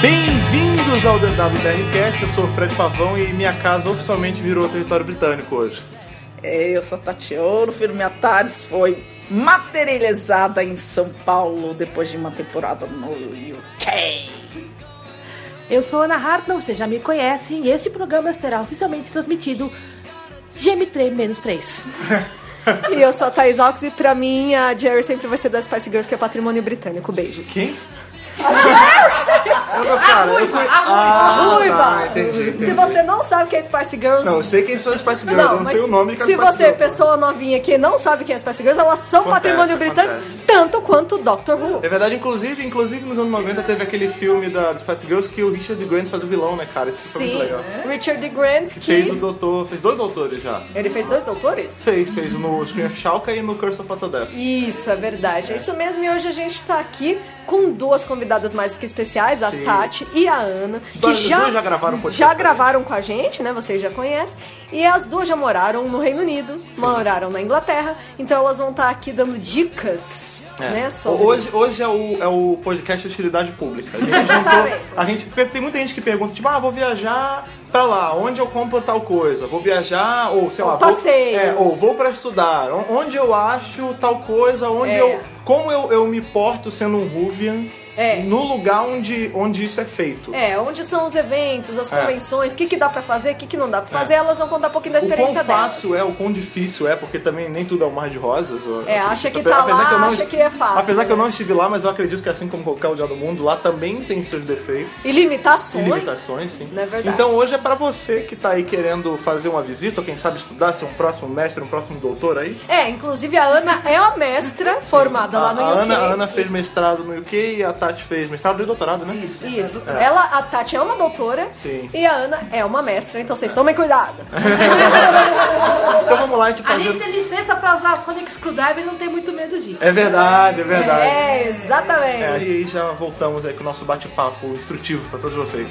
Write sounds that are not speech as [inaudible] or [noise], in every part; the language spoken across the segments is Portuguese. Bem-vindos ao DWBRCast, eu sou o Fred Pavão e minha casa oficialmente virou território britânico hoje. É, Eu sou Tatiano Firmiatares, foi materializada em São Paulo depois de uma temporada no UK. Eu sou Ana Hartnell, vocês já me conhecem, e este programa será oficialmente transmitido GM3-3. E eu sou a Thais Ox e pra mim a Jerry sempre vai ser das Spice Girls, que é patrimônio britânico. Beijos. [laughs] Quem? Eu, cara, eu conhe- Ah, Ruiva! tá, entendi, entendi. Se você não sabe quem é Spice Girls. Não, eu sei quem são as Spice Girls, eu não sei o nome de cada se Spice você, é Girl. pessoa novinha que não sabe quem é Spice Girls, elas são Acontece, patrimônio britânico, acontece. tanto quanto Doctor Who. É verdade, inclusive, inclusive nos anos 90 teve aquele filme da dos Spice Girls que o Richard Grant faz o vilão, né, cara? Esse filme é Sim, muito legal. Richard D. Grant, que, Que fez um o doutor, fez dois doutores já. ele fez dois doutores? Fez, fez no Scream of Shalka e no Curse of Autodeath. Isso, é verdade. É isso mesmo. E hoje a gente tá aqui com duas convidadas mais do que especiais, a Sim. Tati e a Ana, que Duas- já, duas já gravaram podcast já com a gravaram com a gente, né? Vocês já conhecem. E as duas já moraram no Reino Unido, moraram na Inglaterra. Então elas vão estar aqui dando dicas, É. né? Sobre... Hoje, hoje é, o, é o podcast de utilidade pública. A gente Exatamente. juntou- a gente- porque tem muita gente que pergunta, tipo, ah, vou viajar pra lá, onde eu compro tal coisa? Vou viajar, ou sei lá, vou, Passeios. é, ou vou pra estudar, on- onde eu acho tal coisa, onde É. eu. Como eu, eu me porto sendo um Ruvian É. no lugar onde, onde isso é feito. É, onde são os eventos, as É. convenções, o que, que dá pra fazer, o que, que não dá pra fazer, elas vão contar um pouquinho da O experiência quão fácil é, delas. o quão difícil é, porque também nem tudo é um mar de rosas. ou- É, assim, acha que ape- tá apesar lá, eu não acha est- que é fácil, Apesar que eu né? não estive lá, mas eu acredito que assim como qualquer lugar do mundo, lá também tem seus defeitos. E limitações. E limitações, sim. Não é verdade. Então hoje é pra você que tá aí querendo fazer uma visita, ou quem sabe estudar, ser um próximo mestre, um próximo doutor aí. É, inclusive a Ana é uma mestra formada a, lá no a UK. Ana, a Ana fez mestrado no UK e a Tati fez mestrado e doutorado, né? Isso. Isso. Ela, a Tati é uma doutora Sim. e a Ana é uma mestra, então vocês tomem cuidado. Então vamos lá, a gente A gente fazer. tem licença pra usar Sonic Screwdriver e não tem muito medo disso. É verdade, é verdade. É, exatamente. É, e aí já voltamos aí com o nosso bate-papo instrutivo pra todos vocês.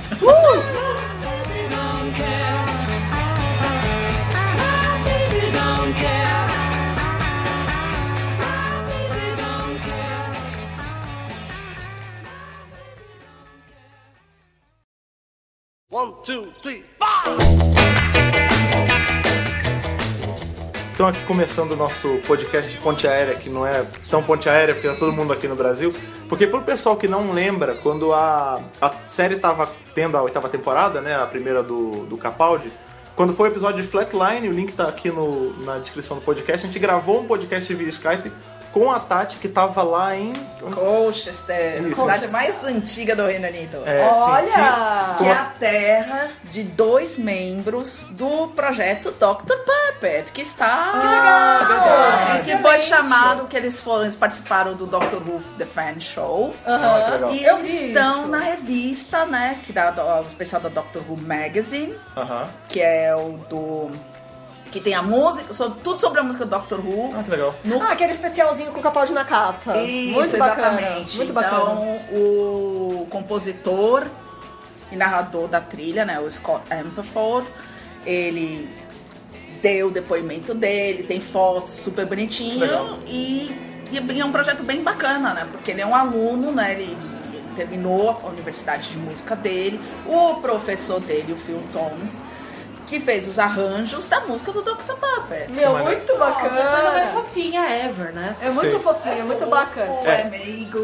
Então aqui começando o nosso podcast de ponte aérea, que não é tão ponte aérea, porque tá todo mundo aqui no Brasil. Porque pro pessoal que não lembra, quando a, a série tava tendo a oitava temporada, né? A primeira do, do Capaldi, quando foi o episódio de Flatline, o link tá aqui no, na descrição do podcast, a gente gravou um podcast via Skype com a Tati, que tava lá em. onde- Colchester, Isso. cidade mais antiga do Reino Unido. É, sim, Olha! que- Que com é a- a terra de dois membros do projeto Dr. Puppet, que está. Ah, verdade. Que se foi chamado, que eles foram, eles participaram do Dr. Who The Fan Show. Ah, que legal. E Eu eles vi estão isso. na revista, né? Que dá o especial da Doctor Who Magazine, Aham. que é o do. Que tem a música, sobre, tudo sobre a música do Doctor Who. Ah, que legal. No Ah, aquele especialzinho com o Capaldi na capa. Isso, Muito bacana. exatamente. Muito então, bacana. o compositor e narrador da trilha, né, o Scott Amperford, ele deu o depoimento dele, tem fotos super Legal. bonitinho e, e é um projeto bem bacana, né? Porque ele é um aluno, né? Ele terminou a universidade de música dele, o professor dele, o Phil Thomas, que fez os arranjos da música do Dr. Puppet. Meu, maneiro. muito Ah, que coisa mais bacana. fofinha ever, né? É muito Sim. fofinho, é muito bacana. É. amigo.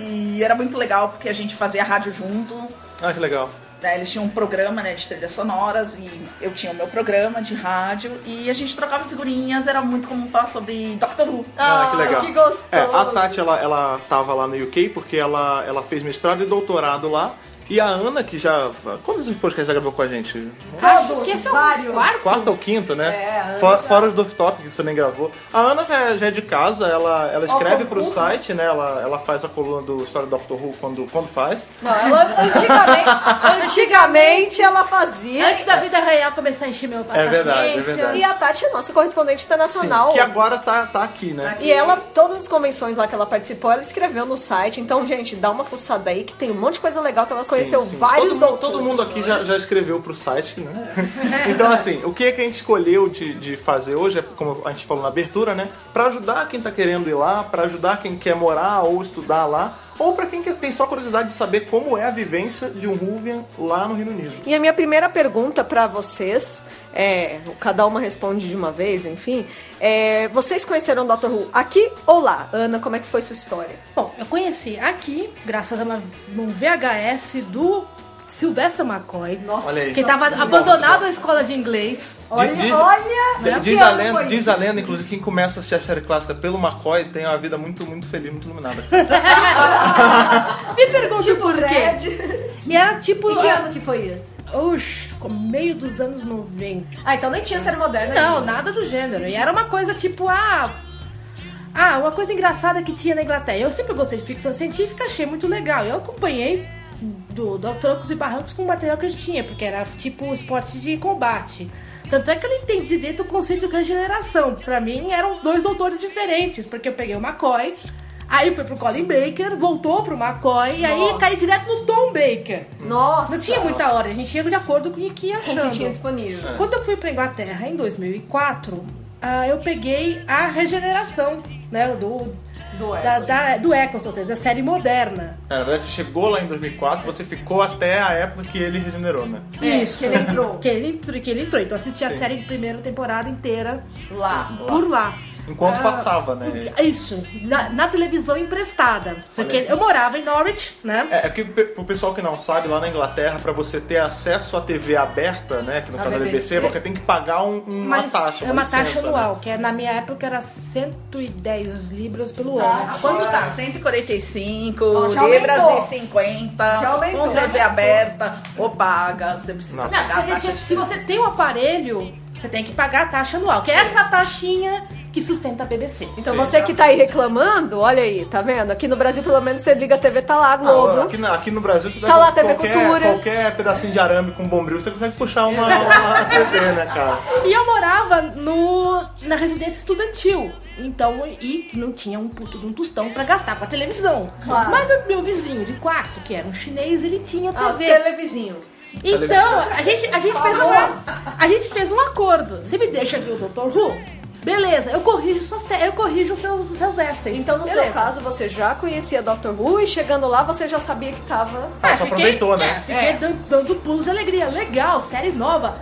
E era muito legal porque a gente fazia rádio junto. Ah, que legal. né? Eles tinham um programa né, de trilhas sonoras e eu tinha o meu programa de rádio. E a gente trocava figurinhas, era muito comum falar sobre Doctor Who. Ah, que legal. que gostoso. É, a Tati, ela, ela tava lá no UK porque ela, ela fez mestrado e doutorado lá. E a Ana, que já. Quantos podcasts já gravou com a gente? Acho que Todos, esse é o vários. quarto. Quarto ou quinto, É, a né? Ana Fora, já- fora os do off-top que você nem gravou. A Ana já, é- já é de casa, ela, ela escreve pro concurso. site, né? Ela, ela faz a coluna do História do Doctor Who quando, quando faz. Não, ela [laughs] antigamente, antigamente ela fazia. Antes da vida real começar a encher meu É verdade, é paciência. verdade. E a Tati é nossa correspondente internacional. que agora tá, tá aqui, né? E ela, todas as convenções lá que ela participou, ela escreveu no site. Então, gente, dá uma fuçada aí que tem um monte de coisa legal que ela conheceu Sim, sim. vários todo, mundo- doutores. todo mundo aqui já, já escreveu pro site, né? [laughs] então, assim, o que, é que a gente escolheu de, de fazer hoje, é, como a gente falou na abertura, né? Pra ajudar quem tá querendo ir lá, pra ajudar quem quer morar ou estudar lá, ou pra quem quer- tem só curiosidade de saber como é a vivência de um Ruvian lá no Reino Unido. E a minha primeira pergunta pra vocês, é, cada uma responde de uma vez, enfim. é, vocês conheceram o Dr. Who aqui ou lá? Ana, como é que foi sua história? Bom, eu conheci aqui, graças a uma, um VHS do Sylvester McCoy. Nossa, Olha aí. que tava Nossa, abandonado na escola de inglês. Olha, diz, não é diz, pior, a não lenda, foi diz isso. a lenda, inclusive, quem começa a assistir a série clássica pelo McCoy tem uma vida muito, muito feliz, muito iluminada. [laughs] Me pergunto por quê. Tipo E era tipo. E que ano que foi isso? Oxi, como meio dos anos 90. Ah, então nem tinha série moderna Não, ainda. nada do gênero. E era uma coisa tipo, ah. Ah, uma coisa engraçada que tinha na Inglaterra. Eu sempre gostei de ficção científica, achei muito legal. Eu acompanhei do, do Trocos e Barrancos com o material que a gente tinha, porque era tipo um esporte de combate. Tanto é que eu não entendi direito o conceito de regeneração. Pra mim, eram dois doutores diferentes, porque eu peguei o McCoy, aí foi pro Colin Baker, voltou pro McCoy, e aí Nossa. caí direto no Tom Baker. Nossa. Não tinha muita hora, a gente ia de acordo com o que ia Com o achando. que tinha disponível. Quando eu fui pra Inglaterra em 2004, ah, eu peguei a regeneração, né, do Do da, da- do Eccles, ou seja, da série moderna. É, na verdade, você chegou lá em 2004, você ficou até a época que ele regenerou, né? É, que ele entrou. [laughs] Que ele entrou, que ele entrou. Então eu assisti a Sim. série de primeira temporada inteira Lá. por lá. Enquanto Ah, passava, né? Isso, na, na televisão emprestada. Porque aí. eu morava em Norwich, né? É, é que pe- pro pessoal que não sabe, lá na Inglaterra, pra você ter acesso à TV aberta, né? Que no A caso da BBC, BBC, você tem que pagar um- uma Mas taxa. é uma licença, taxa né? anual, que é- na minha época era 110 libras pelo ano. Quanto agora tá? 145 Ó, já libras aumentou. e 50. Já aumentou. Com TV aberta ou paga. Você precisa Não. Não, pagar a você taxa tem- de- se, se você tem o aparelho, você tem que pagar a taxa anual, que é essa taxinha que sustenta a BBC. Então Sim. você que tá aí reclamando, olha aí, tá vendo? Aqui no Brasil, pelo menos, você liga a TV, tá lá, Ah, Globo. aqui, na- aqui no Brasil você Tá pega lá, TV qualquer, Cultura. qualquer pedacinho de arame com bombril, você consegue puxar uma, uma TV, né, cara? E eu morava no, na residência estudantil. Então, e não tinha um puto de um tostão pra gastar com a televisão. Claro. Mas o meu vizinho de quarto, que era um chinês, ele tinha Ah, TV. televisinho. Então, a gente, a, gente fez uma, a gente fez um acordo. Você me deixa ver o Dr. Who? Beleza, eu corrijo, suas te- eu corrijo os seus, os seus essays. Então, no seu Beleza. caso, você já conhecia Dr. Who e chegando lá, você já sabia que tava... Ah, só aproveitou, né? é, fiquei É. dan- dando pulos de alegria. Legal, série nova.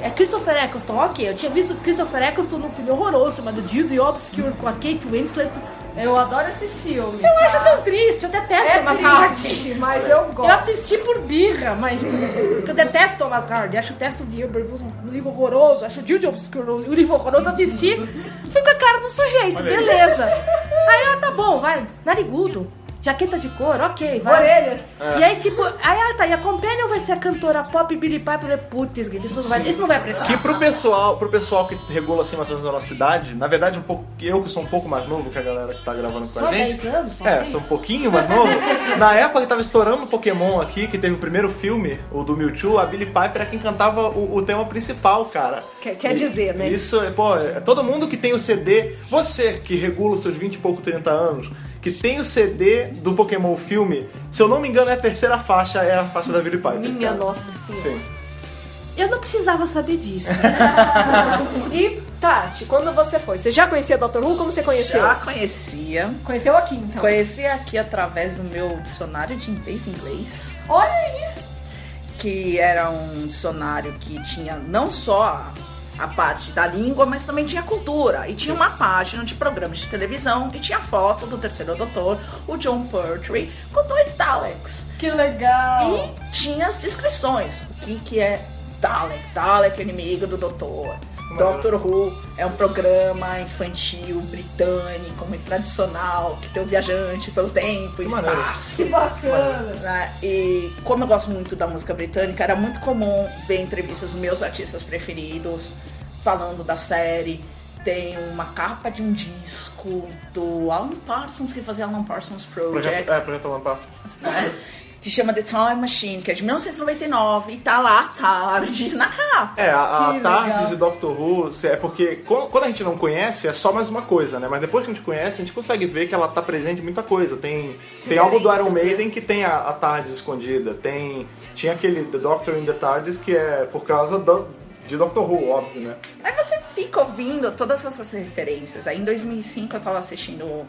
É Christopher Eccleston, ok. Eu tinha visto Christopher Eccleston num filme horroroso chamado Dildo e Obscure com a Kate Winslet. Eu adoro esse filme. Eu acho tão triste, eu detesto é Thomas Hardy. triste, mas eu gosto. Eu assisti por birra, mas eu detesto Thomas Hardy. Acho o Tess Lieberwolf um livro horroroso. Acho o Dildo e Obscure um livro horroroso. Assisti, fui com a cara do sujeito, Olha aí. beleza. Aí, ah, tá bom, vai. Narigudo, jaqueta de couro, ok, vai. Orelhas. É. E aí, tipo, aí ah, tá, e a Companion vai ser a cantora pop Billy Piper é putz, Guilherme, isso não vai, isso não vai prestar. Que pro pessoal, pro pessoal que regula assim mais ou menos a nossa cidade, na verdade, um pouco, eu que sou um pouco mais novo que a galera que tá gravando com Só a gente. 10 anos, só É, 10. sou um pouquinho mais novo. Na época que tava estourando o Pokémon aqui, que teve o primeiro filme, o do Mewtwo, a Billy Piper era quem cantava o, o tema principal, cara. Quer- quer dizer, né? Isso, é, pô, é todo mundo que tem o CD, você que regula os seus 20 e pouco, 30 anos, que tem o CD do Pokémon filme, se eu não me engano, é a terceira faixa, é a faixa da Billy Piper. Minha cara. nossa senhora. Sim. Eu não precisava [laughs] saber disso. [laughs] E, Tati, quando você foi? Você já conhecia Dr. Who? Como você conheceu? Já conhecia. Conheceu aqui, então. Conheci aqui através do meu dicionário de inglês inglês, Olha aí. que era um dicionário que tinha não só a parte da língua, mas também tinha cultura. E tinha uma página de programas de televisão e tinha foto do terceiro doutor, o John Pertwee, com dois Daleks. Que legal. E tinha as descrições. O que, que é Dalek? Dalek é inimigo do doutor. Doctor Who é um programa infantil britânico, muito tradicional, que tem um viajante pelo tempo e Que maneiro. espaço. Que bacana. né? E como eu gosto muito da música britânica, era muito comum ver entrevistas dos meus artistas preferidos falando da série. Tem uma capa de um disco do Alan Parsons, que fazia Alan Parsons Project Projeto, é, projeto Lampasso. né? Que chama The Time Machine, que é de 1999 e tá lá à tarde na capa. É, a, a Que Tardes legal. e Doctor Who, se- é porque co- quando a gente não conhece, é só mais uma coisa, né? Mas depois que a gente conhece, a gente consegue ver que ela tá presente em muita coisa. Tem, tem algo do Iron Referências, né? Maiden que tem a, a Tardes escondida, tem. Tinha aquele The Doctor in the Tardes que é por causa do- de Doctor Who, óbvio, né? Aí você fica ouvindo todas essas referências. Aí em 2005 eu tava assistindo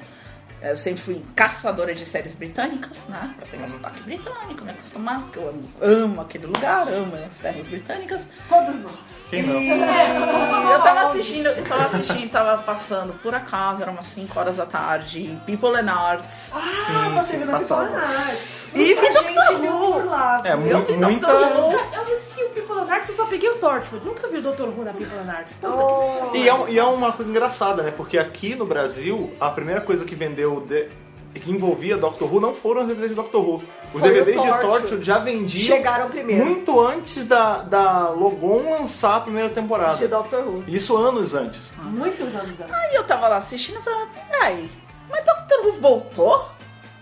Eu sempre fui caçadora de séries britânicas, né? Pra pegar o sotaque britânico, me acostumar, porque eu amo, amo aquele lugar, amo as terras britânicas. Todos nós. Quem não? E eu tava assistindo, eu tava assistindo, tava passando por acaso, era umas 5 horas da tarde, People and Arts. Ah, Sim, você sim, viu na passava. Vitória E vi Doctor Who. Por lá. É, mu Eu vi muita. Doctor Who. Eu assisti o People and Arts e só peguei o Torchwood. Nunca vi o Dr. Who na People and Arts. Puta Oh. que E é, um- e é uma coisa engraçada, né? Porque aqui no Brasil, a primeira coisa que vendeu de- e que envolvia Doctor Who não foram os DVDs de Doctor Who. Os Foi DVDs o de Torchwood. Torture já vendiam Chegaram primeiro. muito antes da, da Logon lançar a primeira temporada. De Doctor Who. Isso anos antes. Muitos anos antes. Aí eu tava lá assistindo e falava, peraí, mas Doctor Who voltou?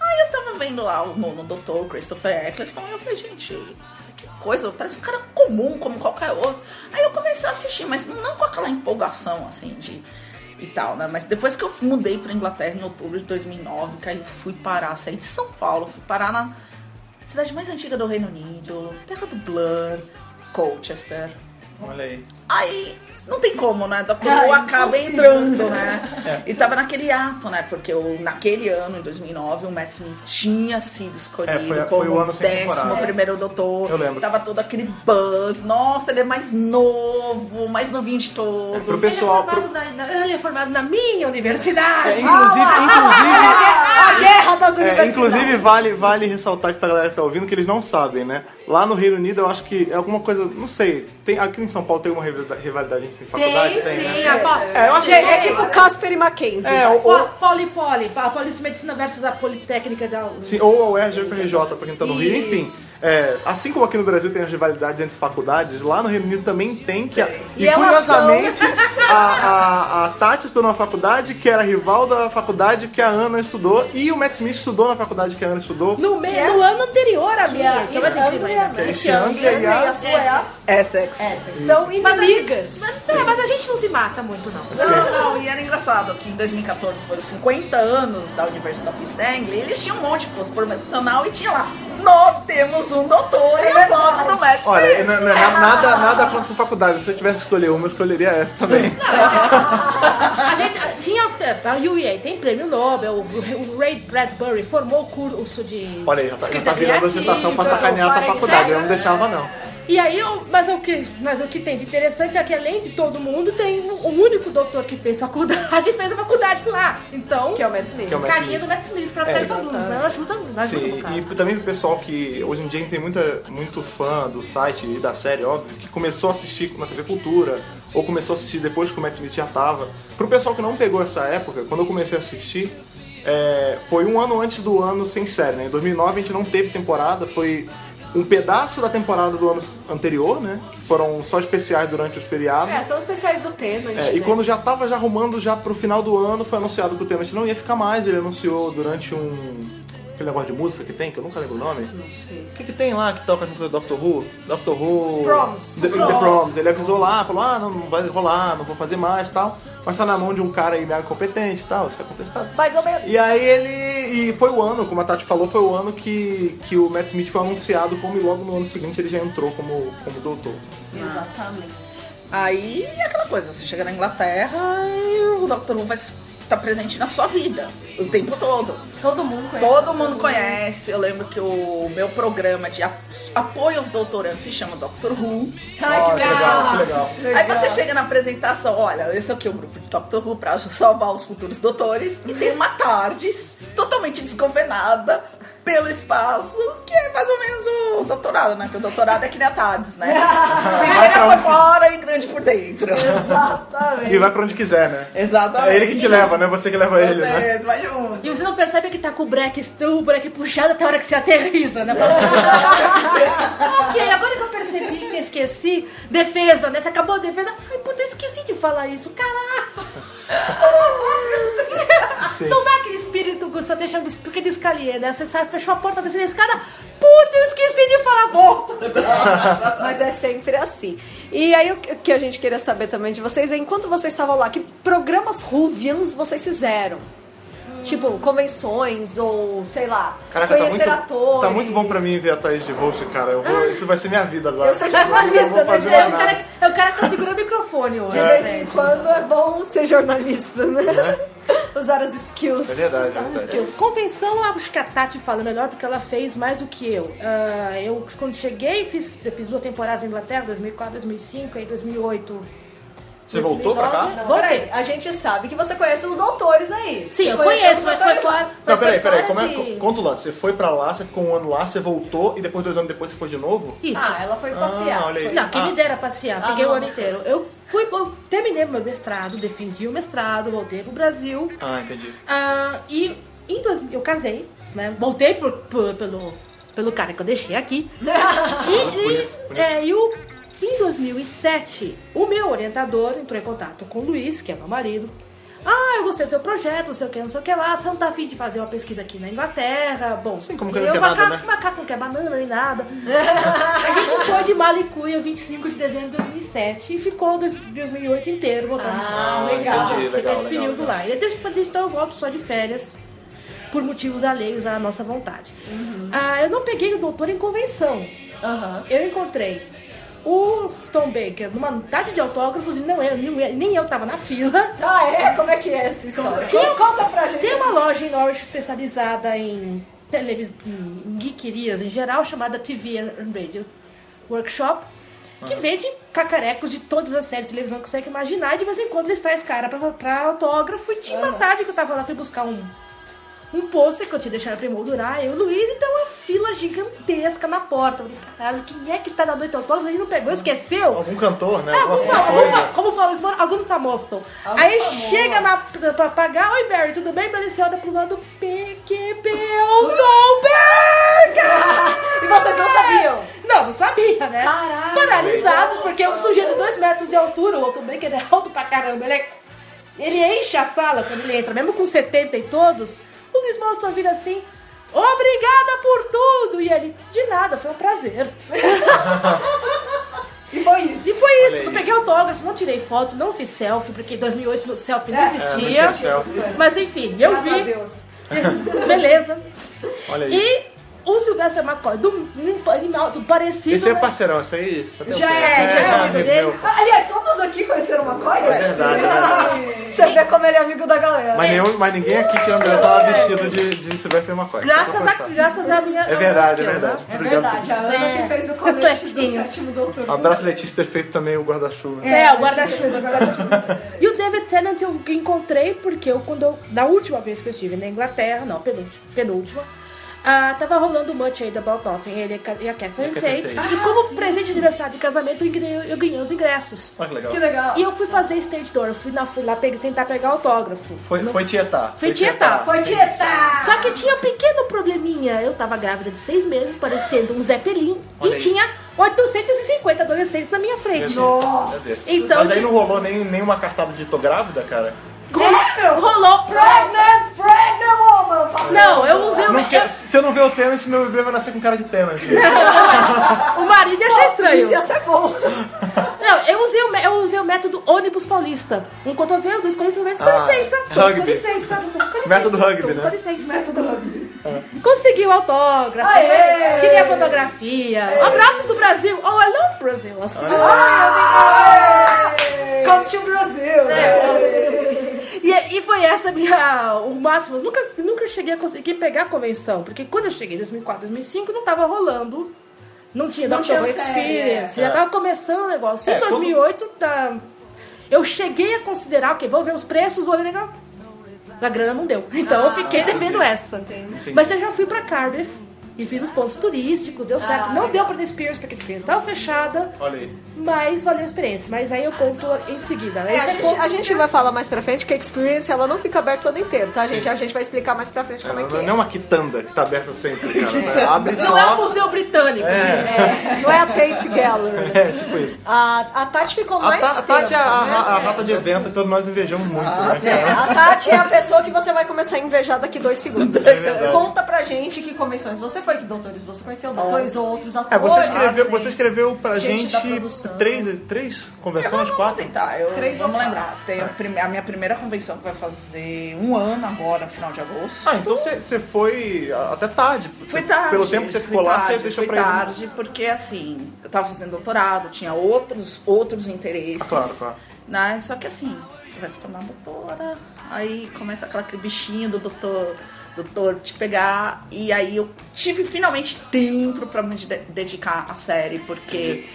Aí eu tava vendo lá o nono doutor, Christopher Eccleston, e eu falei, gente, que coisa, parece um cara comum, como qualquer outro. Aí eu comecei a assistir, mas não com aquela empolgação, assim, de... E tal, né? Mas depois que eu mudei pra Inglaterra em outubro de 2009, que aí eu fui parar, saí de São Paulo, fui parar na cidade mais antiga do Reino Unido, terra do Blur, Colchester, Olha aí. Aí não tem como, né? Dr. Ah, Who acaba impossível. entrando, É. né? E tava naquele ato, né? Porque o, naquele ano, em 2009, o Matt Smith tinha sido escolhido É, foi- foi como o ano sem décimo temporada. primeiro doutor. Eu lembro. Tava todo aquele buzz. Nossa, ele é mais novo, mais novinho de todos. pro Ele é, pessoal. formado pro- na, na- ele é formado na minha Ah, universidade. É, inclusive, inclusive, A guerra das É, universidades. inclusive, vale, vale ressaltar que pra galera que tá ouvindo que eles não sabem, né? Lá no Reino Unido, eu acho que é alguma coisa, não sei. Tem, aqui em São Paulo tem uma rivalidade- rivalidade entre faculdade? Tem, sim. né? a pa- É, eu acho que- Gente, é tipo Casper e Mackenzie. É, ou, Pa- ou, Poli Poli, pa- a Policemedicina versus a Politécnica da sim, ou a UERJ e a UFRJ, pra quem tá no Rio, enfim. Isso. é, assim como aqui no Brasil tem as rivalidades entre faculdades, lá no Reino Unido também tem que. a- e E é elas são- curiosamente, a, a, a Tati estudou na faculdade que era rival da faculdade que a Ana estudou, e o Matt Smith estudou na faculdade que a Ana estudou. No, me- no ano anterior à minha. Yeah, então é isso, incrível né? isso, isso. ainda. Este ano Anglia e a- sua é a- Essex. são inimigas. Mas, é, mas a gente não se mata muito, não. Não, não, e era engraçado que em 2014 foram os 50 anos da Universidade of East Anglia, e eles tinham um monte de postura profissional e tinha lá, nós temos um doutor e o voto do Matt Smith. Olha, não, não, não, nada, nada contra essa faculdade. Se eu tivesse que escolher uma, eu escolheria essa também. A gente a- tinha até- a UEA tem prêmio Nobel, o, o Ray Bradbury formou o curso de. Olha aí, já tá, já tá escrita virando criativa, ostentação pra sacanear a tua faz- faculdade. Eu não deixava, não. E aí, eu- mas, o que, mas o que tem de interessante é que além de todo mundo, tem um, um único doutor que fez faculdade, [laughs] fez a faculdade lá. Então, Que é o Matt Smith. Que é o Matt carinha Smith. do Matt Smith pra É, trás alunos, né? Ajuda, ajuda um Sim, bocado. e também pro pessoal que hoje em dia tem muita, muito fã do site e da série, óbvio, que começou a assistir na TV Cultura, ou começou a assistir depois que o Matt Smith já tava. Pro pessoal que não pegou essa época, quando eu comecei a assistir, é, foi um ano antes do ano sem série, né? Em 2009 a gente não teve temporada, foi um pedaço da temporada do ano anterior, né? Que foram só especiais durante os feriados. É, são os especiais do Tenant. É, e né? quando já tava já arrumando já pro final do ano, foi anunciado que o Tenant não ia ficar mais, ele anunciou durante um. aquele negócio de música que tem, que eu nunca lembro o nome. Não sei. O que, que tem lá que toca junto do Doctor Who? Doctor Who. Proms. The, The Proms. Ele avisou lá, falou: ah, não, não vai rolar, não vou fazer mais tal. Mas tá na mão de um cara aí mega competente e tal, isso é contestado. Mais ou menos. E aí ele. E foi o ano, como a Tati falou, foi o ano que, que o Matt Smith foi anunciado como e logo no ano seguinte ele já entrou como, como doutor. Exatamente. Aí é aquela coisa, você chega na Inglaterra e o Dr. Who vai estar presente na sua vida o tempo todo. Todo mundo conhece. Todo mundo conhece. Eu lembro que o meu programa de a- apoio aos doutorandos se chama Dr. Who. Ai, Ó, que legal. [laughs] que legal. Aí você chega na apresentação, olha, esse aqui é o grupo de Doctor Who pra salvar os futuros doutores. E tem uma Tardes totalmente desconvenada pelo espaço, que é mais ou menos o doutorado, né? Que o doutorado é que nem a Tardes, né? Pequena por fora e grande por dentro. E vai pra onde quiser, né? Exatamente. É ele que te leva, né? Você que leva ele, é. né? Você vai junto. E você não percebe que tá com o breque, o breque puxado até a hora que você aterriza, né? Fala, "Ah, ok, agora que eu percebi que eu esqueci, defesa, né? Você acabou a defesa. Ai, puta, eu esqueci de falar isso, caralho. Sim. Não dá aquele espírito que você chama de é um espírito de escalier, né? Você sai, fechou a porta, desceu a escada. Puta, eu esqueci de falar, volta. Mas é sempre assim. E aí o que o que a gente queria saber também de vocês é enquanto vocês estavam lá, que programas ruvianos vocês fizeram? Tipo, convenções ou sei lá, Caraca, tá conhecer muito, atores. tá muito bom pra mim ver a Thaís de host, cara. Eu vou- isso vai ser minha vida agora. Eu sou jornalista, Eu não vou né, fazer gente? mais Esse nada. cara, é o cara que tá segurando o microfone hoje. De vez em quando é bom ser jornalista, né? [laughs] usar as skills. É verdade, é Usar as verdade. skills. Convenção, acho que a Tati fala melhor porque ela fez mais do que eu. Ah, eu, quando cheguei, fiz, eu fiz duas temporadas na Inglaterra, 2004, 2005, aí 2008. Você voltou pra cá? Não, Voltei. peraí, a gente sabe que você conhece os doutores aí. Sim, Você eu conhece conheço, os mas foi doutores lá. fora. Não, mas foi peraí, peraí. fora Como é, de- co- Conta o lance. Você foi pra lá, você ficou um ano lá, você voltou e depois, dois anos depois, você foi de novo? Isso. Ah, ela foi passear. olha aí. Não, quem Ah. me dera passear, fiquei Ah, o ano inteiro. Eu fui, eu terminei meu mestrado, defendi o mestrado, voltei pro Brasil. Ah, entendi. Ah, e em 2000, eu casei, né? Voltei por- por- pelo, pelo cara que eu deixei aqui. e, e- Bonito, bonito. é, e o, em 2007, o meu orientador entrou em contato com o Luiz, que é meu marido. Ah, eu gostei do seu projeto, não sei o que, não sei o que lá. Você não tá afim de fazer uma pesquisa aqui na Inglaterra? Bom, Sim, como e que não eu, quer nada, macaco, né? macaco não quer banana nem nada. [laughs] A gente foi de Malicuia 25 de dezembro de 2007 e ficou dois- 2008 inteiro voltando Ah, só. legal. Foi Entendi, legal, esse legal, período legal. lá. E desde, desde então eu volto só de férias por motivos alheios à nossa vontade. Uhum. Ah, eu não peguei o doutor em convenção. [laughs] Aham. Eu encontrei o Tom Baker numa tarde de autógrafos e não eu, nem, nem eu tava na fila. [laughs] Ah, é? Como é que é essa história? Tinha- Conta pra gente. Tem uma essa- loja em Norwich especializada em, televis... em geekerias em geral, chamada TV and Radio Workshop, que vende cacarecos de todas as séries de televisão que você consegue imaginar. E de vez em quando eles trazem cara pra, pra autógrafo. E tinha uma tarde que eu tava lá, fui buscar um, um pôster que eu tinha deixado pra emoldurar, eu e o Luiz, então uma fila gigantesca na porta. Eu falei, caralho, quem é que tá na noite autógrafo? Ele não pegou, esqueceu? Algum cantor, né? Ah, como Alguma fala, como coisa. fala, como fala, esmora- algum famoso. Aí chega na, pra pagar, oi Barry, tudo bem? Mas Você olha pro lado, PQP, o Tom Berger! E vocês não sabiam? Não, não sabia, né? Caralho! Paralisados, porque um sujeito de dois metros de altura, o outro bem que ele é alto pra caramba, ele, é- ele enche a sala quando ele entra, mesmo com 70 e todos, o Luiz Mauro só vira assim, obrigada por tudo! E ele, de nada, foi um prazer. E foi isso. E foi isso, aí. não peguei autógrafo, não tirei foto, não fiz selfie, porque em 2008 no- selfie não É, existia. não existia selfie. mas enfim, eu Graças a vi. Deus. [laughs] Beleza. Olha aí. E o Sylvester McCoy, do, um animal, do parecido. Esse é né? parceirão, isso aí. isso até Já eu sei. é, já é amigo amigo dele. meu. Ah, Aliás, todos aqui conheceram uma coisa? É verdade, é verdade. [laughs] Você vê como ele é amigo da galera. Mas, nenhum, mas ninguém aqui tinha André tava vestido de, de Sylvester McCoy. Graças a, Só pra constar. graças a minha. É verdade, é música, verdade. né? Muito É obrigado verdade, a por Ana É. que fez o Eu tô colete do quietinha. sétimo doutor. isso. Um abraço, Letícia, ter feito também o guarda-chuva. É, o fez o guarda-chuva. guarda-chuva. né? E o David Tennant eu encontrei porque eu, quando eu, na última vez que eu estive na Inglaterra, não, penúltima, penúltima ah, tava rolando o Much Aid About Nothing, ele e a- e a Catherine E a Tate. Catherine Tate. E como presente de aniversário de casamento, eu ganhei, eu ganhei os ingressos. Olha que legal. Que legal. E eu fui fazer stage door, eu fui, na, fui lá pe- tentar pegar autógrafo. Foi, Não- foi tietar. Foi tietar. Foi tietar. Só que tinha um pequeno probleminha. Eu tava grávida de seis meses, parecendo um Zeppelin, Olha e aí. tinha 850 adolescentes na minha Meu Deus, frente. meu Deus. Então, Mas aí tipo- não rolou nem, nem uma cartada de tô grávida, cara? é Rolou. rolou. Pregnant, pregnant woman. Passou. Não, eu usei o. Não eu- quer- se eu não ver o Tenant, meu bebê vai nascer com cara de Tenant. O marido ia achar estranho. Isso é ia ser bom. Não, eu usei, o, mé- eu usei o método ônibus paulista. Um cotovelo, dois cotovelos, com Ah, licença. rugby. Com licença. Com é? licença. Método rugby, Com né? licença. Método rugby. Conseguiu autógrafo. Aê! Tirei a fotografia. Abraços do Brasil. Oh, I love Brazil. Assim. Come to né? Brasil. E, e foi essa minha, o máximo. Eu nunca, nunca cheguei a conseguir pegar a convenção. Porque quando eu cheguei em 2004, 2005, não tava rolando. Não tinha Não Doctor Who tinha série, Experience. é. Já tava começando o negócio. É, em 2008, tá, eu cheguei a considerar, ok, vou ver os preços, vou ver legal. A grana não deu. Então eu Ah, fiquei devendo essa. Mas eu já fui pra Cardiff e fiz os pontos turísticos, Ah, deu certo. não deu pra The Experience, porque a Experience tava fechada. Olha aí. Mas valeu a experiência. Mas aí eu conto em seguida. É, Esse é a, gente, ponto- a gente vai falar mais pra frente que a experience ela não fica aberta o ano inteiro, tá, gente? A gente vai explicar mais pra frente como é que Não é. é uma quitanda que tá aberta sempre, cara. Abre Não é só. o Museu Britânico, gente. É, não é a Tate Gallery. né? É, tipo isso. A, a Tati ficou A, mais. Ta- a Tati é a, tempo, né? a- a rata de evento que todos nós invejamos muito, né, cara? A Tati é a pessoa que você vai começar a invejar daqui dois segundos. É verdade. Conta pra gente que convenções você foi, que doutores você conheceu, doutores outros É, atores. você escreveu, você escreveu pra ah, Gente gente, da produção. três, três Vamos convenções, vamos quatro? tentar, eu, Três vamos ou quatro. lembrar. Tem a, prime- a minha primeira convenção que vai fazer um ano agora, final de agosto. Ah, então você você foi até tarde. Fui tarde. Pelo tempo que você fui ficou lá, tarde, você deixou fui pra ele. tarde, porque assim, eu tava fazendo doutorado, tinha outros, outros interesses. Ah, claro, claro. Né? Só que assim, você vai se tornar doutora. Aí começa aquela aquele bichinho do doutor, doutor te pegar. E aí eu tive finalmente tempo pra me de- dedicar à série, porque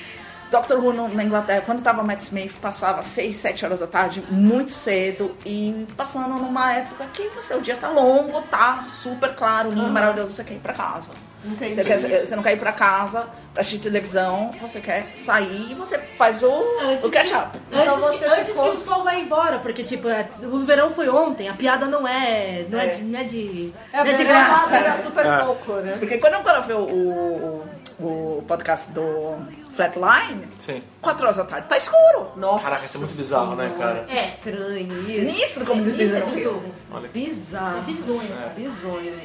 Doctor Who no- na Inglaterra, quando tava Matt Smith, passava 6, 7 horas da tarde, muito cedo, e passando numa época que você, o dia tá longo, tá super claro, lindo, maravilhoso, você quer ir pra casa. Entendi. Você, quer- você não quer ir pra casa pra assistir televisão, você quer sair e você faz o, o catch-up. Antes, Então que, você antes ficou- que o sol vai embora, porque tipo, é- o verão foi ontem, a piada não é. não é, de, não é de. não é de graça. Era super É. pouco, né? Porque quando eu gravei o, o, o- o podcast do Flatline, Sim. 4 horas da tarde, tá escuro. Nossa. Caraca, isso é muito bizarro, né, cara? Que Estranho isso. Sinistro, como eles dizem é no Rio. bizonho. Olha que Bizarro. É bizonho. É. Bizonho.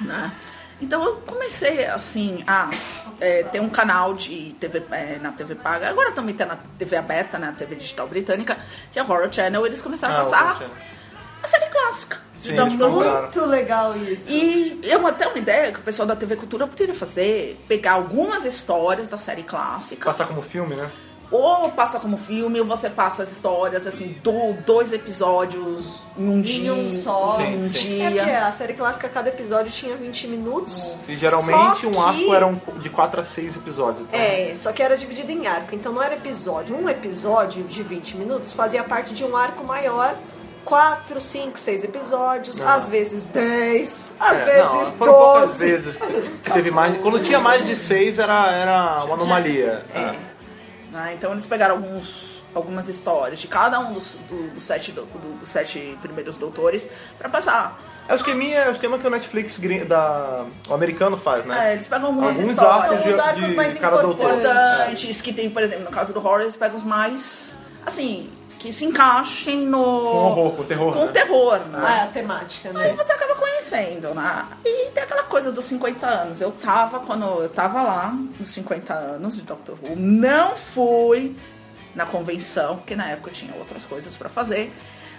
né? Então eu comecei assim a é, ter um canal de TV é, na TV paga. Agora também tem na TV aberta, né? na TV digital britânica, que é o Horror Channel. Eles começaram a Ah, o passar Rochelle. a série clássica de Sim, eles Doctor Who. compraram. Muito legal isso. E eu até uma ideia que o pessoal da TV Cultura poderia fazer, pegar algumas histórias da série clássica Passar como filme, né? ou passa como filme, ou você passa as histórias assim, do, dois episódios em um dia. um só. em um Sim, sim. É porque dia. a série clássica, cada episódio tinha 20 minutos. E geralmente Só um que- arco era um- de 4 a 6 episódios. Então, É, só que era dividido em arco, então não era episódio. Um episódio de 20 minutos fazia parte de um arco maior. Quatro, cinco, seis episódios, Ah. às vezes 10, às É, não, vezes foram poucas 12. vezes que teve mais. Quando tinha mais de 6 era, era uma anomalia. É. né? Então eles pegaram alguns, algumas histórias de cada um dos, do- dos sete, do- do- dos sete primeiros doutores pra passar. É o esqueminha, é o esquema que o Netflix grin- da, o americano faz, É, né? eles pegam algumas Alguns histórias arcos de, Os arcos de mais cada doutor. importantes, que tem, por exemplo, no caso do horror, eles pegam os mais, assim, que se encaixem no... Com horror, com terror, Com né? terror, né? Ah, é a temática, Aí né? você acaba conhecendo, né? E tem aquela coisa dos 50 anos. Eu tava, quando eu tava lá, nos 50 anos de Doctor Who, não fui na convenção, porque na época eu tinha outras coisas pra fazer.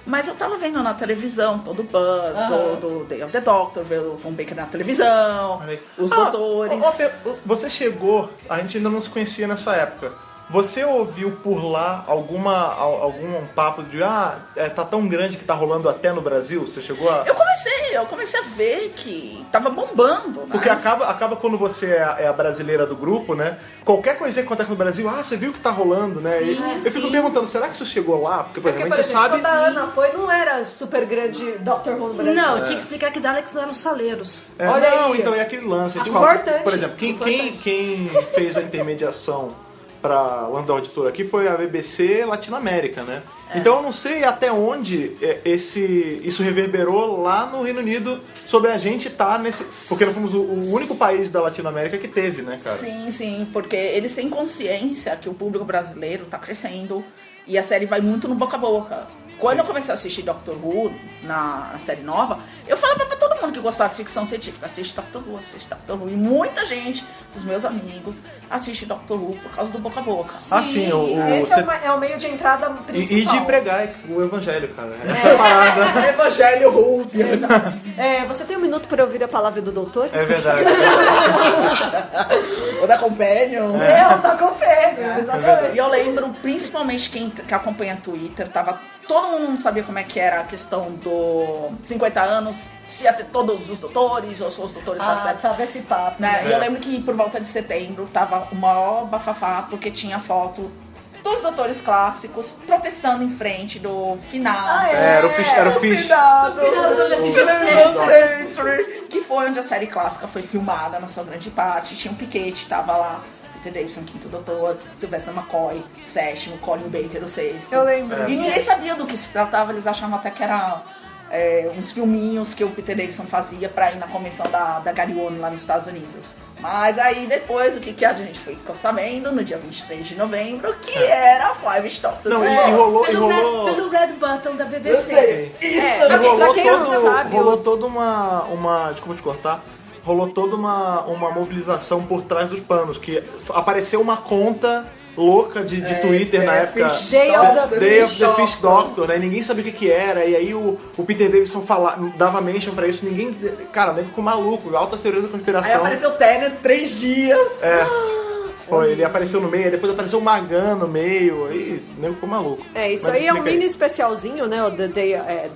Mas eu tava vendo na televisão todo o buzz, do, Aham. do Day of the Doctor, ver o Tom Baker na televisão, Olha aí. os Ah, doutores. ó, ó, per- Você chegou, a gente ainda não se conhecia nessa época. Você ouviu por lá alguma al- algum papo de ah, é, tá tão grande que tá rolando até no Brasil? Você chegou a. Eu comecei, eu comecei a ver que tava bombando, né? Porque acaba, acaba quando você é a, é a brasileira do grupo, né? Qualquer coisinha que acontece no Brasil, ah, você viu o que tá rolando, né? E Sim, eu fico sim. É perguntando, será que isso chegou lá? Porque, por Porque, exemplo, por a gente exemplo, sabe. quando a Ana foi, não era super grande Doctor Who no Brasil. Não, eu tinha que explicar que Daleks não eram saleiros. É, Olha não, aí. então é aquele lance. A gente fala, Importante, por exemplo, quem, quem, quem fez a intermediação para o Andor Editor aqui foi a BBC Latinoamérica, né? É. Então eu não sei até onde é, esse, isso reverberou lá no Reino Unido sobre a gente estar nesse. Porque nós fomos o, o único país da Latinoamérica que teve, né, cara? Sim, sim, porque eles têm consciência que o público brasileiro tá crescendo e a série vai muito no boca a boca. Quando eu comecei a assistir Doctor Who na, na série nova, eu falava pra todo mundo que gostava de ficção científica, assiste Doctor Who, assiste Doctor Who. E muita gente dos meus amigos assiste Doctor Who por causa do boca a boca. Ah, sim, o, o- Esse é, cê- uma- é o meio de entrada e, principal. e de pregar o evangelho, cara. Essa é a parada. [laughs] Evangelho Who. É, você tem um minuto para ouvir a palavra do doutor? É [laughs] verdade. Ou da Companion. É. Eu tô com prêmio, exatamente. E eu lembro, principalmente quem t- que acompanha Twitter, tava. Todo mundo não sabia como é que era a questão do 50 anos, se ia ter todos os doutores, ou só os doutores da Ah, série. tava esse papo. Né? E É. eu lembro que por volta de setembro tava o maior bafafá, porque tinha foto dos doutores clássicos protestando em frente do final. Ah, é? Era o Fish. Era o Do Fish. finado. final do Olho Fish Final Century, Que foi onde a série clássica foi filmada na sua grande parte. Tinha um Piquete, tava lá. Peter Davidson, quinto doutor, Sylvester McCoy, sétimo, Colin Baker, o sexto. Eu lembro. E ninguém sabia do que se tratava, eles achavam até que era é, uns filminhos que o Peter Davidson fazia pra ir na convenção da, da Garione lá nos Estados Unidos. Mas aí depois, o que, que a gente foi ficou sabendo no dia 23 de novembro, que era Five Stops. É. Não, e, e rolou. E Pelo, rolou... red, pelo red button da BBC. Eu sei. Isso! É, pra E quem- rolou pra quem não todo- sabe, rolou o- toda uma, uma. Desculpa te cortar. Rolou toda uma, uma mobilização por trás dos panos. Que f- apareceu uma conta louca de, de Twitter na é, época. Day of the Day of the Fish Doctor, né? Ninguém sabia o que, que era. E aí o, o Peter Davidson fala, dava mention pra isso. Ninguém. Cara, nem ficou maluco. Alta teoria da conspiração. Aí apareceu o Tenet três dias. É. Foi, ele apareceu no meio, aí depois apareceu o Magan no meio, aí o nego ficou maluco. É, isso Mas aí é um explica mini especialzinho, né? O The Day, é,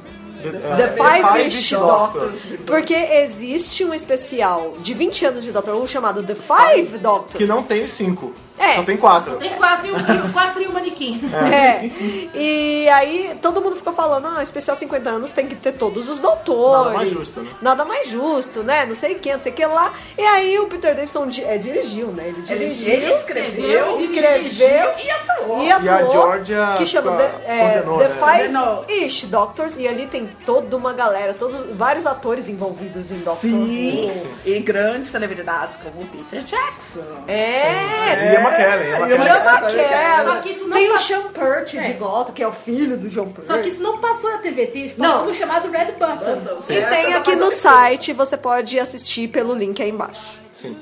The Five Five Ish Ish Doctor. Porque existe um especial de 20 anos de Doctor Who chamado The Five Doctors. Que não tem os cinco. É. Só tem quatro. Tem quase um, quatro e um manequim. É. E aí todo mundo ficou falando, ah, especial 50 anos tem que ter todos os doutores. Nada mais justo, né? Nada mais justo, né? Não sei quem, não sei o que lá. E aí o Peter Davidson di- é, dirigiu, né? Ele Ele, dirigiu. ele escreveu, Escreveu. dirigiu e atuou. E, atuou, E a Georgia que chama co- The, é, coordenou, The né? Coordenou. Five Ish Doctors, e ali tem toda uma galera, todos, vários atores envolvidos em Doctor Sim, Who. e grandes celebridades como Peter Jackson. É, E a McKellen. a Ian McKellen. McKellen. Só que isso não Tem o passa- Sean Purt de É. Gotham, que é o filho do John Purt. Só que isso não passou na TV, teve- Não. passou no chamado Red Button. Sim. É, E tem aqui no site, você pode assistir pelo link aí embaixo. Sim.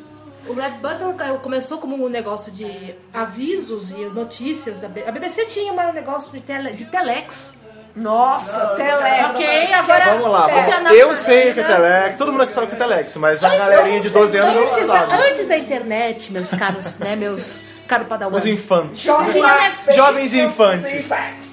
O Red Button ca- começou como um negócio de avisos e notícias. Da B... A BBC tinha um negócio de, tele... de telex. Nossa, Telex. ok, agora... Vamos lá, Não tinha vamos. nada Eu na sei o que é vida. Telex, todo mundo que sabe o que é Telex, mas a galerinha de 12 anos não Antes, da- sabe. antes da internet, meus caros, né, meus caros padawans. Os infantes. Jovens- Jovens infantes.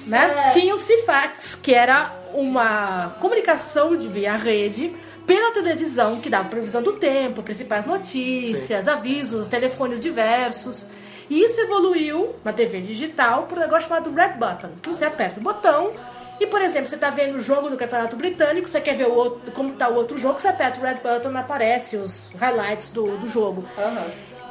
né? Tinha o Cifax, que era uma comunicação de via rede pela televisão, que dava previsão do tempo, principais notícias, avisos, telefones diversos. E isso evoluiu na TV digital para um negócio chamado Red Button, que você aperta o botão e, por exemplo, você está vendo o jogo do Campeonato Britânico, você quer ver o outro- como está o outro jogo, você aperta o Red Button, aparece os highlights do, do jogo.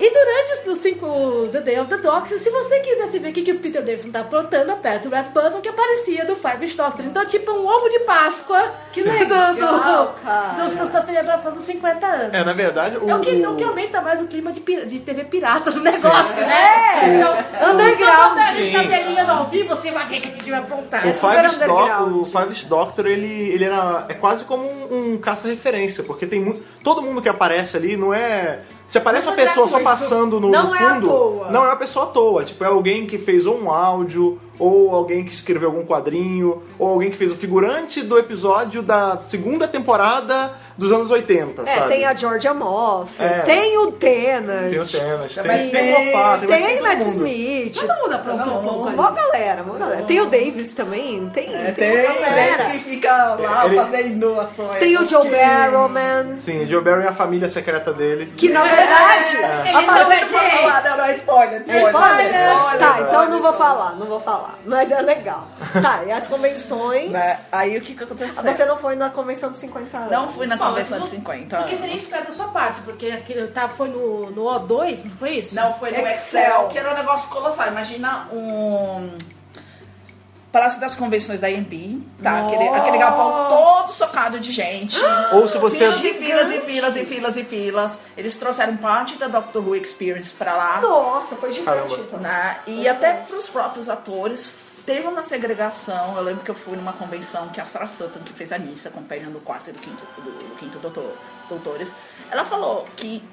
E durante os 5 The Day of the Doctor, se você quisesse ver o que, que o Peter Davidson tá aprontando, aperta o Red Button que aparecia do Five Doctors. Então, tipo, um ovo de Páscoa que nem é do, do, legal, cara. do, da celebração dos 50 anos. É, na verdade, o. É o que, é o que aumenta mais o clima de, pira- de TV pirata do negócio, né? Então, Underground. Quando a gente tá Sim. telinha ao vivo, você vai ver o que a gente vai aprontar. O É super Five, underground. Do o Five Doctor, ele, ele era, é quase como um, um caça-referência, porque tem muito. Todo mundo que aparece ali não é. Se aparece Não uma é pessoa só gratuito. passando no, Não no é à fundo. toa. Não é uma pessoa à toa. Tipo, é alguém que fez ou um áudio, ou alguém que escreveu algum quadrinho, ou alguém que fez o figurante do episódio da segunda temporada dos anos 80, É, sabe? tem a Georgia Moffat, É. tem o Tennant, Tem o Tennant, tem, Mas tem, tem tem- o Mofá, tem, tem todo Matt mundo. Smith. Todo mundo aprontou um pouco Mó ali. galera, mó galera. Tem o Davis também, tem, É, tem, tem, uma tem que galera. fica lá Ele- fazendo inovações. Tem o Joe Que- Barrowman, Sim, Joe Barry é a família secreta dele. que na verdade... Ele a não família- é Pode gay. falar, não, não, é spoiler, É spoiler. spoiler? spoiler, Tá, spoiler. então não vou falar, não vou falar. Mas é legal. Tá, e as convenções... Né? Aí o que que aconteceu? Você não foi na convenção dos 50 anos. Não fui na Fala, convenção de não- 50 Porque anos. seria esperto da sua parte, porque aquele tá, foi no, no O2, não foi isso? Não, foi no Excel. Excel, que era um negócio colossal. Imagina um. Palácio das Convenções da AMB, tá? Aquele, aquele galpão todo socado de gente. Ou se você. Filas e filas e filas e filas e filas. Eles trouxeram parte da Doctor Who Experience pra lá. Nossa, foi gigante. Caramba. então. né? E até pros próprios atores, teve uma segregação. Eu lembro que eu fui numa convenção que a Sarah Sutton, que fez a Nissa, acompanha do quarto e do quinto, do, do quinto doutor, doutores, ela falou que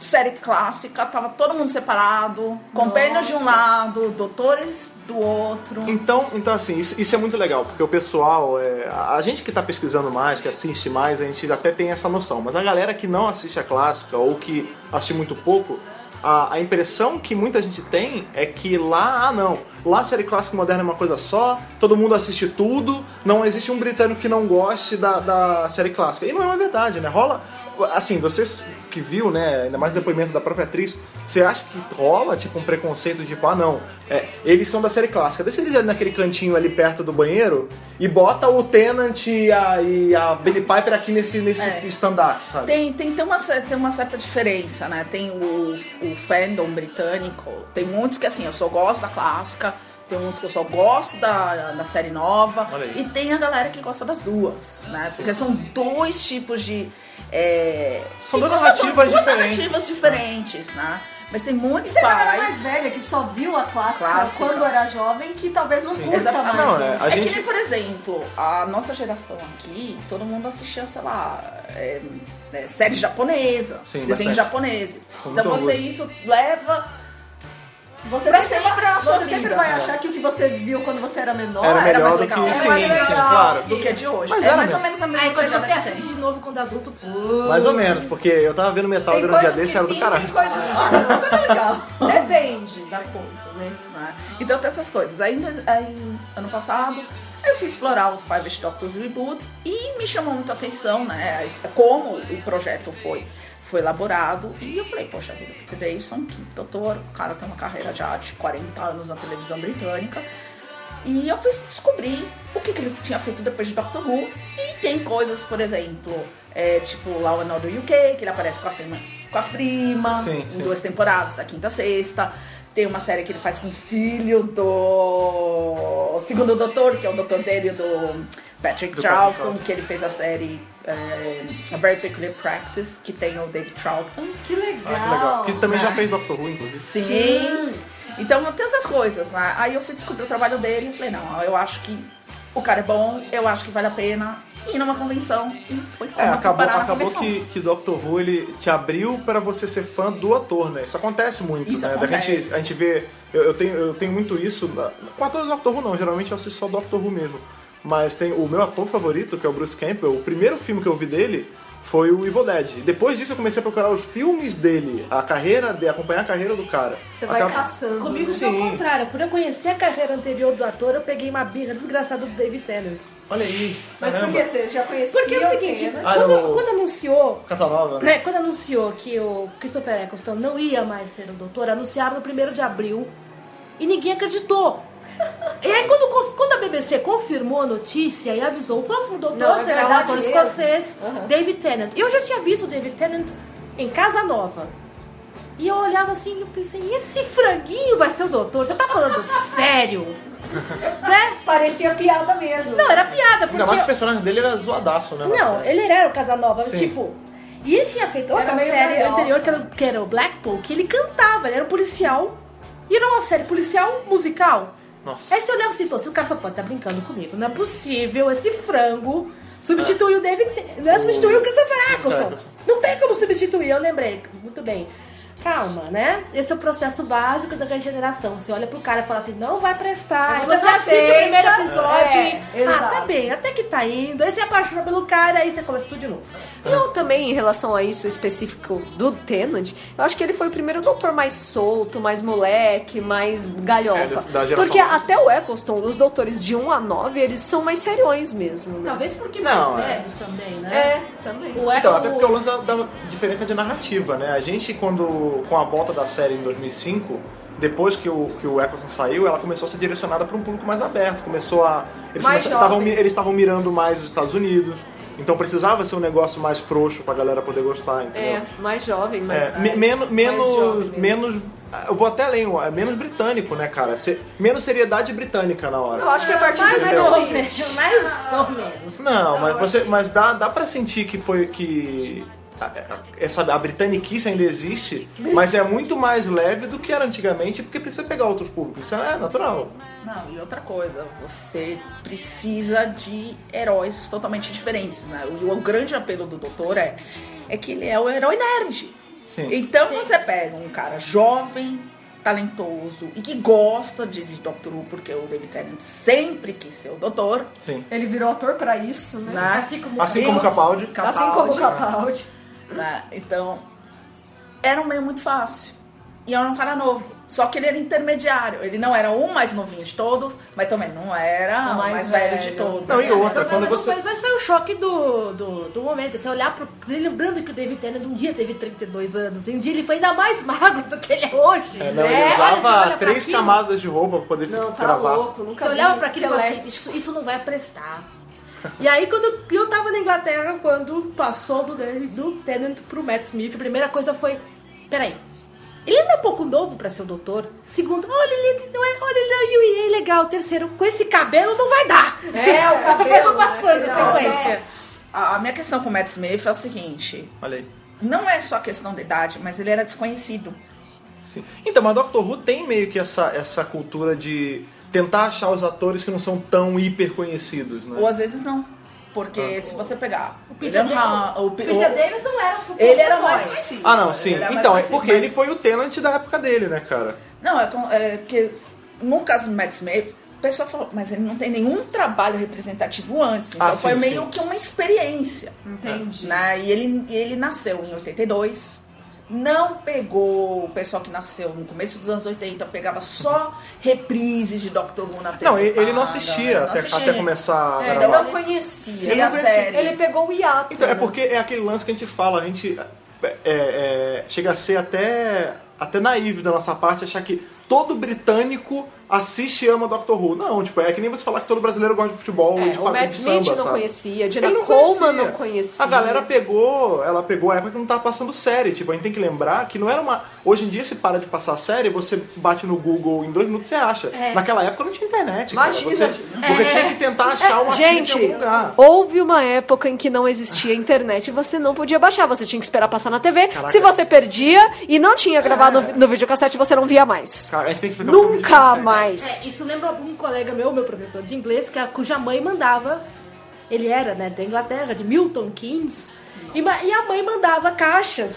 série clássica, tava todo mundo separado, companheiros de um lado, doutores do outro. Então, então assim, isso, isso é muito legal, porque o pessoal, é, a a gente que tá pesquisando mais, que assiste mais, a gente até tem essa noção, mas a galera que não assiste a clássica ou que assiste muito pouco, a, a impressão que muita gente tem é que lá, ah não, lá a série clássica e moderna é uma coisa só, todo mundo assiste tudo, não existe um britânico que não goste da, da série clássica. E não é uma verdade, né? Rola. Assim, vocês que viu, né? Ainda mais depoimento da própria atriz, você acha que rola, tipo, um preconceito, tipo, ah não, é, eles são da série clássica. Deixa eles ali naquele cantinho ali perto do banheiro e bota o Tenant e a, e a Billy Piper aqui nesse, nesse É. stand-up, sabe? Tem, tem, tem, uma, cer- tem uma certa diferença, né? Tem o, o fandom britânico, tem muitos que assim, eu só gosto da clássica, tem uns que eu só gosto da, da série nova, Olha aí. e tem a galera que gosta das duas, né? Porque são dois tipos de. é, São tem duas duas- narrativas duas diferentes. narrativas diferentes, né? Mas tem muitos Tem uma galera mais pais. velha que só viu a clássica, Clássica. quando era jovem, que talvez não Sim. curta Exatamente. mais. né? Não, é, a é gente- que nem, por exemplo, a nossa geração aqui, todo mundo assistia, sei lá, é, é, série japonesa, Sim, bastante. desenhos japoneses. Com então muito você orgulho. isso leva. Você, Pra sempre, sempre na sua você sempre vida. vai achar que o que você viu quando você era menor Era mais melhor do que. legal. Era Sim, mais sim, legal. claro. Do que é de hoje. Mas é era mais mesmo. ou menos a mesma né? Aí quando pegada você que assiste tem. de novo quando adulto, pô. Mais ou menos, porque eu tava vendo metal Tem durante um dia coisas que desse e era do caralho. sim, tem coisas que não. legal. Depende da coisa, né? né? Então tem essas coisas. Aí, nós- aí, ano passado, Aí eu fui explorar o Five Doctors Reboot e me chamou muita atenção, né? a his- Como o projeto foi, foi elaborado. E eu falei, poxa vida, Peter Davidson, que doutor, o cara tem uma carreira já de 40 anos na televisão britânica. E eu fui descobrir o que, que ele tinha feito depois de Doctor Who. E tem coisas, por exemplo, é, tipo Law and Order UK, que ele aparece com a Freeman, com a Freeman Sim, em sim. duas temporadas, a quinta a sexta. Tem uma série que ele faz com o filho do segundo doutor, que é o doutor dele, do Patrick Do Patrick Troughton, Troughton. que ele fez a série é, A Very Peculiar Practice, que tem o David Troughton. Que legal. Ah, que legal. Que também já fez Doctor Who, inclusive. Sim. Então tem essas coisas, né? Aí eu fui descobrir o trabalho dele e falei, não, eu acho que o cara é bom, eu acho que vale a pena ir numa convenção. E foi como É, eu fui acabou, parar na acabou convenção. que, que Doctor Who ele te abriu pra você ser fã do ator, né? Isso acontece muito, Isso né? acontece. A, gente, a gente vê. Eu, eu tenho, eu tenho muito isso. na- Com atores do Doctor Who, não. Geralmente eu assisto só Doctor Who mesmo. Mas tem o meu ator favorito, que é o Bruce Campbell. O primeiro filme que eu vi dele foi o Evil Dead. Depois disso eu comecei a procurar os filmes dele, a carreira de acompanhar a carreira do cara. Você vai Acaba- caçando. Comigo né? foi Sim. o contrário. Por eu conhecer a carreira anterior do ator, eu peguei uma birra desgraçada do David Tennant. Olha aí. Mas por caramba. que você já conhecia? Porque é o seguinte, né? Ah, quando, eu- quando anunciou Casanova, né? né, quando anunciou que o Christopher Eccleston não ia mais ser o doutor, anunciaram no 1 de abril e ninguém acreditou. E aí, quando, conf- quando a BBC confirmou a notícia e avisou, o próximo doutor Não, é será o verdade ator mesmo. escocês, Aham. David Tennant. Eu já tinha visto o David Tennant em Casa Nova. E eu olhava assim e eu pensei, "E esse franguinho vai ser o doutor? Você tá falando [laughs] sério? [laughs] né? Parecia piada mesmo. Não, era piada, porque... Ainda mais que o personagem dele era zoadaço, né? na Não, série. ele era o Casanova, Sim. tipo. E ele tinha feito outra Era meio série melhor. anterior que era, o- que era o Blackpool, que ele cantava, ele era um policial. E era uma série policial musical. Nossa. Aí você olhava assim, pô, se o cara só pode estar brincando comigo, não é possível, esse frango substituiu o David. Te- Não, é substituiu o É. Christopher Eccleston. Eccleston. Não tem como substituir, eu lembrei. Muito bem. Calma, né? Esse é o processo básico da regeneração. Você olha pro cara e fala assim, não vai prestar. Aí Aí você você assiste o aceita. primeiro episódio. É, e, ah, tá exato. bem, até que tá indo. Aí você apaixona pelo cara, aí você começa tudo de novo. Não, também em relação a isso específico do Tenant, eu acho que ele foi o primeiro doutor mais solto, mais moleque, mais galhofa. É, da geração Porque mais- até o Eccleston, os doutores de 1 a 9, eles são mais seriões mesmo. Né? Talvez porque Não, mais é. velhos também, né? É, também. O Echo- Então, até porque o lance da, da diferença de narrativa, né? A gente, quando com a volta da série em 2005, depois que o, que o Eccleston saiu, ela começou a ser direcionada para um público mais aberto. Começou a. Eles Mais começaram- estavam jovem. mi- eles estavam mirando mais os Estados Unidos. Então precisava ser um negócio mais frouxo pra galera poder gostar, entendeu? É, mais jovem, É, mas. me- menos, jovem menos, mesmo. menos. Eu vou até além, ó, é menos britânico, né, cara? Se- menos seriedade britânica na hora. Eu acho que a partir do mais ou Eccleston. menos. Mais ou menos. Não, mas, você, mas dá, dá pra sentir que foi que. a- a- Essa, a britaniquice ainda existe, mas é muito mais leve do que era antigamente, porque precisa pegar outros públicos. Isso é natural. Não, e outra coisa, você precisa de heróis totalmente diferentes, né? E o grande apelo do doutor é, é que ele é o herói nerd. Sim. Então você pega um cara jovem, talentoso e que gosta de, de Doctor Who, porque o David Tennant sempre quis ser o doutor, Sim. Ele virou ator pra isso, né? né? Assim como Assim como Capaldi. Capaldi, Assim É. como o Capaldi. né? Então, era um meio muito fácil. E era um cara novo. Só que ele era intermediário. Ele não era o mais novinho de todos, mas também não era O o mais, mais velho, de velho. todos. Não, e outra, Mas quando não você. foi- Mas foi o choque do, do, do momento, você olhar pro. Lembrando que o David Tennant um dia teve 32 anos, e um dia ele foi ainda mais [laughs] magro do que ele é hoje. É, não, né? ele Olha, você olha usava pra três aquilo, camadas de roupa pra poder Não, tá gravar. louco, nunca Você vi olhava um pra aquilo e falava assim, esqueleto. isso, isso não vai prestar. E aí, quando eu- eu tava na Inglaterra, quando passou do, do Tennant pro Matt Smith, a primeira coisa foi: peraí, ele ainda é um pouco novo pra ser um doutor. Segundo, olha, ele não é, olha, ele é o UEA legal. Terceiro, com esse cabelo não vai dar. [laughs] É, o cabelo, Vai passando né? a sequência. A, a minha questão com o Matt Smith é o seguinte: Olha aí. não é só questão da idade, mas ele era desconhecido. Sim. Então, mas Doctor Who tem meio que essa, essa cultura de tentar achar os atores que não são tão hiper conhecidos, né? Ou às vezes não. Porque Ah. se você pegar o Peter William Davidson- Hahn, o Pe- Peter o- Davidson era um ele era o mais mais conhecido. conhecido. Ah, não, sim. Ele era mais Então, é conhecido, porque mas- ele foi o Tenant da época dele, né, cara? Não, é, com- é porque no caso do Matt Smith, o pessoal falou, mas ele não tem nenhum trabalho representativo antes. Então Ah, sim, foi meio sim. que uma experiência. Entendi. Né? E ele, e ele nasceu em 82, não pegou o pessoal que nasceu no começo dos anos 80, pegava só reprises de Dr. Who na TV. Não, ele, ele não paga, assistia ele até, até começar a É, gravar. eu não conhecia. Ele Ele não a conhecia. série. Ele pegou o hiato. Então, é né? porque é aquele lance que a gente fala, a gente é, é, chega a ser até, até naive da nossa parte achar que todo britânico assiste e ama Doctor Who. Não, tipo, é que nem você falar que todo brasileiro gosta de futebol e É, de, o pa- Matt de Smith samba, não sabe? conhecia, a Ele Gina Coleman conhecia. não conhecia. A galera pegou, ela pegou a época que não tava passando série. Tipo, a gente tem que lembrar que não era uma. Hoje em dia, se para de passar série, você bate no Google em dois minutos você acha. É. Naquela época não tinha internet. cara. Imagina. É. Você, você tinha que tentar achar uma fita em Gente, algum lugar. houve uma época em que não existia internet e você não podia baixar, você tinha que esperar passar na TV. Caraca. É. Se você perdia e não tinha gravado no, no videocassete, você não via mais. Cara, a gente tem que explicar pra gente Nunca isso, né? mais. É, isso lembra um colega meu, meu professor de inglês, que a, cuja mãe mandava. Ele era, né, da Inglaterra, de Milton Keynes. E, ma- e a mãe mandava caixas.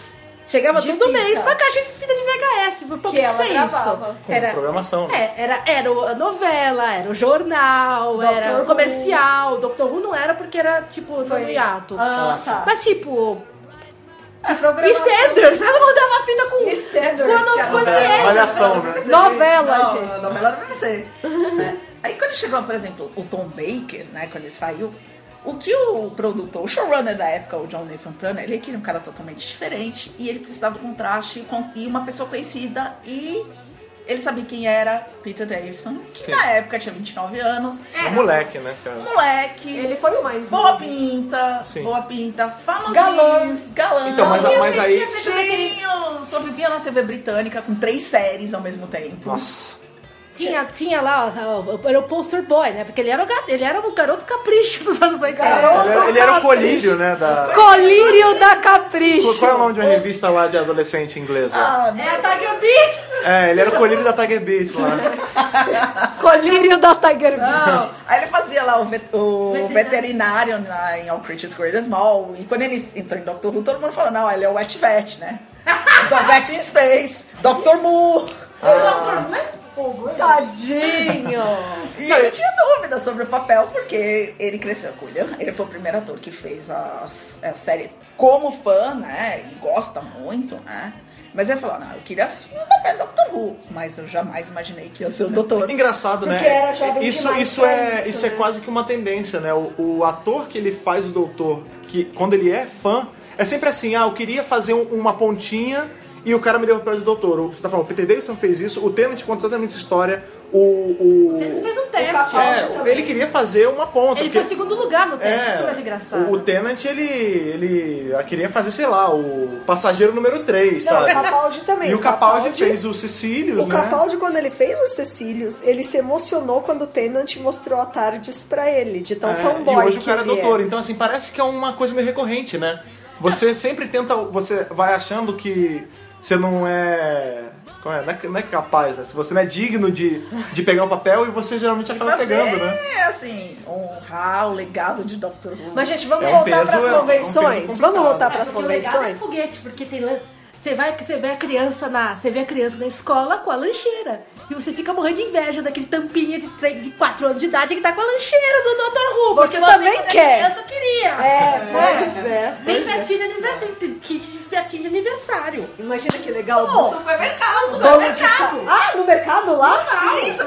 Chegava De todo fita. mês uma caixa de fita de VHS. Por que, que ela isso é gravava. isso? Com programação, né? É, era, era o- a novela, era o jornal, Dr. era Who. o comercial. Dr. Who não era porque era, tipo, foi no hiato. Ah, tá. Mas, tipo, A programação. EastEnders, [laughs] ela mandava fita com... é Standards. Quando se a fosse novela- ele. Malhação, né? Novela, não, gente. a Novela não vai ser. né? Aí quando chegou, por exemplo, o Tom Baker, né? Quando ele saiu, o que o produtor, o showrunner da época, o John Lee Fontana, ele queria um cara totalmente diferente e ele precisava de um contraste com- e uma pessoa conhecida e ele sabia quem era Peter Davison, que Sim. na época tinha 29 anos, É moleque, né, cara? moleque, Ele foi o mais boa novo. pinta, Sim. boa pinta, famosinhos, Galã. galãs. Então, mas, mas aí. Sim, só vivia na TV britânica com três séries ao mesmo tempo. Nossa. Tinha, tinha lá, ó, era o poster boy, né? Porque ele era o, ga- ele era o garoto capricho dos anos 80. É, Ele era, ele era o colírio, né? É. Da... Colírio da Capricho. Qual é o nome de uma revista lá de adolescente inglesa? Ah, É a Tiger Beat! É, ele era o colírio da Tiger Beat lá. Colírio da Tiger Beat. não. Aí ele fazia lá o, vet- o Veterinário. veterinário lá em All Creatures Great and Small. E quando ele entrou em Doctor Who, todo mundo falou, não, ele é o Wet Vet, né? [laughs] Dr. Vet in Space, Dr. Mu. Ah. Tadinho. [laughs] E eu tinha dúvida sobre o papel, porque ele cresceu com o William. Ele foi o primeiro ator que fez a, a série como fã, né? Ele gosta muito, né? Mas ele falou, não, eu queria um papel do Doctor Who. Mas eu jamais imaginei que ia ser o [laughs] doutor. Engraçado, né? Porque era jovem isso, demais isso pra é isso, isso é né? quase que uma tendência, né? O, o ator que ele faz o doutor, que quando ele é fã, é sempre assim, ah, eu queria fazer um- uma pontinha e o cara me deu o papel de doutor. O- Você tá falando, o Peter Davidson fez isso, o Tennant conta exatamente essa história, o... o... Ele fez um teste. É, ele queria fazer uma ponta. ele porque- foi segundo lugar no teste, É, isso é mais engraçado. O, o Tenant, ele, ele queria fazer, sei lá, o passageiro número 3, Não, sabe? o Capaldi também. E o Capaldi fez o Cecílio, O né? Capaldi, quando ele fez os Cecílios, ele se emocionou quando o Tenant mostrou a Tardes pra ele, de um tão É, fanboy e hoje o que cara é ele doutor. Então, assim, parece que é uma coisa meio recorrente, né? Você sempre tenta, você vai achando que você não é... Como é? Não, é, não é capaz, né? Se você não é digno de, de pegar o papel e você geralmente acaba Fazer, pegando, né? assim, honrar o legado de Dr. Who. Mas, gente, vamos É um voltar peso- pras é um- é um convenções. peso vamos complicado. voltar É, pras porque o legado é convenções. foguete, porque tem lan- Você vai que você vê a criança na, você vê a criança na escola com a lancheira e você fica morrendo de inveja daquele tampinha de 4 anos de idade que tá com a lancheira do Dr. Who. Você porque também quando é quer. Criança, eu queria. É, pois é. Tem festinha de aniversário, tem kit de festinha de aniversário. Imagina que legal. supermercado, Vamos de carro. Ah, no mercado lá?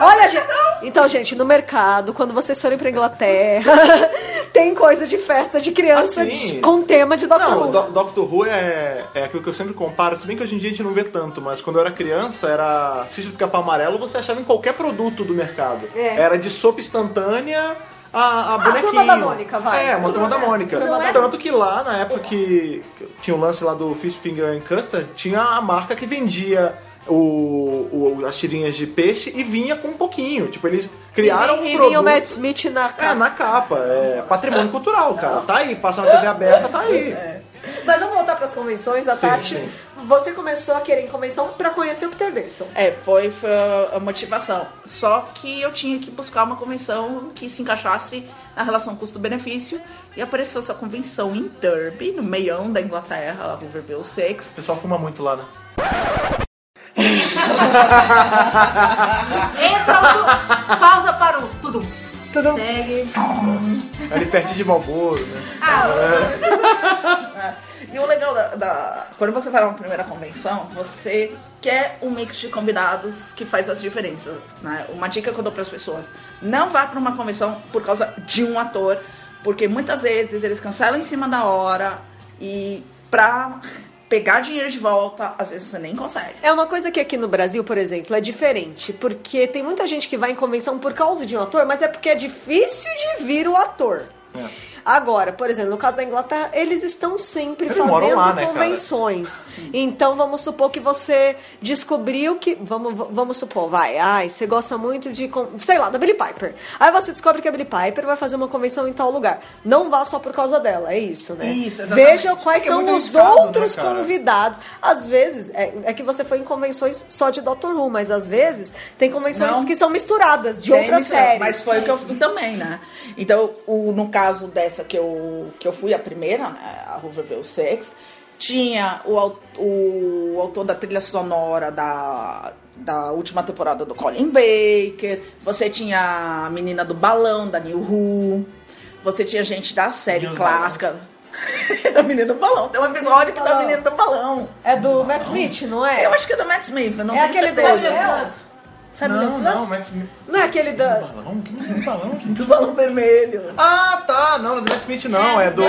Olha, gente. Então, gente, no mercado, quando vocês forem pra Inglaterra, [laughs] tem coisa de festa de criança Assim? de- com tema de Dr. Não, o Who. Do- Doctor Who é, é aquilo que eu sempre comparo, se bem que hoje em dia a gente não vê tanto, mas quando eu era criança, era cisne do pica-pau amarelo, você achava em qualquer produto do mercado. É. Era de sopa instantânea a, a bonequinha. Turma da Mônica, vai. É, uma turma, da Mônica. Turma da Tanto que lá, na época que que tinha o lance lá do Fish Finger and Custard, tinha a marca que vendia o, o- as tirinhas de peixe e vinha com um pouquinho. Tipo, eles criaram e, um e produto... vinha o Ah. Matt Smith na É, cara. na capa. É patrimônio cultural, cara. Tá aí, passa na TV aberta, tá aí. É. Mas vamos voltar pras convenções, a Sim, Tati. sim. Você começou a querer ir em convenção pra conhecer o Peter Davidson. É, foi, foi a motivação. Só que eu tinha que buscar uma convenção que se encaixasse na relação custo-benefício. E apareceu essa convenção em Derby, no meião da Inglaterra, lá do Verville 6. O pessoal fuma muito lá, né? Entra o... Pausa para o tudo. Tudum. Segue. Ali pertinho de Malboro, né? né? E o legal da, da- Quando você vai a uma primeira convenção, você quer um mix de combinados que faz as diferenças, né? Uma dica que eu dou para as pessoas: não vá para uma convenção por causa de um ator, porque muitas vezes eles cancelam em cima da hora e pra pegar dinheiro de volta, às vezes você nem consegue. É uma coisa que aqui no Brasil, por exemplo, é diferente, porque tem muita gente que vai em convenção por causa de um ator, mas é porque é difícil de vir o ator. É. Agora, por exemplo, no caso da Inglaterra, eles estão sempre Eles moram fazendo lá, né, cara? convenções. Então, vamos supor que você descobriu que. Vamos, vamos supor, vai. Ai, você gosta muito de. con- Sei lá, da Billie Piper. Aí você descobre que a Billie Piper vai fazer uma convenção em tal lugar. Não vá só por causa dela, é isso, né? Isso, exatamente. Veja quais Porque é são muito os arriscado, né, outros cara? convidados convidados. Às vezes, é, é que você foi em convenções só de Doctor Who, mas às vezes tem convenções Não. que são misturadas, de Bem outras misturado, séries. Mas foi o que eu fui também, né? Então, o, no caso dessa que eu, que eu fui a primeira, né? A Hooverville 6, tinha o, au- o autor da trilha sonora da, da última temporada do Colin Baker, você tinha a menina do balão da New Who, você tinha gente da série Menina do clássica. [laughs] a menina do balão. Tem um episódio que dá a menina do balão. É do Matt Smith, não é? Eu acho que é do Matt Smith, eu não É tenho aquele certeza. do- Sabe Não, Leopoldo? não, mas. Não é aquele da. Balão? Que menino do balão, gente? Do balão vermelho. Ah, tá! Não, não é do Matt Smith, não. É do.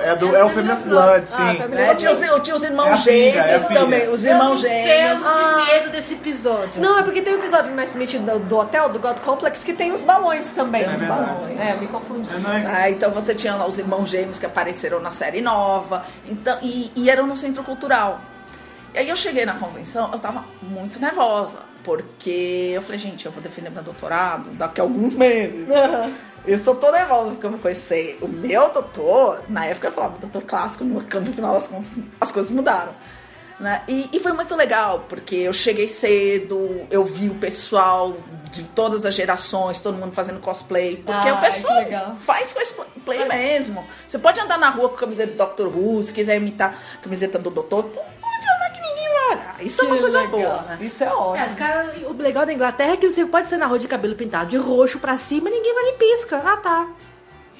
É do. É o Family of Ah, Blood, sim. Né? Tinha, os, eu tinha os É a irmãos filha, é a gêmeos filha. também. Os Eu não irmãos gêmeos. tenho esse medo desse episódio. Não, é porque tem um episódio do Matt Smith do, do hotel, do God Complex, que tem os balões também. É os verdade. balões. É, me confundi. É, não é- Ah, então você tinha lá os irmãos gêmeos que apareceram na série nova. Então, e, e eram no centro cultural. E aí eu cheguei na convenção, eu tava muito nervosa. Porque eu falei, gente, eu vou defender meu doutorado daqui a alguns meses. Eu só tô nervosa porque eu conheci o meu doutor. Na época eu falava doutor clássico, no campo no final das contas as coisas mudaram. né? E, e foi muito legal, porque eu cheguei cedo, eu vi o pessoal de todas as gerações, todo mundo fazendo cosplay. Porque Ai, o pessoal Ah, que legal. faz cosplay mesmo. Você pode andar na rua com a camiseta do Dr. Who, se quiser imitar a camiseta do doutor, pode andar que ninguém vai olhar. Isso é uma Que coisa legal. boa, né? Isso é É, ótimo. os caras- o legal da Inglaterra é que você pode ser na rua de cabelo pintado de roxo pra cima e ninguém vai lhe pisca. Ah, tá.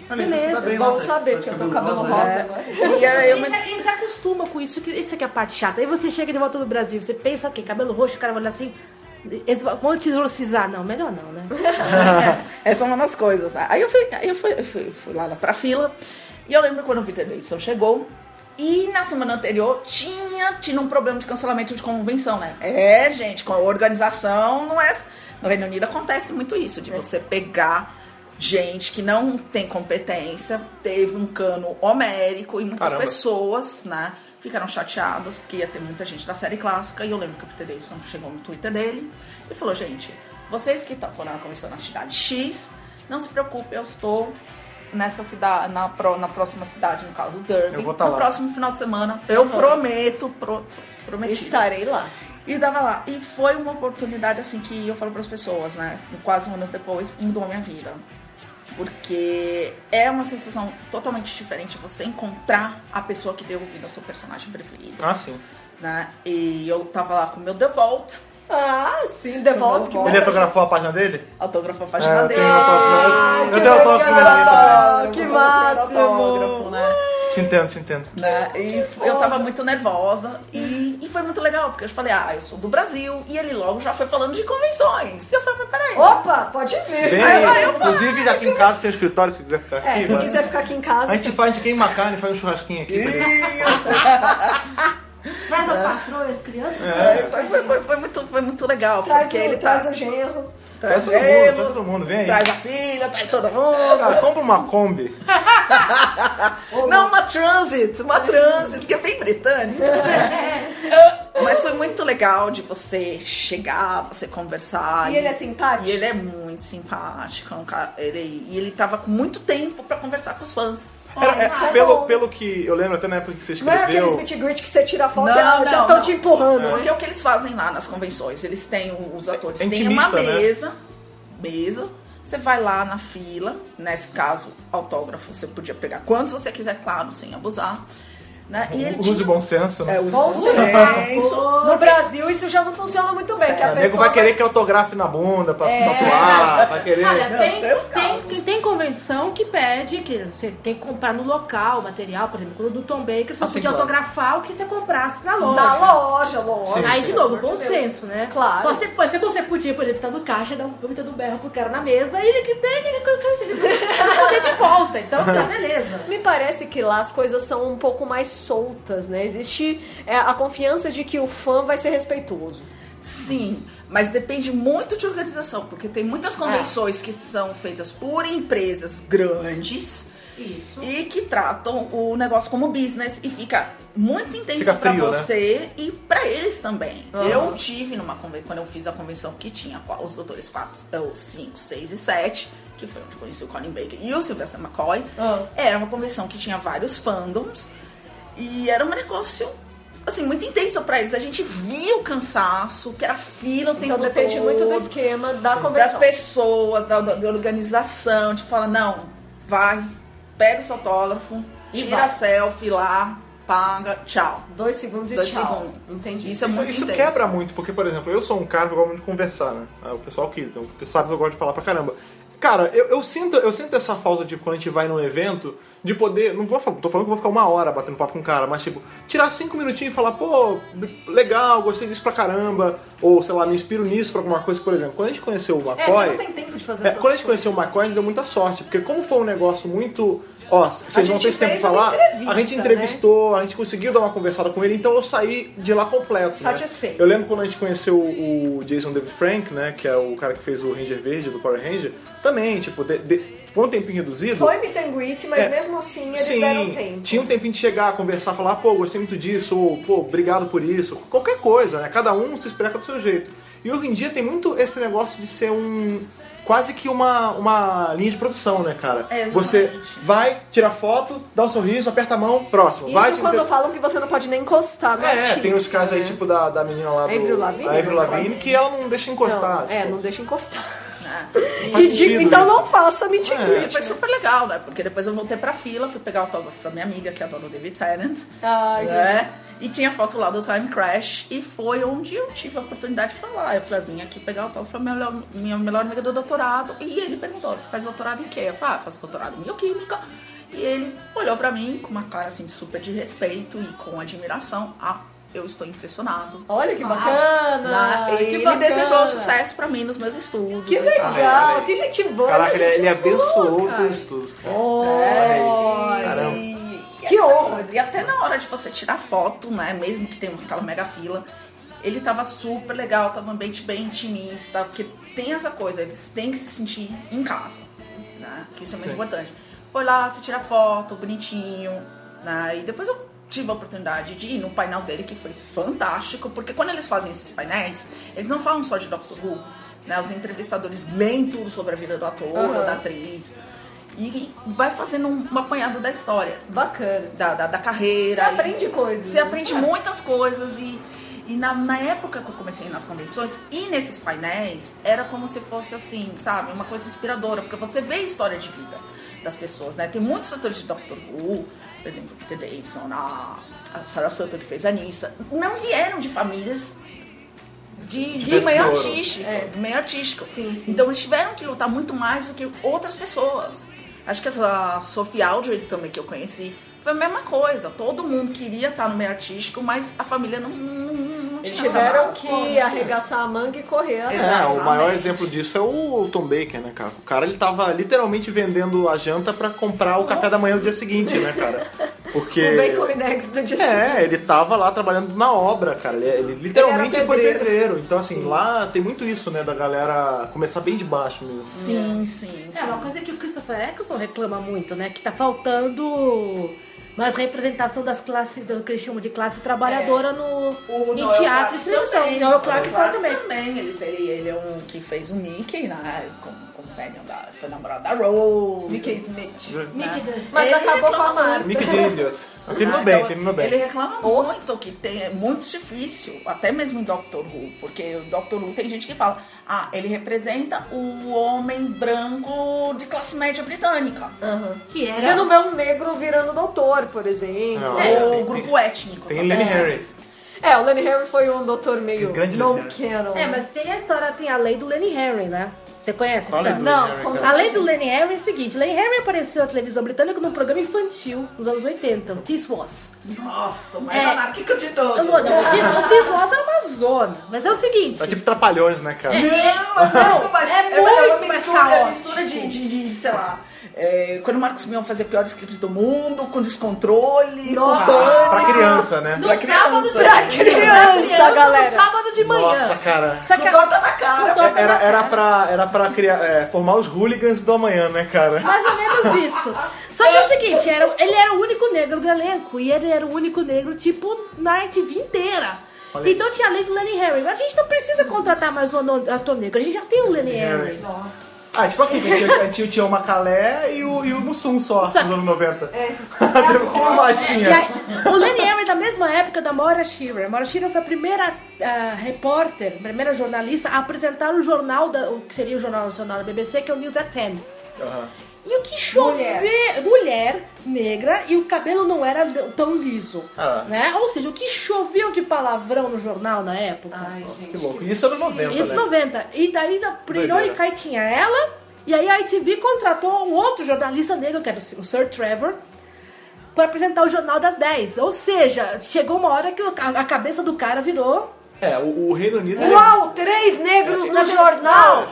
Olha, você beleza, tá bem, Vamos né? saber Tá de que eu tô com cabelo né? rosa agora. E aí eu Ele, se, ele se acostuma com isso, que, isso aqui é a parte chata. Aí você chega de volta do Brasil, você pensa, ok, cabelo roxo, o cara vai olhar assim, eles vão vão te exorcizar. Não, melhor não, né? [laughs] Essa é uma das coisas. né? Aí eu fui, aí eu fui, eu fui, fui lá na- pra fila. E eu lembro quando o Peter Davidson chegou. E na semana anterior tinha tido um problema de cancelamento de convenção, né? É, gente, com a organização não é. No Reino Unido acontece muito isso, de você pegar gente que não tem competência, teve um cano homérico e muitas Caramba. pessoas, né? Ficaram chateadas porque ia ter muita gente da série clássica. E eu lembro que o Peter Davidson chegou no Twitter dele e falou: gente, vocês que tão- foram na convenção na cidade X, não se preocupe, eu estou nessa cidade, na, pró- na próxima cidade, no caso, Derby. Eu vou tá no lá." próximo final de semana. Eu prometo, pro, prometi. É. Estarei lá. E tava lá. E foi uma oportunidade, assim, que eu falo pras pessoas, né? Quase um ano depois, mudou a minha vida. Porque é uma sensação totalmente diferente você encontrar a pessoa que deu vida ao seu personagem preferido, Ah, sim. né? E eu tava lá com o meu devolta, Ah, sim, The Vault. que Ele autografou a página dele? autografo a É, página eu dele. tenho autógrafo. né? Ai, Eu que tenho autógrafo legal, dele também. que Eu tenho máximo. autógrafo, né? Te entendo, te entendo. né? E eu tava muito nervosa e, e foi muito legal, porque eu falei, ah, eu sou do Brasil, e ele logo já foi falando de convenções. E eu falei, mas peraí. Opa, pode vir. Vem Ai, vai, aí. eu- Inclusive, aqui em casa tem um escritório, se quiser ficar aqui. É, se vai. quiser ficar aqui em casa, A gente faz, a gente queima a carne, faz um churrasquinho aqui. pra gente. Traz as patroas, crianças. É, foi, foi, foi, foi muito, foi muito legal, traz, porque o, ele traz tá. o genro. Traz todo mundo, eu- traz todo mundo, vem aí. Traz a filha, traz todo mundo. Cara, compra uma Kombi. Não, uma transit, uma transit, que é bem britânica. Mas foi muito legal de você chegar, você conversar. E ele é simpático? E ele é muito simpático. é um cara- ele, e ele tava com muito tempo pra conversar com os fãs. Era- é, isso é pelo, bom. pelo que eu lembro, até na época que você Não é aqueles escreveu. meet and greet que você tira a foto Não, e ah, já não, estão não. te empurrando. Porque é o que eles fazem lá nas convenções. Eles têm o- os atores, É têm uma intimista, né? mesa, mesa. Você vai lá na fila, nesse caso, autógrafo, você podia pegar quantos você quiser, claro, sem abusar. Né? E ele Use tinha- bom senso, né? É, use bom Bom senso. senso. No Brasil, isso já não funciona muito bem. Que a o nego pessoa vai querer que autografe na bunda pra É. tatuar, vai querer. Olha, Não, tem, tem os tem, casos. tem convenção que pede que você tem que comprar no local o material, por exemplo, quando o do Tom Baker só Ah, sim, podia claro. autografar o que você comprasse na loja. Na loja, loja. Sim. Aí, de novo, Pelo bom amor de Deus. senso, né? Claro. Você, você, você podia, por exemplo, estar no caixa, dar um puta do berro pro cara na mesa e ele que tem, ele que poder de volta. [laughs] Então, tá beleza. Me parece que lá as coisas são um pouco mais soltas, né? Existe é, a confiança de que o fã vai ser respeitoso. Sim, mas depende muito de organização, porque tem muitas convenções que são feitas por empresas grandes Isso. e que tratam o negócio como business e fica muito intenso Fica pra frio, né? você e pra eles também. Aham. Eu tive numa convenção, quando eu fiz a convenção que tinha qual- os doutores 4, eh, os 5, 6 e 7, que foi onde eu conheci o Colin Baker e o Sylvester McCoy, Ah. era uma convenção que tinha vários fandoms e era um negócio assim muito intenso pra eles. A gente via o cansaço, que era fila o tempo um Então depende todo, muito do esquema da das convenção. pessoas, da, da- da organização, tipo, fala, não, vai, pega o seu autógrafo, E tira vai. a selfie lá, paga, tchau. Dois segundos e Dois tchau. segundos. Entendi. Isso é muito Isso intenso. quebra muito, porque, por exemplo, eu sou um cara que gosta muito de conversar, né? Ah, O pessoal que então, sabe que eu gosto de falar pra caramba. Cara, eu, eu sinto, eu sinto essa falta, tipo, quando a gente vai num evento, de poder. Não vou falar, tô falando que eu vou ficar uma hora batendo papo com o cara, mas, tipo, tirar cinco minutinhos e falar, pô, legal, gostei disso pra caramba, ou sei lá, me inspiro nisso pra alguma coisa, por exemplo. Quando a gente conheceu o É, você McCoy. não tem tempo de fazer É, essas quando a gente coisas. conheceu o McCoy, a gente deu muita sorte, porque como foi um negócio muito. Ó, vocês gente vão ter esse tempo de fez uma falar, a gente entrevista, né? entrevistou, a gente conseguiu dar uma conversada com ele, então eu saí de lá completo. né? Satisfeito. Eu lembro quando a gente conheceu o Jason David Frank, né? Que é o cara que fez o Ranger Verde do Power Ranger, também, tipo, de- de- foi um tempinho reduzido. Foi meet and greet, mas É. mesmo assim eles Sim, deram tempo. tinha um tempinho de chegar, conversar, falar, pô, gostei muito disso, ou pô, obrigado por isso, qualquer coisa, né? Cada um se expressa do seu jeito. E hoje em dia tem muito esse negócio de ser um. quase que uma, uma linha de produção, né, cara? É, exatamente. Você vai, tira foto, dá um sorriso, aperta a mão, próximo. vai, Isso te quando inter- falam que você não pode nem encostar no É, artista, tem os casos aí, né? tipo, da, da menina lá do. Avril Lavigne? da Avril Lavigne, Lavigne. que ela não deixa encostar. Não, é, tipo, não deixa encostar. né? faz Ridículo. sentido então isso. não faça meet and É. greet. E foi super legal, né? Porque depois eu voltei pra fila, fui pegar o autógrafo pra minha amiga, que é adora o David Tennant. Ai, É. né? E tinha foto lá do Time Crash e foi onde eu tive a oportunidade de falar. Eu falei, "Ah, vim aqui pegar o tal pra minha melhor, minha melhor amiga do doutorado. E ele perguntou, você faz doutorado em quê? Eu falei, ah, faço doutorado em bioquímica. E ele olhou pra mim com uma cara assim de super de respeito e com admiração. Ah, eu estou impressionado. Olha que bacana. Né? que ele bacana. desejou sucesso pra mim nos meus estudos. Que e tal. Olha legal, aí. que gente boa. Caraca, que ele, é- gente ele abençoou boa, os cara. seus estudos. cara. Olha. Caramba. E- Que e- honra. E até na hora de você tirar foto, né? Mesmo que tenha aquela mega fila, ele tava super legal, tava um ambiente bem intimista, porque tem essa coisa, eles têm que se sentir em casa, né? Que isso é muito Sim. importante. Foi lá, se tira foto, bonitinho, né? E depois eu tive a oportunidade de ir no painel dele, que foi fantástico, porque quando eles fazem esses painéis, eles não falam só de Doctor Who, né? Os entrevistadores leem tudo sobre a vida do ator Aham. ou da atriz. E vai fazendo um, um apanhado da história, Bacana. da, da, da Você carreira. e- aprende coisas. Você aprende sabe? muitas coisas e, e na, na época que eu comecei nas convenções e nesses painéis, era como se fosse assim, sabe, uma coisa inspiradora, porque você vê a história de vida das pessoas, né? Tem muitos atores de Doctor Who, por exemplo, Peter Davidson, a, a Sarah Sutton que fez a Nissa, não vieram de famílias de, de berço meio de ouro. artístico, É. do meio artístico. Sim, sim. Então eles tiveram que lutar muito mais do que outras pessoas. Acho que essa Sophie Aldred também que eu conheci foi a mesma coisa. Todo mundo queria estar no meio artístico, mas a família não, não, não Eles tinha tiveram essa que arregaçar a manga e correr. atrás. É, o Exatamente. maior exemplo disso é o Tom Baker, né, cara? O cara ele tava literalmente vendendo a janta pra comprar o café da manhã do dia seguinte, né, cara? Porque. O Bacon Eggs do dia É, ele tava lá trabalhando na obra, cara. Ele, ele literalmente Ele era foi pedreiro. pedreiro. Então, assim, lá tem muito isso, né, da galera começar bem de baixo mesmo. Sim, sim, É uma sim. coisa que o Christopher Eccleston reclama muito, né? Que tá faltando mais representação das classes, do que eles chamam de classe trabalhadadora É. no, O em Noel teatro Clarke e televisão. também. E Noel Clark Noel foi Clarke também. Ele, teve, ele é um que fez o Mickey, né? Como companion da. Foi namorado da Rose. Mickey Smith. Mickey Dan- Mas Ele acabou com a reclama marca. muito. Mick Elliott. Terminou Ah, bem, então, terminou bem. Ele reclama muito que tem, é muito difícil, até mesmo em Doctor Who, porque o Doctor Who tem gente que fala, ah, ele representa o homem branco de classe média britânica. Aham. Que era. Você não vê um negro virando doutor, por exemplo. Não. É, Olha, o tem- grupo étnico. Tem também. Lenny Harris. É, o Lenny Henry foi um doutor meio Grande não Lenny canon. É, mas tem a história, tem a lei do Lenny Henry, né? Você conhece a Olha história? do Não, Lenny Harris, conta- cara. A lei do Lenny Henry é o seguinte: Lenny Henry apareceu na televisão britânica num programa infantil nos anos 80, o This Was. Nossa, o mais É. anarquico de todos. Eu vou- não, O This, o This Was era uma zona, mas é o seguinte. É tipo trapalhões, né, cara? É, Não, não, é é uma- é uma muito mais mistura, é uma caótico. mistura de, de, de, sei lá, é, quando o Marcos Mion fazia piores clipes do mundo, com descontrole, Nossa. com pânico. Pra criança, né? No pra criança. sábado de Pra criança, galera. No sábado de manhã. Nossa, cara. Só que é? Com torta na cara. Com torta na Era, era cara. pra, era pra criar, é, formar os hooligans do amanhã, né, cara? Mais ou menos isso. Só que é o seguinte, era, ele era o único negro do elenco. E ele era o único negro, tipo, na TV inteira. Olha aí. Então tinha a lei do Lenny Henry. A gente não precisa contratar mais um ano- ator negro. A gente já tem o Lenny Henry. Henry. Ah, tipo aqui, que tinha, tinha, tinha o Macalé e o, e o Mussum só, Só- nos anos 90. [laughs] É. Uma baixinha. E aí, o Lenny Henry da mesma época da Maura Shearer. A Maura Shearer foi a primeira ah, repórter, a primeira jornalista a apresentar o jornal, da, o que seria o Jornal Nacional da BBC, que é o News at 10. Aham. E o que chover... Mulher. negra e o cabelo não era tão liso. Ah. Né? Ou seja, o que choveu de palavrão no jornal na época. Que louco. Isso era 90, Isso é né? 90. E daí da Prinou e Doideira. Kai tinha ela. E aí a ITV contratou um outro jornalista negro, que era o Sir Trevor, para apresentar o Jornal das 10. Ou seja, chegou uma hora que o- a a cabeça do cara virou. É, Uh! o, o Reino Unido... ele- Uau, três negros no jornal!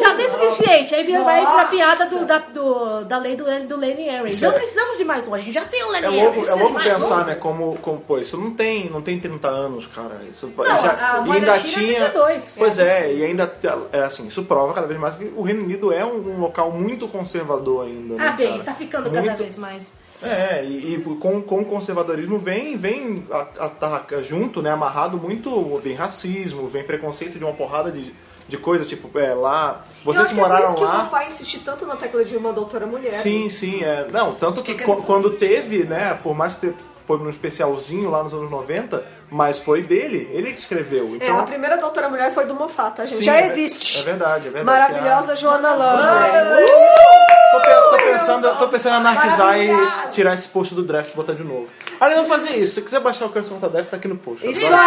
Já tem suficiente. Aí virou aí virou a piada do, da, do- da lei do, do Lenny Henry. Isso Não é- precisamos de mais um, a gente já tem o Lenny É Henry. louco, é precisa de louco mais um. pensar, né, como, como... Pô, isso não tem, não tem 30 anos, cara. Isso Não, a- a e Moira ainda Shearer tinha... tem dois. Pois é, e ainda... É assim, isso prova cada vez mais que o Reino Unido é um, um local muito conservador ainda, né, Ah, bem, cara? está ficando Muito- cada vez mais. É, e, e com, com o conservadorismo vem, vem a, a- a- junto, né, amarrado muito, vem racismo, vem preconceito de uma porrada de, de coisa, tipo, é, lá, Eu né? vocês que acho que é por isso moraram que o lá... Mofá insistir tanto na tecla de uma doutora mulher. Sim, sim, é, não, tanto que co- quando teve, né, por mais que te- foi num especialzinho lá nos anos 90, mas foi dele, ele que escreveu, É, então... a primeira doutora mulher foi do Mofá, tá, gente? sim, Já é- É existe. verdade, é verdade. Maravilhosa Joana Lambert. Tô, pe- tô pensando, tô pensando em anarquizar e Maravilhosa. tirar esse post do draft e botar de novo. Aliás, eu vou fazer isso. Se quiser baixar o Curse Contra Draft, tá aqui no post. Eu Isso adoro.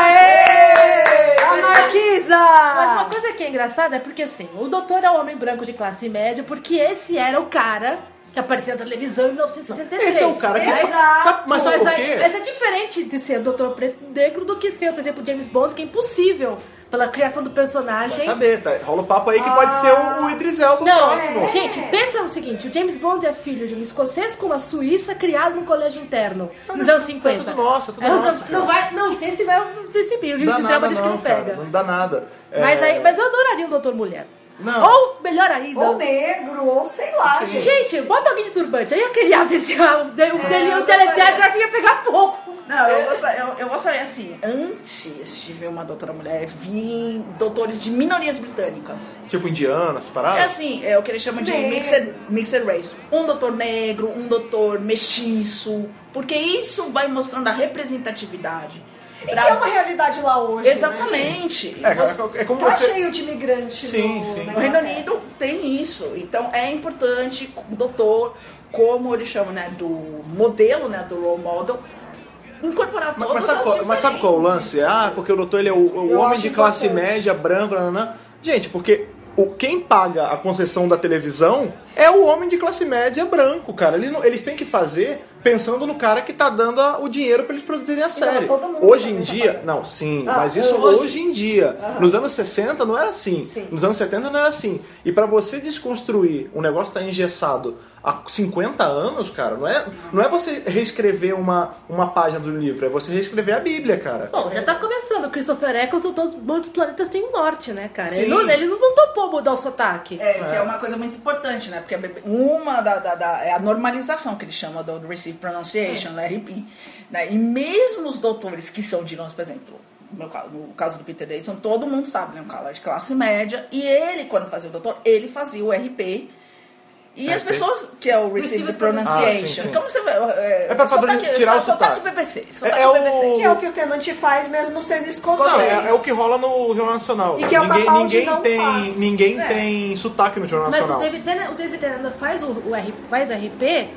aí! Anarquiza! Mas uma coisa que é engraçada é porque assim, o doutor é um homem branco de classe média, porque esse era o cara que aparecia na televisão em 1963. Esse é o cara que. Exato. Sabe- mas sabe por aí- quê? mas é diferente de ser doutor preto negro do que ser, por exemplo, James Bond, que é impossível pela criação do personagem. Vai saber, tá? Rola o papo aí que pode ser o, o Idris Elba Ah. Não, é, próximo. gente, pensa no seguinte: o James Bond é filho de um escocês com uma suíça criado num colégio interno, nos anos 50. tá tudo nossa, tudo É, não- nossa, cara. não, vai, não sei se vai perceber, o Não dá James Selva nada disse que não cara, pega. não dá nada. É, Mas, aí, mas eu adoraria um Doutor Mulher. Não. Ou, melhor ainda... Ou negro, ou sei lá, Sim. gente. Gente, bota alguém de turbante. Aí eu queria ver se a- o, é, eu o Telegraph ia pegar fogo. Não, eu gostaria, eu, eu gostaria assim, antes de ver uma doutora mulher, vi doutores de minorias britânicas. Tipo indiana, essas paradas? É assim, é o que eles chamam de Negro. mixed, mixed race. Um doutor negro, um doutor mestiço, porque isso vai mostrando a representatividade. E que Pra- né? é uma realidade lá hoje. Exatamente. É, Você- é, é como Né? Tá você. cheio de imigrante. Sim, no, sim. na O Reino Inglaterra. Unido tem isso. Então é importante o doutor, como eles chamam, né, do modelo, né, do role model, incorporar Mas, todos mas, sabe qual, mas sabe qual é o lance? Ah, porque o doutor ele é o, o Eu homem acho de classe importante. média, branco, nananã. Gente, porque o, quem paga a concessão da televisão é o homem de classe média branco, cara. Eles, não- eles têm que fazer pensando no cara que tá dando a- o dinheiro pra eles produzirem a série. todo mundo hoje em também tá dia, não, sim, Ah, mas isso hoje hoje, em dia. Nos anos 60 não era assim. Sim. Nos anos 70 não era assim. E pra você desconstruir um negócio que tá engessado há 50 anos, cara, não é, não é você reescrever uma, uma página do livro, é você reescrever a Bíblia, cara. Bom, já tá começando. O Christopher Eccles, o todo mundo dos planetas tem um norte, né, cara? Ele Sim. não, ele não topou mudar o sotaque. É, que é uma coisa muito importante, né? Porque a BB uma da, da- da- é a normalização que eles chamam do Receive Pronunciation, né? RP. né? E mesmo os doutores que são de nós, por exemplo, no, meu caso, no caso do Peter Davidson, todo mundo sabe, né? Um cara de classe média. E ele, quando fazia o doutor, ele fazia o RP. E as RP? pessoas, que é o Receive Received Ah, sim, Pronunciation. sim. Como você vê. É, É pra padronizar, tirar o sotaque. BBC. Sotaque é o- BBC. Que é o que o Tenante faz mesmo sendo escocês. Não, é, é o que rola no Jornal Nacional. E que é o ninguém Papaldi ninguém não tem, faz. ninguém É. tem sotaque no Jornal Mas o Nacional. David Tennant, o David Tennant faz o, o R, faz RP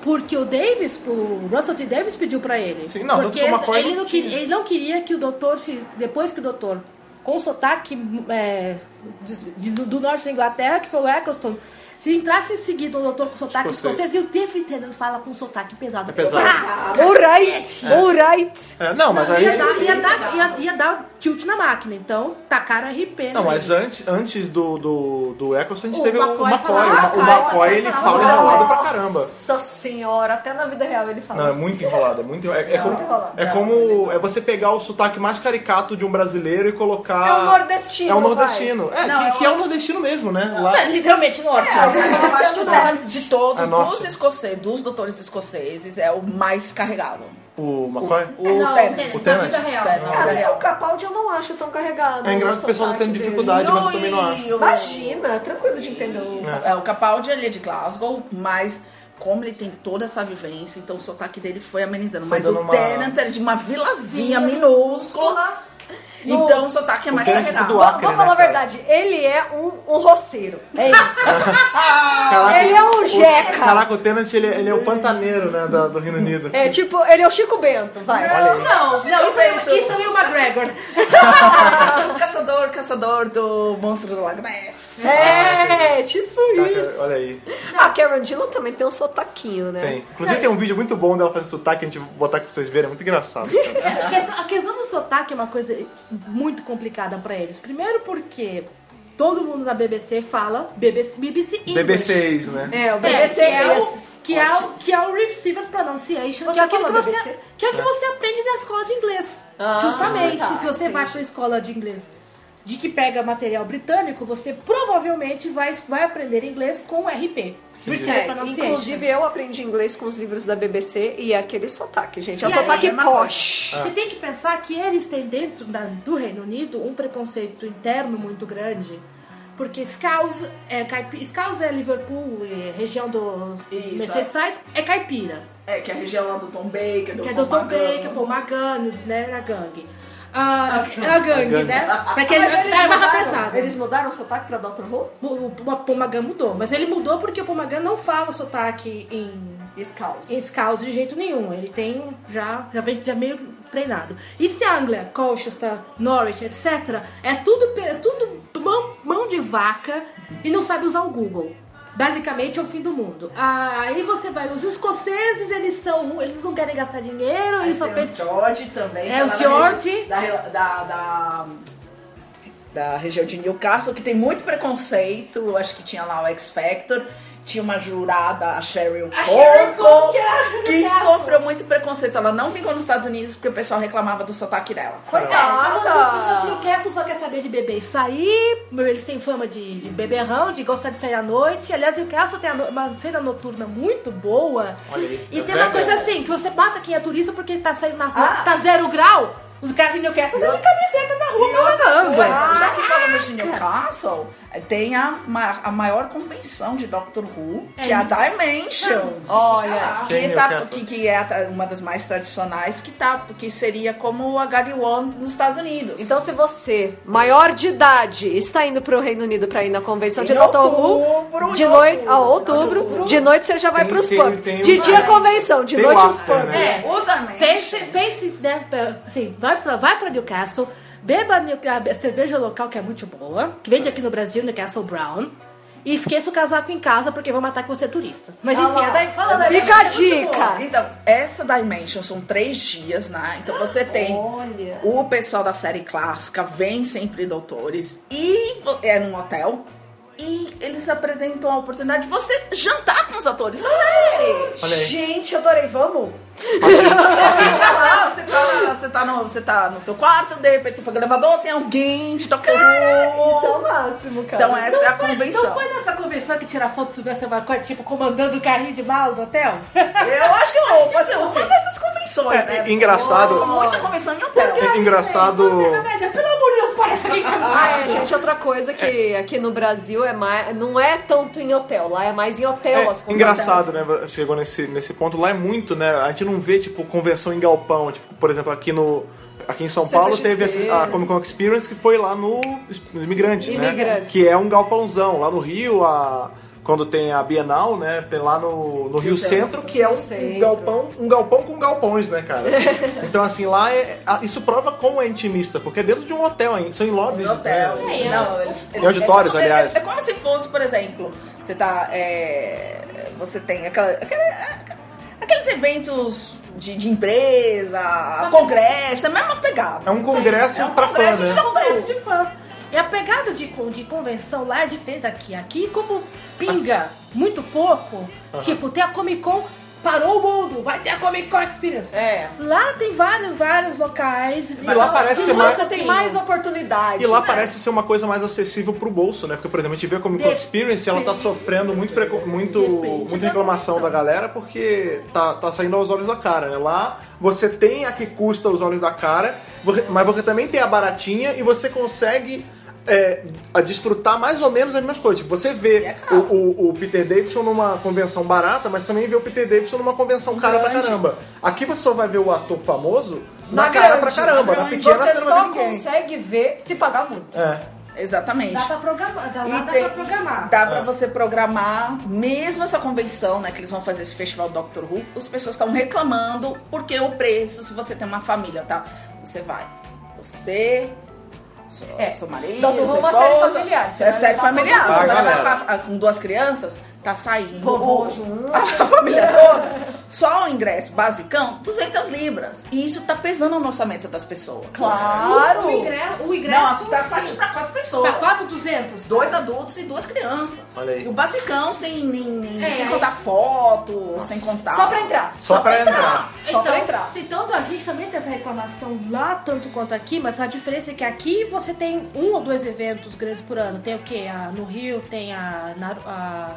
Porque o Davis, o Russell T. Davis pediu pra ele. Sim, não, porque tanto que o McCoy ele, não não queria, tinha. ele não queria que o doutor, fiz- depois que o doutor, com sotaque é, de- do, do norte da Inglaterra, que foi o Eccleston, se entrasse em seguida um doutor com sotaque Escocês. escocês, e o David Tennant fala com sotaque pesado. É pesado. Ah, Alright, alright. É, não, mas aí. ia, dar, ia, dar, ia, ia dar tilt na máquina, então tacaram RP. Não, né? mas antes, antes do, do, do Eccleston, a gente O teve o McCoy McCoy. falava- O Ah, McCoy, ele falava- fala enrolado pra caramba. Nossa senhora, até na vida real ele fala Não, é assim. muito enrolado, é muito, é, é como, muito enrolado. é como é você pegar o sotaque mais caricato de um brasileiro e colocar. É o nordestino, É o nordestino. É, Não, que, é que é o nordestino mesmo, né? Lá, É, literalmente norte. Eu né? acho que o Dallas de A todos, nota. dos escoceses, dos doutores escoceses, é o mais carregado. o McCoy. O não, Tennant. Tennant, O na Tennant. vida real. Tennant. Cara, Não, eu, o Capaldi eu não acho tão carregado. É engraçado o que o pessoal tá tendo sotaque dele. dificuldade, mas eu também não acho. E o- Imagina, é tranquilo de entender. o- É, o Capaldi ele é de Glasgow, mas como ele tem toda essa vivência, então o sotaque dele foi amenizando. Foi mas dando o uma- Tennant é de uma vilazinha Sim. minúscula, então o sotaque é mais Tennant tipo [laughs] carregado. do Acre, Vamos né, falar a cara? verdade, ele é um, um roceiro. É isso. [laughs] Caraca, Ele é um o- jeca. Caraca, o Tennant, ele, ele é o pantaneiro, né, da- do Reino Unido. É tipo, ele é o Chico Bento, vai. Não, não, não, isso Chico Bento. é, isso é o Will McGregor. O caçador, caçador do monstro do Lago Ness. É, tipo Caraca, isso. olha aí, Ah, A Karen Dillon também tem um sotaquinho, né? tem. Inclusive tem um vídeo muito bom dela fazendo sotaque, a gente vai botar aqui pra vocês verem, é muito [laughs] engraçado. cara. A questão, a questão do sotaque é uma coisa muito complicada pra eles. Primeiro porque todo mundo na BBC fala BBC, BBC English. BBC, né? É, o É, BBC que é o, inglês. que é o, que é o Received Pronunciation, Você que é aquilo que falou você, BBC? que, é o que você aprende na escola de inglês. Ah, Justamente, tá, se você vai entendi. pra escola de inglês de que pega material britânico, você provavelmente vai, vai aprender inglês com RP. Received É, Pronunciation. inclusive eu aprendi inglês com os livros da BBC e é aquele sotaque, gente. É o E aí, sotaque é uma posh. Você tem que pensar que eles têm dentro da- do Reino Unido um preconceito interno muito grande. Porque Scouse é, caipi- Scouse é Liverpool, é região do Isso, Merseyside, é caipira. É, que é a região lá do Tom Baker, do Que é Paul Dr. Magan. Baker, Paul Magan, né? A gangue. Ah, [laughs] é a gangue, né? Porque ele Ah, Mas eles é barra mudaram- pesada. Eles mudaram o sotaque pra Dr. Who? O, o- o Pomagan mudou, mas ele mudou porque o Pomagan não fala o sotaque em Scouse. em Scouse de jeito nenhum. Ele tem um- já já vem já meio treinado. East Anglia, Colchester, Norwich, etc. É tudo pe- é tudo mão, mão de vaca e não sabe usar o Google. Basicamente é o fim do mundo. Ah, Aí você vai, os escoceses eles são, eles não querem gastar dinheiro, Aí eles só tem pensam os George também. É, que os lá na George. regi- Da, re- da, da, da região de Newcastle, que tem muito preconceito. Acho que tinha lá o X Factor. Tinha uma jurada, a Cheryl Cheryl Cole, Cole, que era que Newcastle. sofreu muito preconceito. Ela não ficou nos Estados Unidos porque o pessoal reclamava do sotaque dela. O pessoal de Coitada! Newcastle só quer saber de beber e sair. Eles têm fama de, de beberrão, de gostar de sair à noite. Aliás, Newcastle tem a no- uma cena noturna muito boa. Olha aí. E É tem uma verdade. coisa assim, que você mata quem é turista porque ele tá saindo na rua, Ah. tá zero grau. Os caras de Newcastle estão de Ah. camiseta na rua cavalgando. Mas, já que falamos de Newcastle, eh, tem a, ma- a maior convenção de Doctor Who, que é a Dimensions. Ah. Olha, Quem que, é tá- o Castle? que- que é a tra- uma das mais tradicionais, que, tá, que seria como a Garion nos Estados Unidos. Então, se você, maior de idade, está indo para o Reino Unido para ir na convenção Em de Dr. outubro, Who, de em noite, outubro. a outubro, de noite você já vai Tem- para os tem- pubs. tem De um- dia convenção, de Tem noite o os after, pubs. né? É. o Pense, Dimensions. pense, né, pra- assim, vai pra, vai pra Newcastle, beba a New- a cerveja local que é muito boa, que vende aqui no Brasil, Newcastle Brown, e esqueça o casaco em casa porque vão matar que você é turista. Mas enfim, lá. é daí, fala daí. Fica a é muito dica. boa. Então, essa Dimension são três dias, né? Então você tem Olha. o pessoal da série clássica, vem sempre doutores, e vo- é num hotel. E eles apresentam a oportunidade de você jantar com os atores da série. Olha aí. Gente, adorei, vamos? Você tá lá, você tá, lá, você tá no, você tá no seu quarto, de repente você foi pro elevador, tem alguém de Doctor Isso é Who. o máximo, cara. Então essa é a Então convenção. foi nessa convenção que tirar foto e subir essa macóia, tipo, comandando o carrinho de mal do hotel? Eu acho que eu vou fazer uma dessas convenções, É, né? e- engraçado- Nossa, muita convenção em hotel. É engraçado. um né? Comédia, Pelo amor de Deus, parece alguém que Ah, é, gente, outra coisa que aqui no Brasil é mais, não é tanto em hotel, lá é mais em hotel as É, convenções. engraçado, né? Chegou nesse, nesse ponto. Lá é muito, né? A gente não vê, tipo, convenção em galpão. Tipo, por exemplo, aqui no. Aqui em São CCXP, Paulo teve a, a Comic Con Experience que foi lá no Imigrantes, né? Imigrantes. Que é um galpãozão. Lá no Rio, a. quando tem a Bienal, né? Tem lá no, no Rio Centro, que é um, Centro. um galpão, um galpão com galpões, né, [laughs] cara? então, assim, lá é- a- isso prova como é intimista, porque é dentro de um hotel, hein? são em lobbies. No hotel. né? É, não, é. eles, Em auditórios, é como- é- aliás. É, como se fosse, por exemplo, você tá. é, você tem aquela, aquela- aqueles eventos de, de empresa, congresso, é a mesma pegada. É um congresso É um pra congresso fã, de né? não- Não parece de fã. E a pegada de, con- de convenção lá é diferente daqui. Aqui, como pinga muito pouco, tipo, tem a Comic Con, parou o mundo, vai ter a Comic Con Experience. É. Lá tem vários, vários locais. E lá parece ser mais- Nossa, tem mais oportunidade. E lá parece ser uma coisa mais acessível pro bolso, né? Porque, por exemplo, a gente vê a Comic Con Depende. Experience, ela tá sofrendo muito, preco- muito Depende muita da reclamação da convenção. galera porque tá, tá saindo aos olhos da cara, né? Lá você tem a que custa os olhos da cara, você- mas você também tem a baratinha e você consegue. é, a desfrutar mais ou menos as mesmas coisas. Tipo, Você E é vê o, caro. o- o Peter Davidson numa convenção barata, mas também vê o Peter Davidson numa convenção cara pra Grande. caramba. Aqui você só vai ver o ator famoso na, Na cara grande, pra caramba, na, na grande. pequena Você você não vai só ver ninguém. consegue ver se pagar muito. É. Exatamente. Dá pra programar. Dá, lá E dá tem- pra programar. Dá pra É. você programar, mesmo essa convenção, né? Que eles vão fazer esse festival Doctor Who, as pessoas estão reclamando porque o preço, se você tem uma família, tá? Você vai. Você. Seu, É. seu marido, Doctor Who sua é uma esposa, série familiar, você É vai série levar familiar. todo Você mundo. vai Vai, levar fa- com duas crianças, tá saindo. Vovô o- junto. [laughs] A família toda. Só o ingresso basicão, 200 libras. E isso tá pesando no orçamento das pessoas. Claro! O ingresso. O ingresso Não, tá sim. parte pra quatro pessoas. Pra 4,200? Dois adultos e duas crianças. Olha aí. E o basicão, sem, nem, nem- É, sem aí- contar foto, sem contar. Só pra entrar. Só, pra entrar. Só então, pra entrar. Então a gente também tem essa reclamação lá tanto quanto aqui, mas a diferença é que aqui você tem um ou dois eventos grandes por ano. Tem o quê? A, no Rio tem a, Naru- a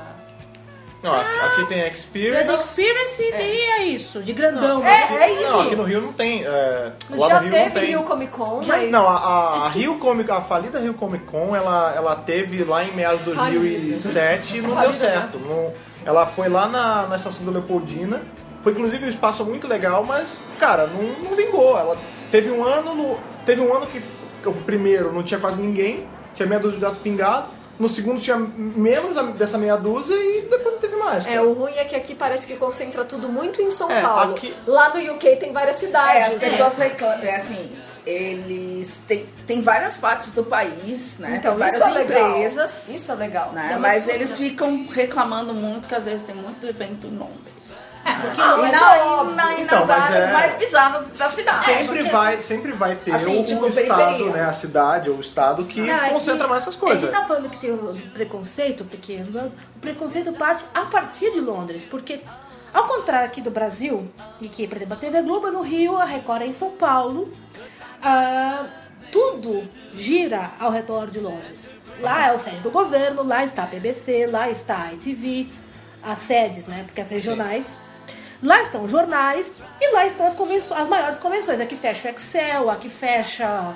Não, aqui tem a Grand Experience. Experience e é isso, de grandão. É, né? é isso. Não, aqui no Rio não tem. é, lá Já no Rio não teve tem. Rio Comic Con, mas. Não, a, a- a Esqueci. Rio Comic, a falida Rio Comic Con, ela, ela teve lá em meados de Falida. 2007 e não Falida, né? deu certo. Não- ela foi lá na, na estação do Leopoldina. Foi inclusive um espaço muito legal, mas, cara, não, não vingou. Ela teve um ano no. Teve um ano que, que o primeiro não tinha quase ninguém, tinha meia dúzia de gato pingado. No segundo tinha menos da- dessa meia dúzia e depois não teve mais. É, o ruim é que aqui parece que concentra tudo muito em São É, Paulo. aqui- Lá no UK tem várias É, cidades. as pessoas reclamam. É assim, eles têm. Tem várias partes do país, né? Então, tem várias isso é legal. empresas. Isso é legal. né? Então, Mas isso- eles ficam reclamando muito que às vezes tem muito evento em Londres. É, porque Ah, não e mas na- é e óbvio. na- e Então, nas mas áreas é- mais bizarras da Tá, cidade. Sempre É, porque- vai, sempre vai ter Assim, o, tipo, o estado, periferia. né? A cidade ou o estado que Não, é concentra que mais essas A gente coisas. tá falando que tem um preconceito pequeno. O preconceito parte a partir de Londres, porque ao contrário aqui do Brasil, e que, por exemplo, a TV Globo é no Rio, a Record é em São Paulo, ah, tudo gira ao redor de Londres. Lá é o sede do governo, lá está a BBC, lá está a ITV, as sedes, né? Porque as regionais. Lá estão os jornais e lá estão as, convenções, as maiores convenções. Aqui fecha o Excel, aqui fecha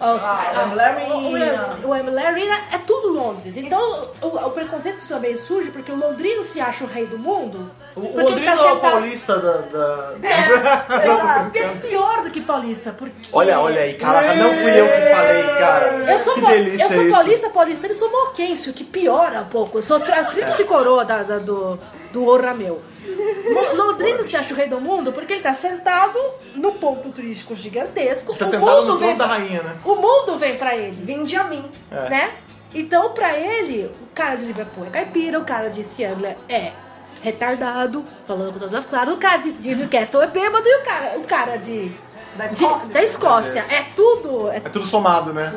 ah, os- Ah, ah, Emblem Arena. o- o Emblem- O Emblem Arena é tudo Londres. Então o, o preconceito também surge porque o londrino se acha o rei do mundo. O porque o ele Rodrigo tá é o sentado- paulista da. da- Exato. É pior do que paulista, porque. Olha, olha aí, caraca, não fui eu que falei, cara. Eu sou, que pau- delícia eu sou isso. paulista, paulistano e sou moquense, o que piora um pouco. Eu sou tra- tríplice coroa da- da- do, do honra meu. Mo- Londrino se acha o rei do mundo porque ele tá sentado no ponto turístico gigantesco. Tá o sentado mundo no vem, trono da rainha, né? O mundo vem pra ele, Vinde a mim. É. né? Então, pra ele, o cara de Liverpool é caipira, o cara de East Anglia é retardado, falando com todas as claras, o cara de, de Newcastle é bêbado e o cara, o cara de... Da de- Escócia. da Escócia. É tudo, é É tudo somado, né?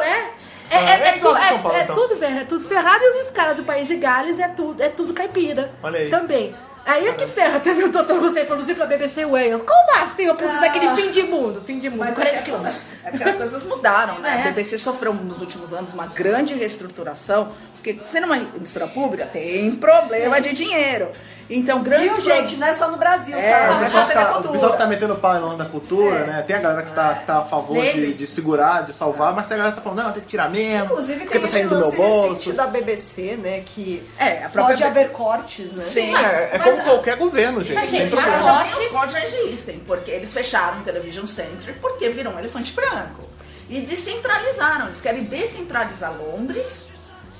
né? É, Ah, é, é é tu- igual de São é- Paulo, é então. tudo ferrado, é tudo ferrado e os caras do país de Gales é tudo, é tudo caipira. Olha aí. Também. Aí é que ferra também o Dr. Hussein produzir pra BBC Wales. Como assim eu produzi daquele fim de mundo? Fim de mundo, Ah. Mas 40 é que- quilômetros. É porque as coisas mudaram, né? É. A BBC sofreu nos últimos anos uma grande reestruturação, porque sendo uma emissora pública tem problema de dinheiro. Então, Viu, grandes gente? Não é só no Brasil, É, É, tá? o, mas pessoal a que tá, cultura. o pessoal que tá metendo pau no nome da cultura, É. né? Tem a galera que tá, que tá a favor de, Leles. de segurar, de salvar, mas tem a galera que tá falando, não, tem que tirar mesmo. Inclusive tem porque tá esse saindo do meu lance bolso. recente da BBC, né? Que É, a própria pode haver cortes, né? Sim. É, é Mas- como qualquer governo, gente. Mas, tem gente, que Mas ser- já tem cortes. os cortes existem, porque eles fecharam o Television Center porque virou um elefante branco. E descentralizaram, eles querem descentralizar Londres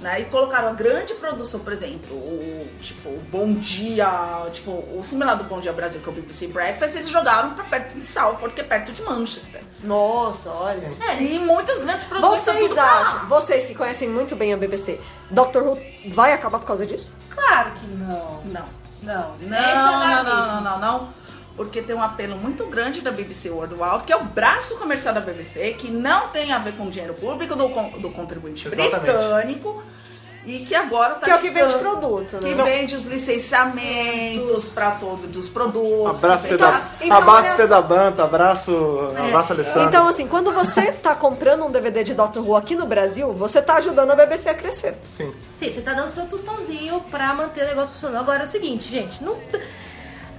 né? E colocaram a grande produção, por exemplo, o tipo o Bom Dia, tipo o similar do Bom Dia Brasil que é o BBC Breakfast, eles jogaram pra perto de Salford, que é perto de Manchester. Nossa, olha. E muitas grandes produções estão tudo É, Vocês pra lá. acham, vocês que conhecem muito bem a BBC, Doctor Who vai acabar por causa disso? Claro que não. Não. Não, Não, deixa lá é não, não, mesmo. não, não, não. Porque tem um apelo muito grande da BBC Worldwide, que é o braço comercial da BBC, que não tem a ver com o dinheiro público do, con- do contribuinte Exatamente. britânico. E que agora tá Que é o que vende ditando, produto, né? Que Não. vende os licenciamentos pra todos os produtos. Abraço, que peda... vende as- Então, olha abraço só. Pedabanta, abraço, abraço Alessandro. Então, assim, quando [laughs] você tá comprando um DVD de Doctor Who aqui no Brasil, você tá ajudando a BBC a crescer. Sim. Sim, você tá dando seu tostãozinho pra manter o negócio funcionando. Agora é o seguinte, gente, não.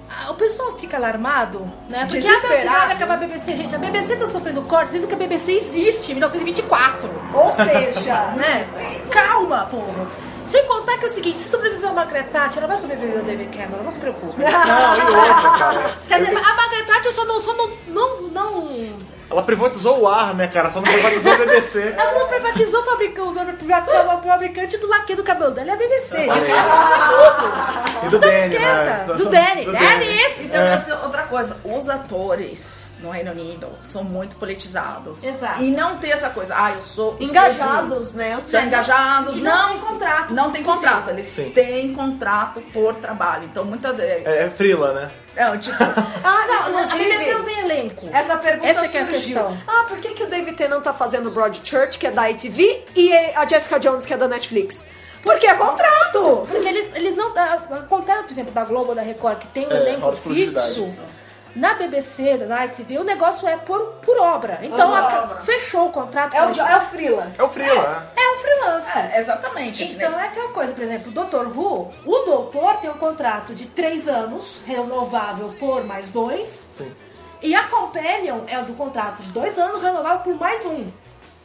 Ah, O pessoal fica alarmado, né? Porque ah, meu, que Desesperado. vai acabar a BBC, gente. A BBC tá sofrendo cortes desde que a BBC existe, em 1924, Ou seja, né? Calma, povo. Sem contar que é o seguinte, se sobreviver a Margaret Thatcher, ela vai sobreviver ao David Cameron, [laughs] não se preocupe. Não, e outra, [laughs] cara. Quer dizer, a Margaret Thatcher só não... Só não, não, não Ela privatizou o ar, né, cara? Só não privatizou o BBC. ela só não privatizou o fabricante, o fabricante do laque do cabelo dela, é a BBC. Olha aí. E do É, Não Danny, né? esquenta. Tá Do Danny. Danny, esse. É. Então, outra- outra coisa, os atores no Reino Unido são muito politizados. Exato. E não tem essa coisa, ah, eu sou... engajados, né? São engajados, E não, não tem contrato. Não tem contrato, eles Sim. têm contrato por trabalho. Então muitas vezes. É, é Frila, né? Não, tipo, [laughs] Ah, Não, não, a inclusive, BBC não tem elenco. Essa pergunta Essa que é a surgiu. questão. ah, por que, que o David Tennant tá fazendo Broadchurch, que é da ITV, e a Jessica Jones, que é da Netflix? Porque é contrato! Porque eles, eles não. ah, Contrário, por exemplo, da Globo, da Record, que tem um É, elenco rola exclusividade. fixo. Na BBC, da Night TV, o negócio é por, por obra. Então, a- fechou o contrato. É o, com jo- a- é o Freela. É o Frila, né? é um freelancer. é, exatamente. que nem- Então é aquela coisa, por exemplo, o Doutor Who, o doutor tem um contrato de três anos, renovável por mais dois, Sim. e a Companion é do contrato de dois anos, renovável por mais um.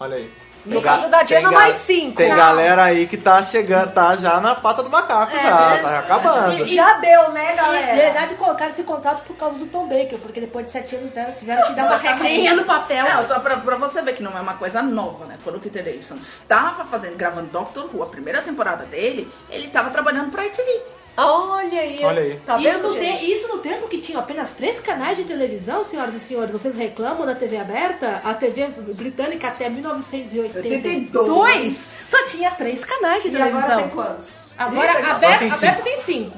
Olha aí. É. No Tem caso ga- da tem Diana, ga- mais cinco. Tem Não. galera aí que tá chegando, tá já na pata do macaco, É, já. né? Tá acabando. E- Já deu, né, E, na galera? verdade, colocaram esse contrato por causa do Tom Baker, porque depois de sete anos né, tiveram que dar uma regrinha no papel. Não, só pra, pra você ver que não é uma coisa nova, né? Quando o Peter Davidson estava fazendo, gravando Doctor Who, a primeira temporada dele, ele estava trabalhando pra ITV. Olha aí. Olha aí. Tá isso, vendo, no te- gente? isso no tempo que tinha apenas três canais de televisão, senhoras e senhores, vocês reclamam da TV aberta? A TV britânica até 1982 82. só tinha três canais de E televisão. agora tem quantos? Agora, Eita, só aberto, tem cinco. aberto tem cinco.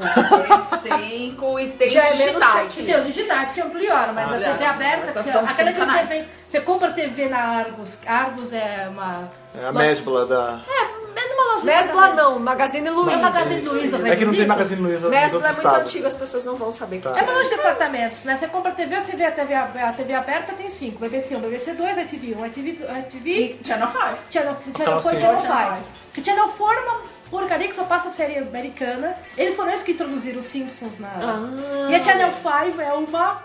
Tem cinco e tem Já é menos digitais. E tem os digitais que ampliaram, mas Olha, a TV aberta, agora que é são aquela cinco que você, canais. vem, você compra TV na Argos. Argos é uma. É a loja- mesbla da. É numa loja. de Mesbla canais. não, Magazine É Luiza. uma Magazine Luiza. É que não tem Reino Unido. Magazine Luiza nos Mesbla é outros muito estados. antigo, as pessoas não vão saber. o que Tá. É uma loja de departamentos, né? Você compra TV, você vê a TV, ab- a TV aberta, tem cinco. BBC 1, BBC 2, ITV 1, ITV, ITV E Channel 5. é Channel, Então, Channel 4 sim. e Channel Channel 5. Que Channel 4 é uma porcaria que só passa série americana. Eles foram eles que introduziram os Simpsons na... Ah. E a Channel 5 é uma...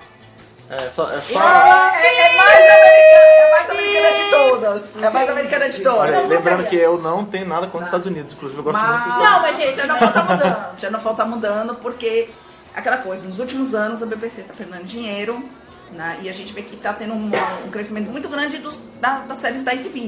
É só. É só... É, é mais americana, é mais americana de todas. É mais americana de Olha aí, todas. lembrando que eu não tenho nada contra os Estados Unidos, inclusive eu gosto muito dos Estados Não, mas, gente, já não falta mudando. Já não falta mudando porque aquela coisa, nos últimos anos a BBC tá perdendo dinheiro, né? E a gente vê que tá tendo um, um crescimento muito grande dos, da- das séries da ITV.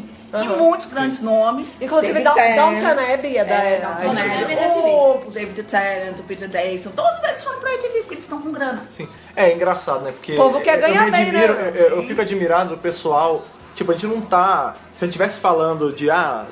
E muitos grandes nomes. Inclusive, David Down- Tennant, Downton Abbey é da é, da Downton Downton ITV. Abbey, Abbey da ITV. o David Tennant, o Peter Davidson, todos eles foram pra ITV porque eles estão com grana. Sim. É engraçado, né? Porque. O povo quer eu ganhar me bem, admiro, né? eu, eu fico admirado do pessoal. Tipo, a gente não tá. Se a gente estivesse falando de. Ah,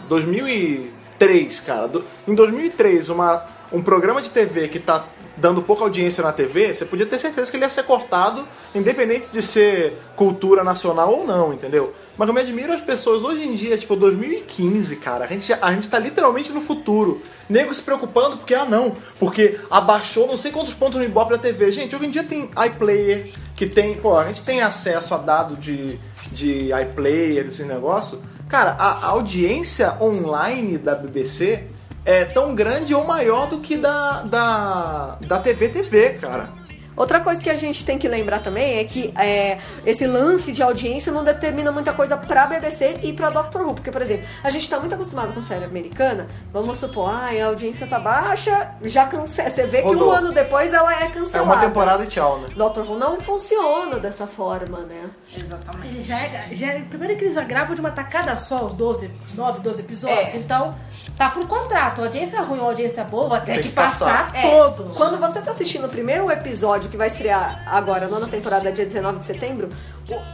2003, cara. do- em 2003, uma, um programa de TV que tá dando pouca audiência na TV, você podia ter certeza que ele ia ser cortado, independente de ser cultura nacional ou não, entendeu? Mas eu me admiro as pessoas hoje em dia, tipo 2015, cara. A gente, já- a gente tá literalmente no futuro. Nego se preocupando porque, ah não, porque abaixou não sei quantos pontos no Ibope da TV. Gente, hoje em dia tem iPlayer, que tem, pô, a gente tem acesso a dado de, de iPlayer, esses negócios. Cara, a, a audiência online da BBC é tão grande ou maior do que da, da, da TV TV, cara. Outra coisa que a gente tem que lembrar também é que é, esse lance de audiência não determina muita coisa pra BBC e pra Doctor Who. Porque, por exemplo, a gente tá muito acostumado com série americana, vamos supor, ai, a audiência tá baixa, já cancela. Você vê que um Rodou. ano depois ela é É cancelada. uma temporada e tchau, né? Doctor Who não funciona dessa forma, né? Exatamente. Ele já, é- já é- primeiro que eles já gravam de uma tacada só, os 12, 9, 12 episódios. É. Então, tá por contrato. Audiência ruim, audiência boa, tem, Tem que, que passar, É, todos. Quando você tá assistindo o primeiro episódio que vai estrear agora, a nona temporada, dia 19 de setembro,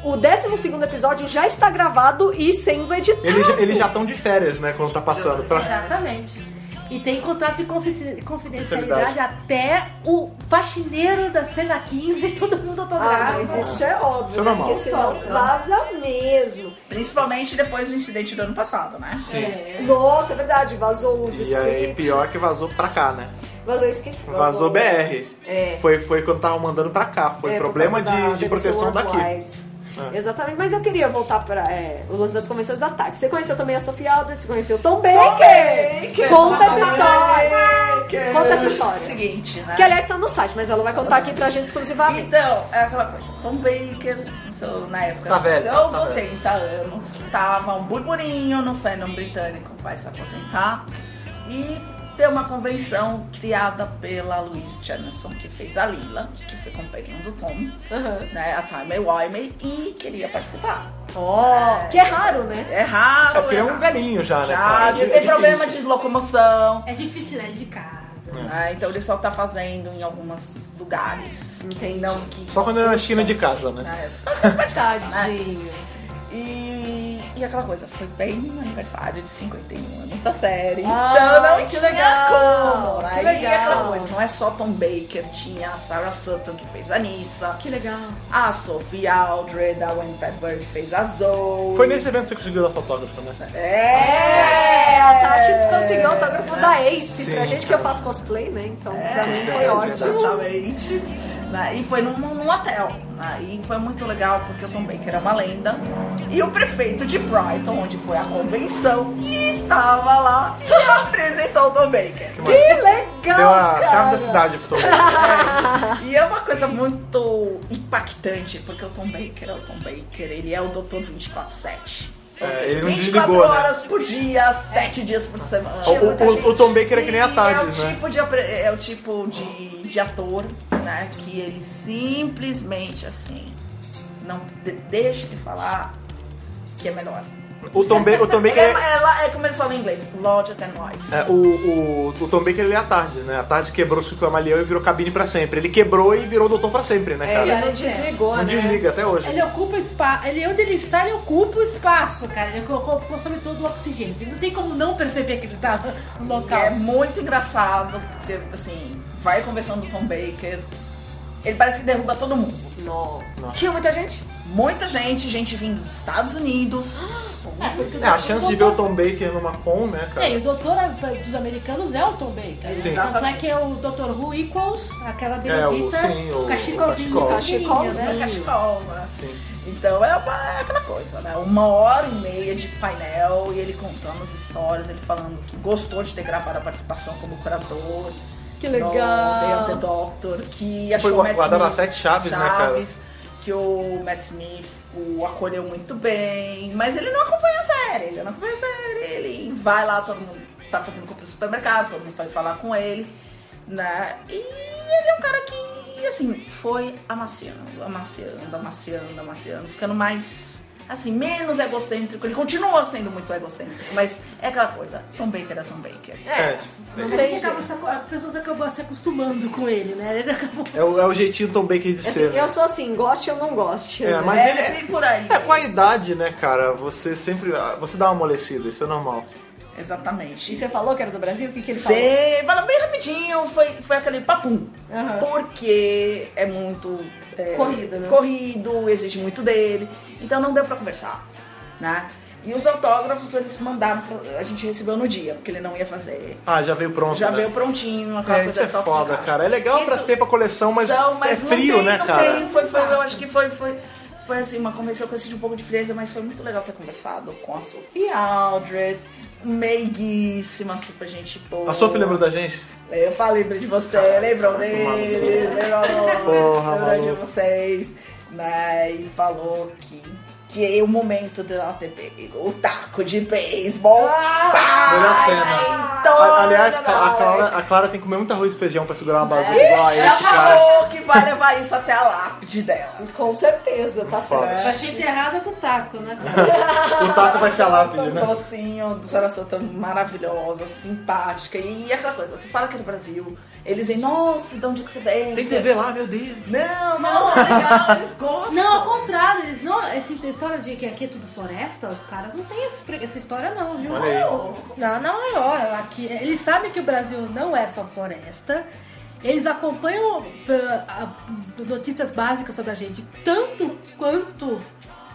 o, o 12 episódio já está gravado e sendo editado. Eles, já- eles já estão de férias, né? Quando tá passando. É. Pra... Exatamente. E tem contrato de confici- confidencialidade Confidencialidade. até o faxineiro da cena 15, [laughs] todo mundo Ah, autografa. mas isso é óbvio, Isso é normal. porque senão vaza mesmo. Principalmente depois do incidente do ano passado, né? Sim. Nossa, é verdade, vazou os E aí, scripts. pior que vazou pra cá, né? Vazou o script, Vazou BR. É. Foi, foi quando tava mandando pra cá. Foi É, por problema causa de, da de BBC proteção daqui. Worldwide. É. Exatamente, mas eu queria voltar para o lance das convenções da tarde. Você conheceu também a Sofia Aldrich, você conheceu o Tom Baker. Conta essa história. Conta essa história. Seguinte, né? Que aliás está no site, mas ela vai contar aqui pra gente exclusivamente. Então, é aquela coisa, Tom Baker, sou- na época Tá velho, seus tá velho. 80 anos, tava um burburinho no fandom britânico, vai se aposentar. E tem uma convenção criada pela Louise Jamison, que fez a Lila, que foi companheira do Tom, né, a Time Wyme, e queria participar. Ó, que é raro, né? É raro, É porque é um velhinho já, né? já, cara? tem É problema de difícil. locomoção, É difícil tirar ele de casa. É. né? Então ele só tá fazendo em alguns lugares. Entendi. Não que. Só quando é na China de casa, né? né? Faz parte de casa, né? Tadinho. E, e aquela coisa, foi bem no aniversário de 51 anos da série. Ah, então não que tinha legal, como. que Né? E legal. aquela coisa, não é só Tom Baker, tinha a Sarah Sutton que fez a Nissa, Que legal. a Sophie Aldred, a Wayne Padbury que fez a Zoe. Foi nesse evento que você conseguiu dar fotógrafo, né? É, É! a Tati conseguiu o autógrafo da Ace Sim. pra gente que eu faço cosplay, né? Então, pra mim foi é ótimo. Exatamente. Né? E foi num, num hotel. né? E foi muito legal porque o Tom Baker é uma lenda. E o prefeito de Brighton, onde foi a convenção, estava lá e apresentou o Tom Baker. Que maravilha. Que legal, Deu a cara. chave da cidade pro Tom Baker. E é uma coisa muito impactante, porque o Tom Baker é o Tom Baker, ele é o Dr. 24-7. Ou É, seja, ele não 24 desligou, né? horas por dia, 7 dias por semana. O- o- o Tom Baker é que nem a E Tati, é o né? Tipo de, apre- é o tipo de, de ator, né? Que ele simplesmente, assim, não de- deixa de falar que é melhor. O Tom, Ba- o Tom Baker Ele é, é... é, lá- é como eles falam em inglês, Lodged and Wife. é, o, o, o Tom Baker ele é a tarde, né? A tarde quebrou o Chico Amalião e virou cabine pra sempre. Ele quebrou e virou doutor pra sempre, né, É, cara? ele não desligou, Não né? desliga até hoje. Ele ocupa espaço. Ele, onde ele está, ele ocupa o espaço, cara. Ele co- co- consome todo o oxigênio. Você Não tem como não perceber que ele tá no E É local. muito engraçado, porque assim, vai conversando com o Tom Baker. Ele parece que derruba todo mundo. Não. Nossa. Tinha muita gente? Muita gente, gente vindo dos Estados Unidos. porque É, a um chance de ver o Tom Baker numa com, né, cara? É, e o doutor dos americanos é o Tom Baker. Sim. É, Tanto é que é o Dr. Who Equals, aquela o- bendita, sim, o- cachecolzinho, o cachecol. pequenininho, Né? né? Cachecol, né? Sim. Então é, uma- é aquela coisa, né? Uma hora e meia de painel e ele contando as histórias, ele falando que gostou de ter gravado a participação como curador. Que No Day of legal. the Doctor, que Foi achou o Matt guardado Smith, as sete chaves, né, cara? Que o Matt Smith o acolheu muito bem, mas ele não acompanha a série, ele não acompanha a série, ele vai lá, todo mundo tá fazendo compra no supermercado, todo mundo vai falar com ele, né? E ele é um cara que, assim, foi amaciando, amaciando, amaciando, amaciando, ficando mais. Assim, menos egocêntrico, ele continua sendo muito egocêntrico, mas é aquela coisa, Tom Baker é Tom Baker. É, Não É tem que acaba jeito. se aco- As pessoas acabam se acostumando com ele, né? Ele acabou. é o, é o jeitinho do Tom Baker de Assim, ser. né? eu sou assim, goste ou não goste. É, né? mas é, ele é- bem por aí. É, com a idade, né, cara? Você sempre. ah, Você dá uma amolecida, isso é normal. Exatamente. E você falou que era do Brasil? O que, que ele falou? Você fala bem rapidinho, foi, foi aquele papum. Aham. Porque é muito. é, Corrido, né? Corrido, exige muito dele. Então não deu pra conversar, né? E os autógrafos eles mandaram, pra- a gente recebeu no dia, porque ele não ia fazer. Ah, já veio pronto. Já né? veio prontinho, aquela É, coisa isso é de toque foda, de caixa. cara. É legal pra Isso- ter pra coleção, mas, São, é não frio, tem, né, não cara? tem, foi, foi, eu acho que foi, foi, foi assim, uma convenção que eu senti um pouco de frieza, mas foi muito legal ter conversado com a Sophie Aldred. Meiguíssima, super gente boa. É, A Sophie lembrou da gente? Eu falei pra de você, lembrou deles, lembrou, Porra, lembrou de maluco. vocês. Né? E falou que, que é o momento de ela ter pego o taco de beisebol. Pá! Melhor cena. Então, A- Aliás, a galera, Clara, a Clara tem que comer muito arroz e feijão pra segurar uma base Ixi, igual a ela esse cara. falou que vai levar isso até a lápide dela. Com certeza, tá certo. Foda. Vai ser enterrada com o taco, né? O taco vai ser a lápide, né? Docinho, Sara Santa maravilhosa, simpática. E aquela coisa, você fala que é do Brasil, eles vêm, nossa, de onde é que você vem? Tem Você- TV lá, meu Deus. Não, não, legal, eles gostam. Não, ao contrário, eles não. Essa história de que aqui é tudo floresta, os caras não têm esse pre- essa história, não, viu? Olha aí. Não, não é hora. Aqui, eles sabem que o Brasil não é só floresta. Eles acompanham eh, a- notícias básicas sobre a gente tanto quanto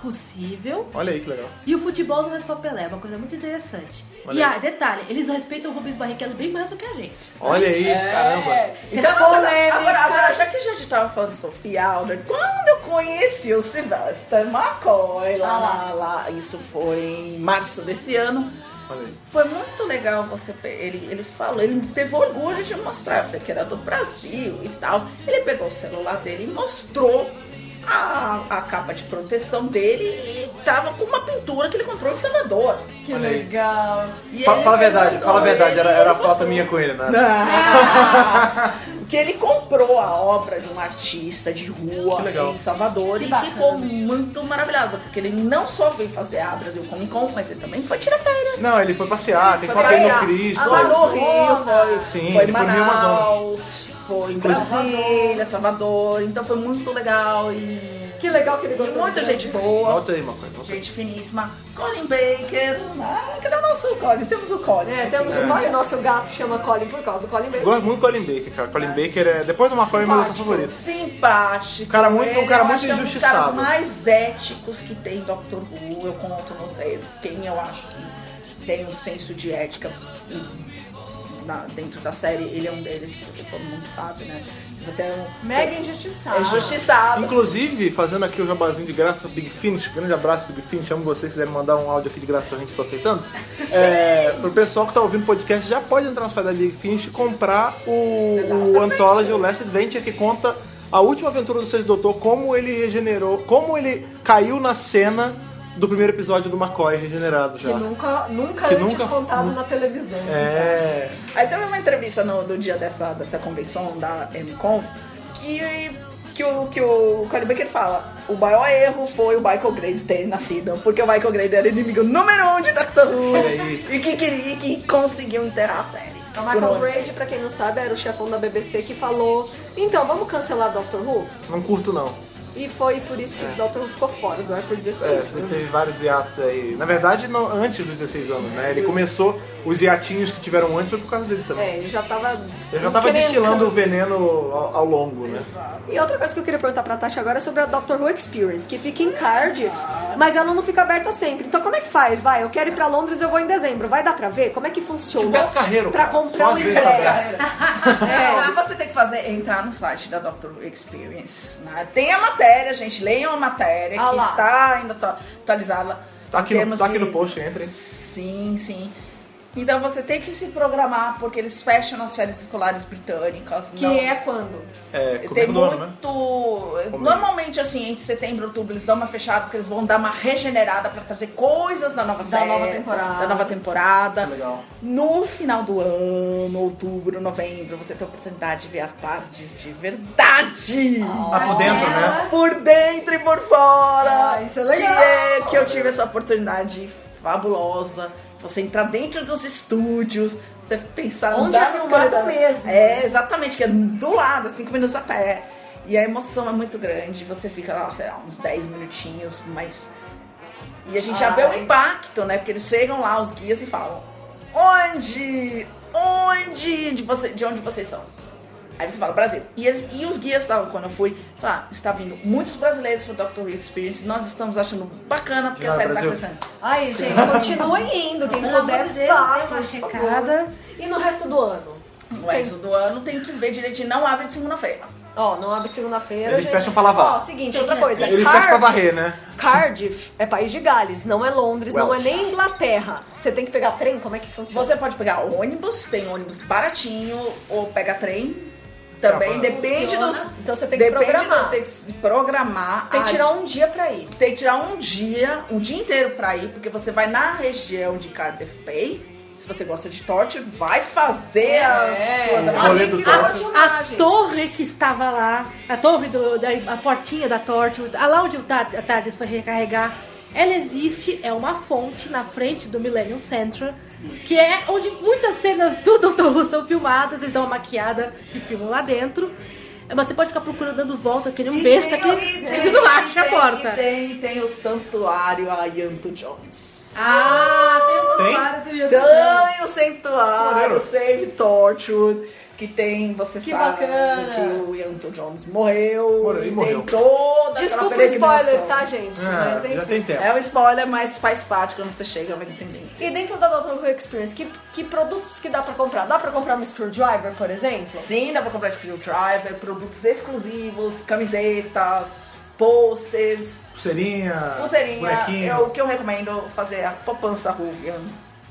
possível. Olha aí que legal. E o futebol não é só Pelé, é uma coisa muito interessante. Olha e aí. ah, detalhe, eles respeitam o Rubens Barrichello bem mais do que a gente. Olha aí, É. caramba. Então, Você tá agora, polêmica. agora, agora, já que a gente tava falando de Sofia Alder, quando eu conheci o Sylvester McCoy lá, lá, lá, isso foi em março desse ano, Olha aí. foi muito legal você. pe- Ele, ele falou, ele teve orgulho de mostrar, eu falei que era do Brasil e tal. Ele pegou o celular dele e mostrou a, a capa de proteção dele e tava com uma pintura que ele comprou em Salvador. Que Olha aí. Legal. E Fa- ele é Fala a fez verdade, essa- fala a verdade. Era, ele- era a ele foto mostrou. minha com ele, né? Ah, que ele comprou a obra de um artista de rua Que legal. em Salvador e bacana. ficou muito maravilhado, porque ele não só veio fazer a Brasil Comic Con, mas ele também foi tirar férias. Não, ele foi passear, tem Foi foto aí no passear. Cristo. Ah, olha no só. Rio, foi, Sim, foi em ele foi no Rio Manaus, foi em Inclusive- Brasília, Salvador, então foi muito legal e... Que legal que ele e gostou. muita do gente Brasil. boa, Volta aí, uma coisa. volta aí. gente finíssima, Colin Baker, ah, que era o nosso Colin, temos o Colin. É, temos o Colin, nosso gato chama Colin por causa do Colin Eu mesmo. Gosto muito do Colin Baker, cara. Colin Baker é, depois do McCoy, é meu ator Simpático. favorito. simpático. Um cara muito- Ele, um cara eu muito acho que É um dos injustiçado. caras mais éticos que tem Dr. Who, eu conto nos dedos. Quem eu acho que tem um senso de ética na- dentro da série, ele é um deles, porque todo mundo sabe, né? Até um, Mega injustiçado. é injustiçado. Inclusive, fazendo aqui o jabazinho de graça, Big Finish, grande abraço, Big Finish, amo vocês, se quiserem mandar um áudio aqui de graça pra gente, tô aceitando. É, pro pessoal que tá ouvindo o podcast, já pode entrar no site da Big Finish e comprar o, o Anthology, o Last Adventure, que conta a última aventura do Sexto Doutor, como ele regenerou, como ele caiu na cena do primeiro episódio do McCoy regenerado Que já. nunca, nunca Que antes nunca- contado na televisão. É, Aí teve uma entrevista no, do dia dessa, dessa convenção da MCOM que, que, o, que o Colin Baker fala. O maior erro foi o Michael Grade ter nascido, porque o Michael Grade era inimigo número um de Doctor Who Olha aí. e que, queria, e que conseguiu enterrar a série. É O Então, Michael Por- Brady, pra quem não sabe, era o chefão da BBC que falou: então, vamos cancelar Doctor Who? não curto não. E foi por isso que o Doctor Who ficou fora do ar por assim. 16 É, anos. teve vários hiatos aí. Na verdade, não- antes dos 16 anos, né? Ele começou, os hiatinhos que tiveram antes foi por causa dele também. É, ele já tava. Eu É. já tava encrencando. destilando o veneno ao, ao longo, né? E outra coisa que eu queria perguntar pra Tasha agora é sobre a Doctor Who Experience, que fica em Cardiff, mas ela não fica aberta sempre. Então como é que faz? Vai, eu quero ir pra Londres, eu vou em dezembro. Vai dar pra ver? Como é que funciona? Tipo, é o carreiro, Pra cara. comprar Só o a grande cabeça. ingresso. né? É, o que você tem que fazer é entrar no site da Doctor Who Experience. né? Tem a matéria, gente. Leiam a matéria Ah que lá. está ainda atu- atualizada. Tá aqui, em no, termos tá aqui de- no post, entrem. Sim, sim. Então você tem que se programar, porque eles fecham nas férias escolares britânicas. Que não- é quando? É, Tem comigo do muito. ano, né? Normalmente, assim, entre setembro e outubro, eles dão uma fechada, porque eles vão dar uma regenerada pra trazer coisas da nova série. nova temporada. Da nova temporada. Isso é legal. No final do ano, outubro, novembro, você tem a oportunidade de ver a Tardes de verdade. Ah, por dentro, né? Por dentro e por fora. Ah, isso é legal. Que, é- que eu tive essa oportunidade fabulosa. Você entrar dentro dos estúdios, você pensar Onde andar é nos filmado corredores. mesmo. É, exatamente, que é do lado, cinco minutos a pé. E a emoção é muito grande. Você fica, lá, sei lá, uns 10 minutinhos, mas. E a gente já vê o Ai. impacto, né? Porque eles chegam lá, os guias, e falam: Onde? Onde? De, você, de onde vocês são? Aí você fala, Brasil. E, eles- e os guias estavam, quando eu fui, falaram, está vindo muitos brasileiros pro Dr. Who Experience. Nós estamos achando bacana, Ah, porque a Claro, série tá Brasil. crescendo. Ai, gente, continuem indo, quem Pelo puder amor de Deus, vá, dê uma por checada. favor. E no resto do ano? O resto do ano tem que ver direitinho, não abre de segunda-feira. Ó, não abre segunda-feira. Eles gente. fecham pra lavar. Ó, seguinte, outra coisa. Eles Cardiff, fecham pra varrer, né? Cardiff é país de Gales, não é Londres, não é Welsh. nem Inglaterra. Você tem que pegar trem? Como é que funciona? Você pode pegar ônibus, tem ônibus baratinho, ou pega trem. Também Caravana. depende Funciona. dos. Então você tem que depende programar. do- Tem que se programar. tem a que tirar um dia pra ir. tem que tirar um dia, um dia inteiro pra ir, porque você vai na região de Cardiff Bay. Se você gosta de torture, vai fazer as É. suas O rolê do A, Torture. a torre que estava lá, a torre, do, da, a portinha da torre, a lá onde o Tar- a TARDIS foi recarregar, ela existe, é uma fonte na frente do Millennium Central, que é onde muitas cenas do Dr. Who são filmadas, eles dão uma maquiada e filmam lá dentro. Mas você pode ficar procurando dando volta, aquele um E besta tem- que e tem- você não acha a e tem- porta. e Tem, tem o santuário Ayanto Jones. Ah, tem o Tem? santuário do YouTube. Tem o santuário Maneiro. Save Torture, que tem, você Que sabe bacana. que o Ayanto Jones morreu. Morreu, e morreu. Tem toda Desculpa o aquela spoiler, peregrinação. tá, gente? Mas É, já enfim. tem tempo. É um spoiler, mas faz parte quando você chega, vai entender. E dentro da Doctor Who Experience, que, que produtos que dá pra comprar? Dá pra comprar um screwdriver, por exemplo? Sim, dá pra comprar screwdriver, produtos exclusivos, camisetas, posters, Pulseirinha, pulseirinha. bonequinho. É o que eu recomendo fazer a poupança Ruvian.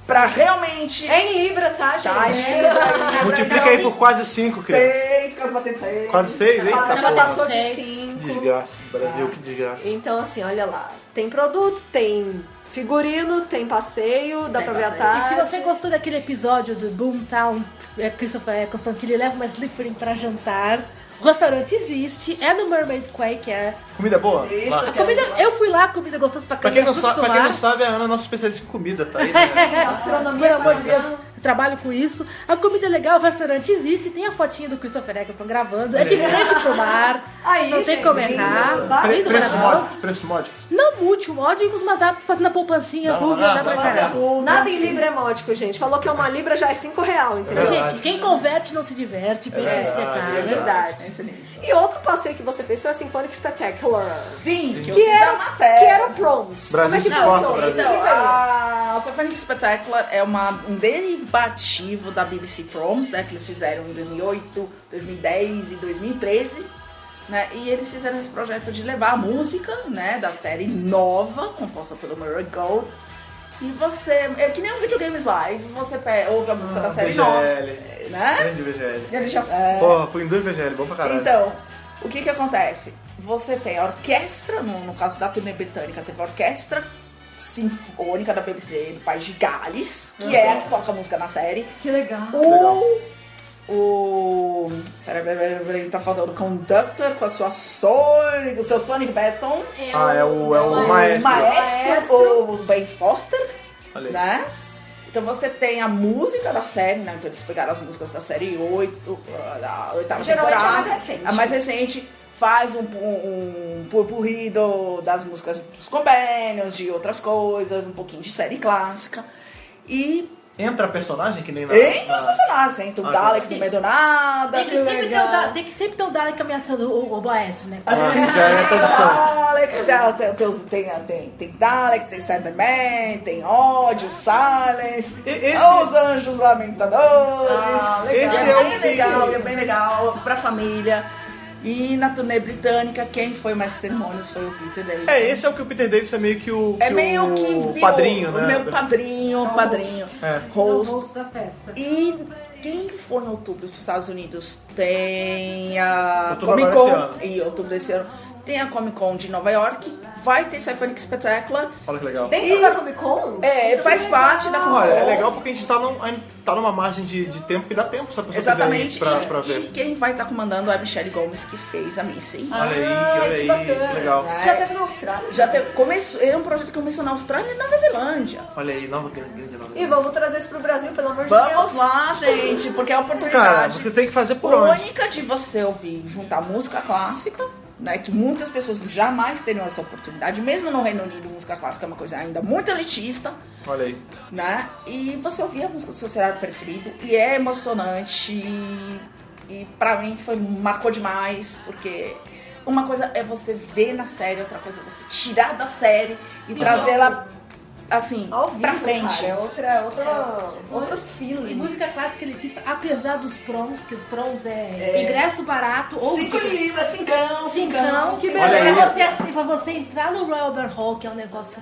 Pra realmente É em Libra, tá, gente? Tá, É. Multiplica tá, aí por quase cinco, criança. seis, caso batendo seis. Quase seis, hein? Ah, Tá já bom. passou de Seis. 5. Que desgraça. Brasil, que desgraça. Então, assim, olha lá. Tem produto, tem figurino, tem passeio, dá Tem pra ver a passeio. tarde. E se você gostou daquele episódio do Boomtown, é Christopher Eccleston, que ele leva uma Slytherin pra jantar, o restaurante existe, é no Mermaid Quay, que é... Comida boa? Isso, Lá. que é A comida, eu fui lá, comida gostosa pra Pra caramba, quem, não frutos sabe, do pra quem mar. não sabe, a Ana é nossa especialista em comida, tá aí. [laughs] né? Gastronomia, Pelo amor de italiana. Deus, eu trabalho com isso. A comida é legal, o restaurante existe, tem a fotinha do Christopher Eccleston gravando, é de frente pro mar, Aí, não tem gente, como errar. Tá Pre- lindo, preço maravilhoso. módico, preço módico. Não multi o ódio, mas dá pra fazendo a poupancinha, Dá, rubia, dá, dá pra dá, um caramba. Nada em Libra é módico, gente. Falou que é uma Libra, já é 5 real, entendeu? verdade. Gente, quem converte não se diverte, pensa nesse verdade, detalhe. é verdade. isso nisso. E outro passeio que você fez foi a Symphonic Spectacular. Sim, que, eu Que fiz era- um a matéria. Que era o Proms. Brasil Como é que de força, funciona? Brasil. Explica aí. Então, a Symphonic Spectacular é uma, um derivativo da BBC Proms, né, que eles fizeram em 2008, 2010 e 2013. Né, e eles fizeram esse projeto de levar a música né, da série nova, composta pelo Murray Gold. E você. É que nem um videogames live, você pe- ouve a Ah, música da série é. nova. VGL. Né? Grande VGL. E ele já. é, Porra, fui em dois VGL, bom pra caralho. então, o que que acontece? Você tem a orquestra, no, no caso da turnê britânica, teve a orquestra sinfônica da BBC do País de Gales, que é a que toca música na série. Que legal. Ah, legal. O... O... Peraí, peraí, peraí, peraí, tá faltando o Conductor com a sua Sonic, o seu Sonic Baton. Ah, é o, é o O maestro. maestro, o Ben Foster Olha aí. né? Então você tem a música da série, né? Então eles pegaram as músicas da série 8, ah, da oitava Geralmente é a temporada. mais recente. A mais recente faz um, um, um purpurri do- das músicas dos Companions, de outras coisas, um pouquinho de série clássica. E Entra personagem que nem na... entre os na- personagens, entre o Ah, Dalek sim. no meio do nada, Tem que, sempre ter o legal. da, tem que sempre ter o Dalek ameaçando o, o Boécio, né? Assim, Ah, já é tradição. Dalek, Ah, tem, tem, tem, tem, tem Dalek, tem Cyberman, tem ódio, Silence, E- esse- os anjos lamentadores. Ah, legal. Esse é, é o bem que- legal, é bem legal pra família. E na turnê britânica, quem foi mais cerimônias foi o Peter Davis. É, esse é o que o Peter Davis é meio que o... É meio que o viu padrinho, o né? meu padrinho, padrinho. É. Host. da festa. E quem for em outubro para os Estados Unidos tem a Outubro Comic agora Con. esse E outubro desse ano tem a Comic Con de Nova York. Vai ter Symphonic Spectacular. Olha que legal. Dentro da Comic Con? É, faz parte da Comic Con. Olha, é legal porque a gente tá, num, a gente tá numa margem de, de tempo que dá tempo se a pessoa Exatamente. quiser e, ir pra, pra e ver. quem vai estar comandando é a Michelle Gomes, que fez a Missy. Olha Ah, aí, olha que aí, bacana. que legal. Né? Já teve na Austrália. Já teve, começou, é um projeto que começou na Austrália e Nova Zelândia. Olha aí, nova grande, grande nova. E vamos trazer isso pro Brasil, pelo amor de Deus. Vamos lá, gente, porque é a Cara, oportunidade você tem que fazer por onde? única de você ouvir juntar música clássica, né? Que muitas pessoas jamais teriam essa oportunidade, mesmo no Reino Unido, música clássica é uma coisa ainda muito elitista, Olha aí. né? E você ouvir a música do seu cenário preferido e é emocionante. E, e pra mim foi marcou demais, porque Uhum. uma coisa é você ver na série, outra coisa é você tirar da série e trazê-la assim, Ao É. vivo, pra frente. cara, é outra, outra, outro E feeling. música clássica elitista, apesar dos promos, que o promos é, ingresso barato ou Cinco de- libras, cincão, cincão, que Olha beleza. Pra aí. você, assistir- pra você entrar no Royal Albert Hall, que é um negócio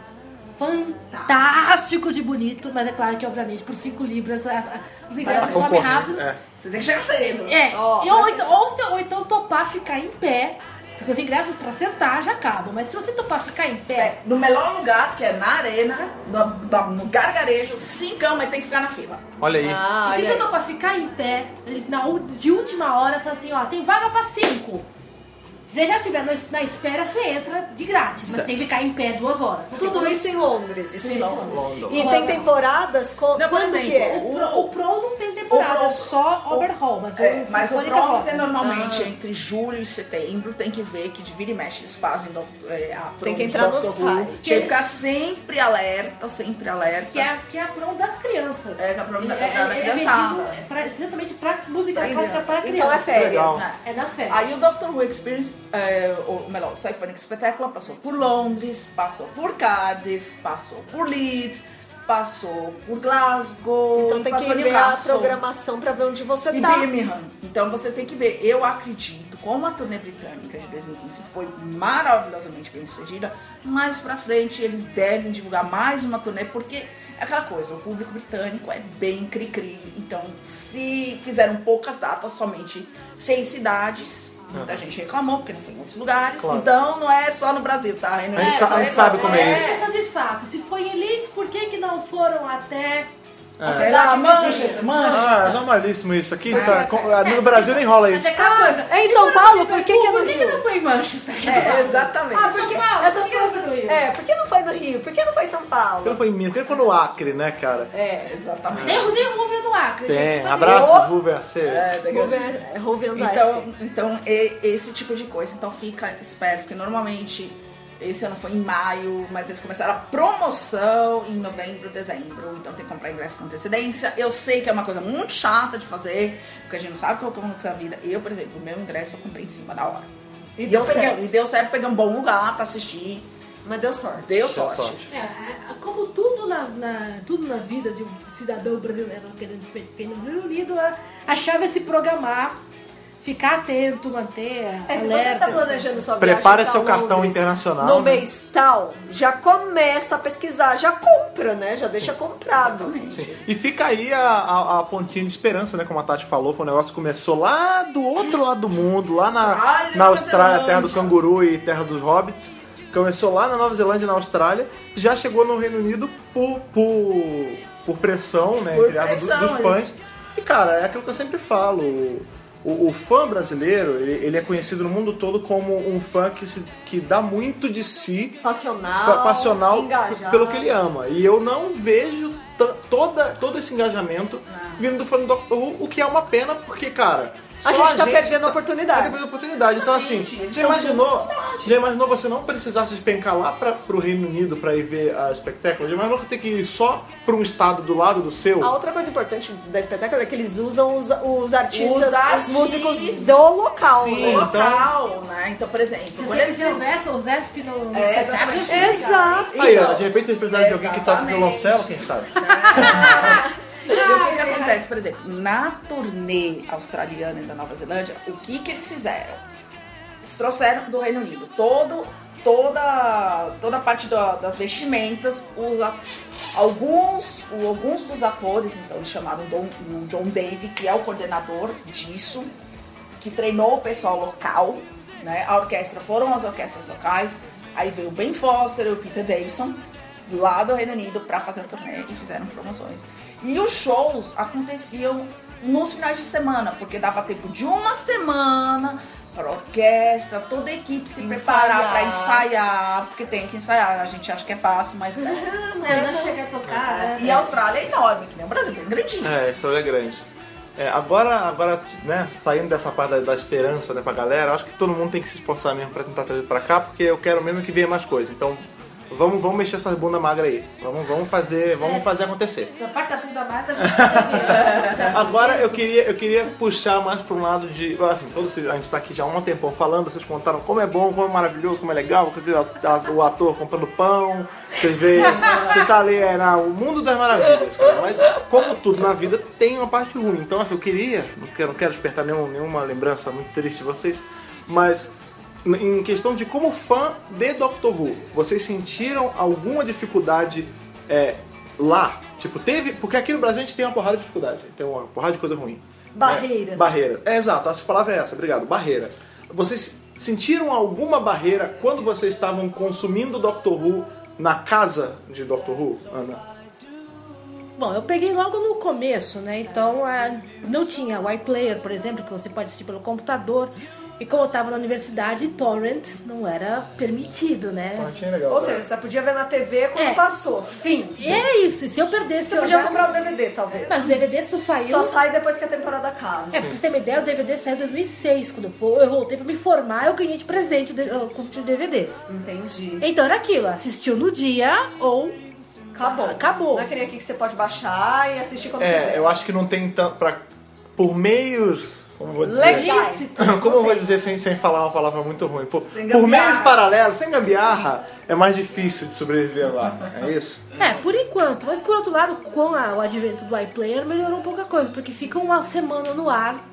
fantástico de bonito, mas é claro que, obviamente, por 5 libras, a- a- os ingressos A sobem concorrência, rápidos. é. Você tem que chegar cedo. É, Ó, e ou, então- ou se- ou então topar ficar em pé, porque os ingressos pra sentar já acabam, mas se você topar ficar em pé, É, no melhor lugar, que é na arena, no, no- no gargarejo, cincão, mas tem que ficar na fila. Olha aí. Ah, e se olha é. você aí. topar ficar em pé, eles na, ú- de última hora falam assim, ó, tem vaga pra 5. Se você já estiver na, na espera, você entra de grátis, mas tem que ficar em pé duas horas. Não tem Tudo como- isso em Londres. Isso em Londres. London. E tem temporadas? Co- Não, por Quando que exemplo, é? O, Pro- o Pro não tem temporada, O Pro- é só o- Albert Hall, mas o É, mas o Sinfônica Proms Rock. é normalmente Ah. entre julho e setembro, tem que ver que de vira e mexe eles fazem doc- é, a Proms Tem que entrar no Doctor Who. site. Tem que ficar sempre alerta, sempre alerta. Que é, que é a prom das crianças. É, que é a prom Ele da- é- da- da ele é criançada. vendido, é, pra- exatamente pra música Pra clássica criança. para criança. Então é férias. Legal. É nas férias. Aí o Doctor Who Experience, é, ou melhor, o Symphonic Spectacular passou por Londres, passou por Cardiff, passou por Leeds, passou por Glasgow, Então tem que passou ver a Newcastle programação pra ver onde você e tá. Birmingham. Então você tem que ver. Eu acredito, como a turnê britânica de 2015 foi maravilhosamente bem sucedida, mais pra frente eles devem divulgar mais uma turnê, porque é aquela coisa, o público britânico é bem cri-cri. Então, se fizeram poucas datas, somente seis cidades. Muita gente reclamou, porque não foi em outros lugares. Claro. Então não é só no Brasil, tá? A gente sa- a gente sabe como é isso. essa de saco. Se foi em Leeds, por que, que não foram até. É. Sei lá, Manchester, Manchester. Ah, normalíssimo isso aqui. Tá, com- ah, no Brasil nem rola isso. Até aquela coisa. é em Se São foram Paulo? em Por que que é Liverpool, no Por que, que Rio? não foi em Manchester? [laughs] É, exatamente. Ah, porque São Paulo, essas por que coisas. não foi no Rio? É, por que não foi no Rio? Por que não foi em São Paulo? Por que não foi em Minas? Por que não foi no Acre, né, cara? É. Exatamente. Tem o Ruben no Acre. gente. Tem. Foi Abraço, Ruben Acer. É, daqui a- Ruben- Ruben's Ice. Então, então e- esse tipo de coisa. Então fica esperto, porque normalmente esse ano foi em maio, mas eles começaram a promoção em novembro, dezembro. Então tem que comprar ingresso com antecedência. Eu sei que é uma coisa muito chata de fazer, porque a gente não sabe qual que é o aconteceu na vida. Eu, por exemplo, meu ingresso eu comprei em cima da hora. E, deu eu peguei- certo. e deu certo, peguei um bom lugar pra assistir. Mas deu sorte. Deu Só sorte. sorte. É, é, como tudo na, na- tudo na vida de um cidadão brasileiro querendo se meter no Reino Unido, a, a chave é se programar, ficar atento, manter É, se você alerta. tá planejando sua Prepara viagem pra seu cartão Londres internacional, No né? mês tal, já começa a pesquisar, já compra, né? Já deixa comprado. Sim. E fica aí a, a- a pontinha de esperança, né? Como a Tati falou, foi um negócio que começou lá do outro lado do mundo, lá na, Austrália, na Nova Austrália, terra do Zelândia. canguru e terra dos hobbits. Começou lá na Nova Zelândia e na Austrália, já chegou no Reino Unido por, por, por pressão, né? Por entre aspas, do- pressão, é dos fãs. E cara, é aquilo que eu sempre falo. o- O, o fã brasileiro, ele, ele é conhecido no mundo todo como um fã que, se, que dá muito de si pa- Passional, passional Ah, engajado. pelo que ele é. ama. E eu não vejo ta- toda, todo esse engajamento vindo do fã do Doctor Who, o que é uma pena, porque, cara. Ah. A só gente tá perdendo a oportunidade. Tá perdendo a oportunidade. Então, assim, Exatamente, eles já são imaginou, já imaginou você não precisar se despencar lá pra, pro Reino Unido pra ir ver a espetáculo? Já imaginou ter que ir só pra um estado do lado do seu? A outra coisa importante da espetáculo é que eles usam os, os artistas, os, Os artistas. músicos do local, Sim. né? Local, né? Então, por exemplo, quando Se eles você houvesse o Zesp no, no É, espetáculo, exatamente. eu chegaria. Exato. Aí, ó, Então, de repente vocês precisaram de alguém que toque exatamente. violoncelo, quem sabe? E o que, que acontece, por exemplo, na turnê australiana e da Nova Zelândia, o que, que eles fizeram? Eles trouxeram do Reino Unido todo, toda, toda a parte da- das vestimentas, os a- alguns, o- alguns dos atores, então eles chamaram Don- o John Davy, que é o coordenador disso, que treinou o pessoal local, né? A orquestra foram as orquestras locais, aí veio o Ben Foster e o Peter Davison lá do Reino Unido pra fazer o turnê e fizeram promoções. E os shows aconteciam nos finais de semana, porque dava tempo de uma semana pra orquestra, toda a equipe se preparar Ensaiar. pra ensaiar, porque tem que ensaiar, a gente acha que é fácil, mas né? É, não chega a tocar. né? E a Austrália é enorme, que nem o Brasil, bem grandinho. É, isso é grande. É, agora, agora, né, saindo dessa parte da, da esperança, né, pra galera, eu acho que todo mundo tem que se esforçar mesmo pra tentar trazer pra cá, porque eu quero mesmo que venha mais coisa. Então, Vamos, vamos mexer essas bunda magra aí. Vamos, vamos fazer, vamos fazer acontecer. Da parte da bunda magra. da- Agora eu queria, eu queria puxar mais para um lado de. Assim, todos, a gente tá aqui já há um tempão falando, vocês contaram como é bom, como é maravilhoso, como é legal, que viu a- a- o ator comprando pão, vocês veem. Você tá ali, é, na, o mundo das maravilhas, cara. Mas como tudo na vida tem uma parte ruim. Então, assim, eu queria, não quero, não quero despertar nenhum- nenhuma lembrança muito triste de vocês, mas n- em questão de como fã de Doctor Who, vocês sentiram alguma dificuldade é, lá? Tipo, teve. Porque aqui no Brasil a gente tem uma porrada de dificuldade, tem uma porrada de coisa ruim. Barreiras. É, barreiras. É, exato, acho que a palavra é essa, obrigado. Barreira. Vocês sentiram alguma barreira quando vocês estavam consumindo Doctor Who na casa de Doctor Who, Ana? Bom, eu peguei logo no começo, né? Então ah, não tinha o iPlayer, por exemplo, que você pode assistir pelo computador. E como eu tava na universidade, torrent não era permitido, né? achei legal. Ou seja, você podia ver na TV quando É. passou. Fim. E era isso. E se eu perdesse, Você eu podia já- comprar o DVD, talvez. Mas o DVD só saiu. Só sai depois que a temporada acaba. É, pra você ter uma ideia, o DVD saiu em 2006. Quando eu, for, eu voltei pra me formar, eu ganhei de presente o de- o conjunto de DVDs. Entendi. Então era aquilo, assistiu no dia ou Acabou. Acabou. Não é que nem aqui que você pode baixar e assistir quando É, quiser. eu acho que não tem tanto. Pra, por meios. Como eu vou dizer? Legais. [coughs] Como eu vou dizer sem, sem falar uma palavra muito ruim? Por, Sem por gambiarra. meios paralelos, sem gambiarra, é mais difícil de sobreviver lá. É isso? É, por enquanto. Mas por outro lado, com a- o advento do iPlayer, melhorou um pouco a coisa, porque fica uma semana no ar.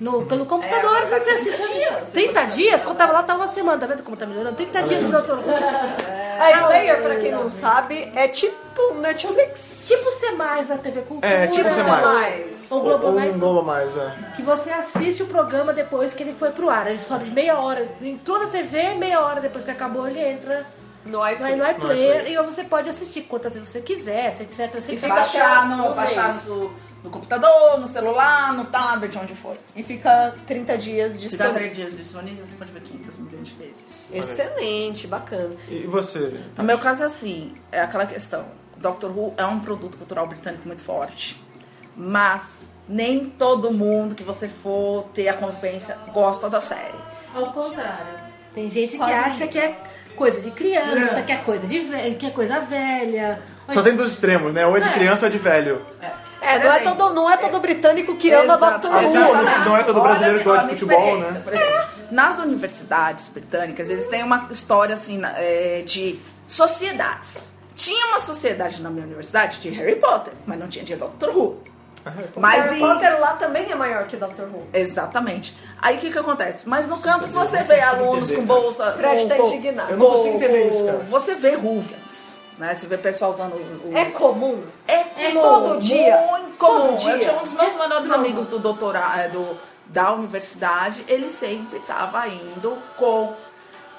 no- pelo computador, agora tá você 30 assiste. dias. 30 dias? Quando tava lá, tava uma semana. Tá vendo como tá melhorando? 30 dias do Dr. Who. A player, pra quem não sabe, é tipo um Netflix. Tipo ser mais na TV Cultura. É, tipo Você Ser Mais. mais. Ou Globo Ou Mais. um Globo Mais, é. Que você assiste o programa depois que ele foi pro ar. Ele sobe meia hora, entrou na TV, meia hora depois que acabou, ele entra No no iPlayer. iPlayer. player e você pode assistir quantas vezes você quiser, etc. etc. E fica baixar, até no, um baixar mês. no, no computador, no celular, no tablet, onde Então, foi. E fica 30 dias Se dá tá três disponível. dias disponível, você pode ver 500 milhões de vezes. Excelente, bacana. E você? No meu caso é assim, é aquela questão. Doctor Who é um produto cultural britânico muito forte. Mas nem todo mundo que você for ter a convivência gosta da série. Ao contrário. Tem gente Quase que acha que é coisa de criança, que é coisa de velho, que é coisa velha. Só tem dos extremos, né? Ou é de criança ou de velho. É, Por não é, exemplo, todo, não é todo britânico que ama Exato. Doctor Assim Who. né? como não é todo brasileiro que Olha gosta de a futebol, experiência, né? por exemplo. Nas universidades britânicas, eles têm uma história assim na- é, de sociedades. Tinha uma sociedade na minha universidade de Harry Potter, mas não tinha de Doctor Who. É Mas Harry em- Potter lá também é maior que Doctor Who. Exatamente. Aí o que, que acontece? Mas no campus você vê alunos com bolsa. Presta com- indignado. né? Eu não consigo entender isso, cara. Você vê Ruvians, né? Você vê pessoal usando o. o- É comum. é comum. Todo dia. Muito comum. Todo Eu dia. tinha um dos meus melhores não. amigos do doutorado, do, da universidade, ele sempre tava indo com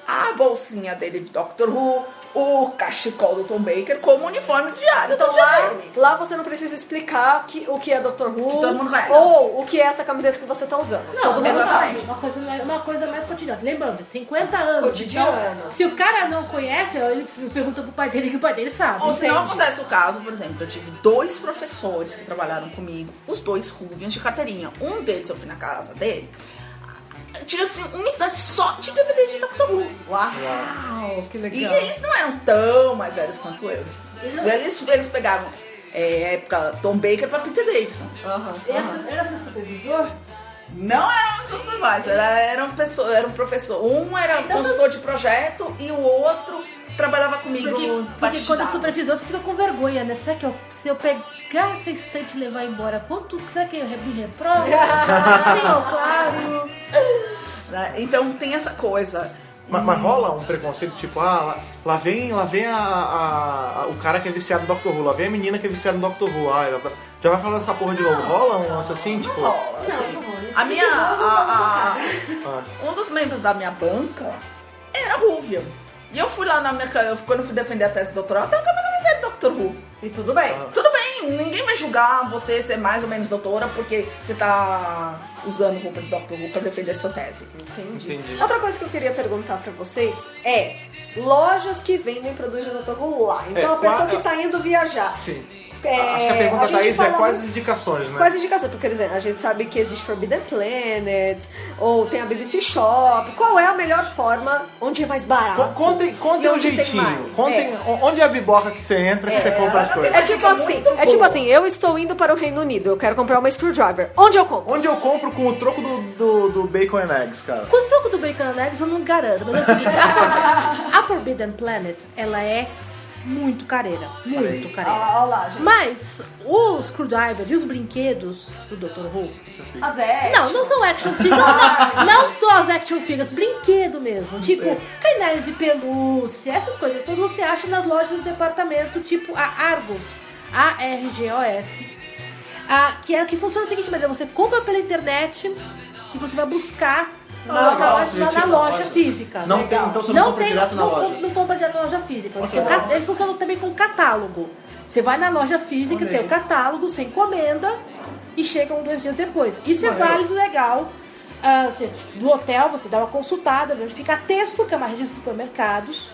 a bolsinha dele de Doctor Who, o cachecol do Tom Baker como uniforme diário Então do dia lá, dele. lá você não precisa explicar que- o que é Dr. Who Que todo mundo conhece. ou o que é essa camiseta que você tá usando. Não, todo mundo exatamente. sabe. Uma coisa, mais- uma coisa mais cotidiana. Lembrando, 50 anos. Cotidiana. Então, se o cara não conhece, ele pergunta pro pai dele que o pai dele sabe. Ou se não entende? acontece o caso, por exemplo, eu tive dois professores que trabalharam comigo, os dois Ruvians de carteirinha. Um deles eu fui na casa dele, tinha assim um instante só de DVD de Doctor Who. Então, [laughs] Uau, que E legal. eles não eram tão mais velhos quanto eu. Eles, eles, eles pegaram é, época Tom Baker pra Peter Davidson. Aham, Era aham. é su- Era seu supervisor? Não era um supervisor, era, era, um, pessoa, era um professor. Um era Então, consultor de projeto e o outro trabalhava comigo Porque, no porque parte de quando é dados. supervisor, você fica com vergonha, né? Será que eu- se eu pegar essa estante e levar embora, quanto será que eu re- me reprovo? Sim, ó, claro. né? Então tem essa coisa. Mas, mas rola um preconceito, tipo, ah, lá, lá vem, lá vem a, a- a- o cara que é viciado no Dr. Who, lá vem a menina que é viciada no Dr. Who, ah, ela vai- já vai falando essa porra de novo. Rola um lance assim, tipo. rola, assim. não rola. A minha. a- a- ah, um dos membros da minha banca era Rúvia. E eu fui lá na minha. ca- eu- Quando eu fui defender a tese de doutoral, eu tava com a minha camiseta do Dr. Who. E tudo bem. Tudo bem, ninguém vai julgar você ser mais ou menos doutora porque você tá usando roupa de Dr. Who pra defender sua tese. Entendi. Entendi. Outra coisa que eu queria perguntar pra vocês é lojas que vendem produtos de Dr. Who lá. Então É, a pessoa qua- que tá indo viajar. sim. é, Acho que a pergunta da Thaís é fala quais as muito- indicações, né? Quais indicações? Porque, por exemplo, a gente sabe que existe Forbidden Planet, ou tem a BBC Shop. Qual é a melhor forma? Onde é mais barato? Co- Contem, E contem um onde tem jeitinho. mais? Contem o- onde é a biboca que você entra que você compra as coisas. É tipo assim, é tipo assim, eu estou indo para o Reino Unido, eu quero comprar uma screwdriver. Onde eu compro? Onde eu compro com o troco do, do, do bacon and eggs, cara? Com o troco do Bacon and Eggs eu não garanto, mas é o seguinte, a, For- a Forbidden Planet, ela é muito careira, muito careira. Ah, olha lá, gente. Mas o Screwdriver e os brinquedos do Dr. Who, Mas é. não, não são action figures, não, não só as action figures, brinquedo mesmo, tipo canário de pelúcia, essas coisas todas você acha nas lojas do departamento, tipo a Argos, A-R-G-O-S, a- que é que funciona da seguinte maneira, você compra pela internet e você vai buscar na, Ah, legal, loja, na- na gente, loja olha. física. Não tem, então você não, compra direto na Ah, não, loja. comp- não compra direto na loja física. Eles têm um ca- Ele funciona também com catálogo. Você vai na loja física, tem o catálogo, você encomenda e chegam dois dias depois. Isso é válido, legal. Ah, você- do hotel, você dá uma consultada, vê onde fica a Tesco, que é uma rede de supermercados.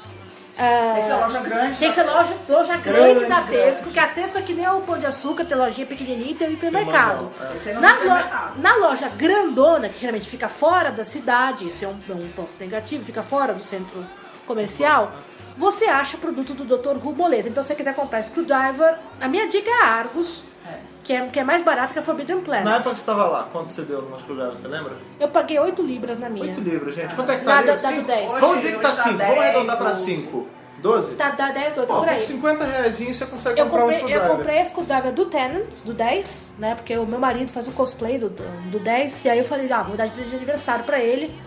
Ah, Tem que ser loja grande. tem que ser tá? loja, loja grande, Grande, da grande. Tesco, porque a Tesco é que nem o Pão de Açúcar, tem lojinha pequenininha e tem o hipermercado. Tem que ser no Na, supermercado. lo- na loja grandona, que geralmente fica fora da cidade, isso é um, é um ponto negativo, fica fora do centro comercial, você acha produto do Dr. Who Moleza. Então, se você quiser comprar screwdriver, a minha dica é a Argos, que é, que é mais barato que a Forbidden Na Planet. época que você tava lá, quanto você deu no masculino, você lembra? Eu paguei 8 libras na minha. Oito libras, gente. Quanto é que Dá- tá? ali? dá- dá do Cinco? dez. Vamos dizer que tá Hoje, 5. hoje tá Vamos arredondar dez, pra doze. 5. 12? Tá, dá 10, 12, Pô, por com aí. 50 reais você consegue Eu comprar comprei, um eu screwdriver. comprei a screwdriver do Tenant, do 10, né? Porque o meu marido faz o cosplay do, do 10, e aí eu falei, ah, vou dar de presente de aniversário pra ele.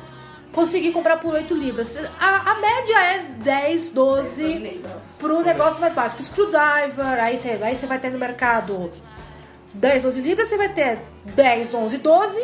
Consegui comprar por 8 libras. A, a média é 10, 12, pro negócio mais básico. Screwdriver, aí você, aí você vai ter no mercado 10, 12 libras, você vai ter 10, 11, 12.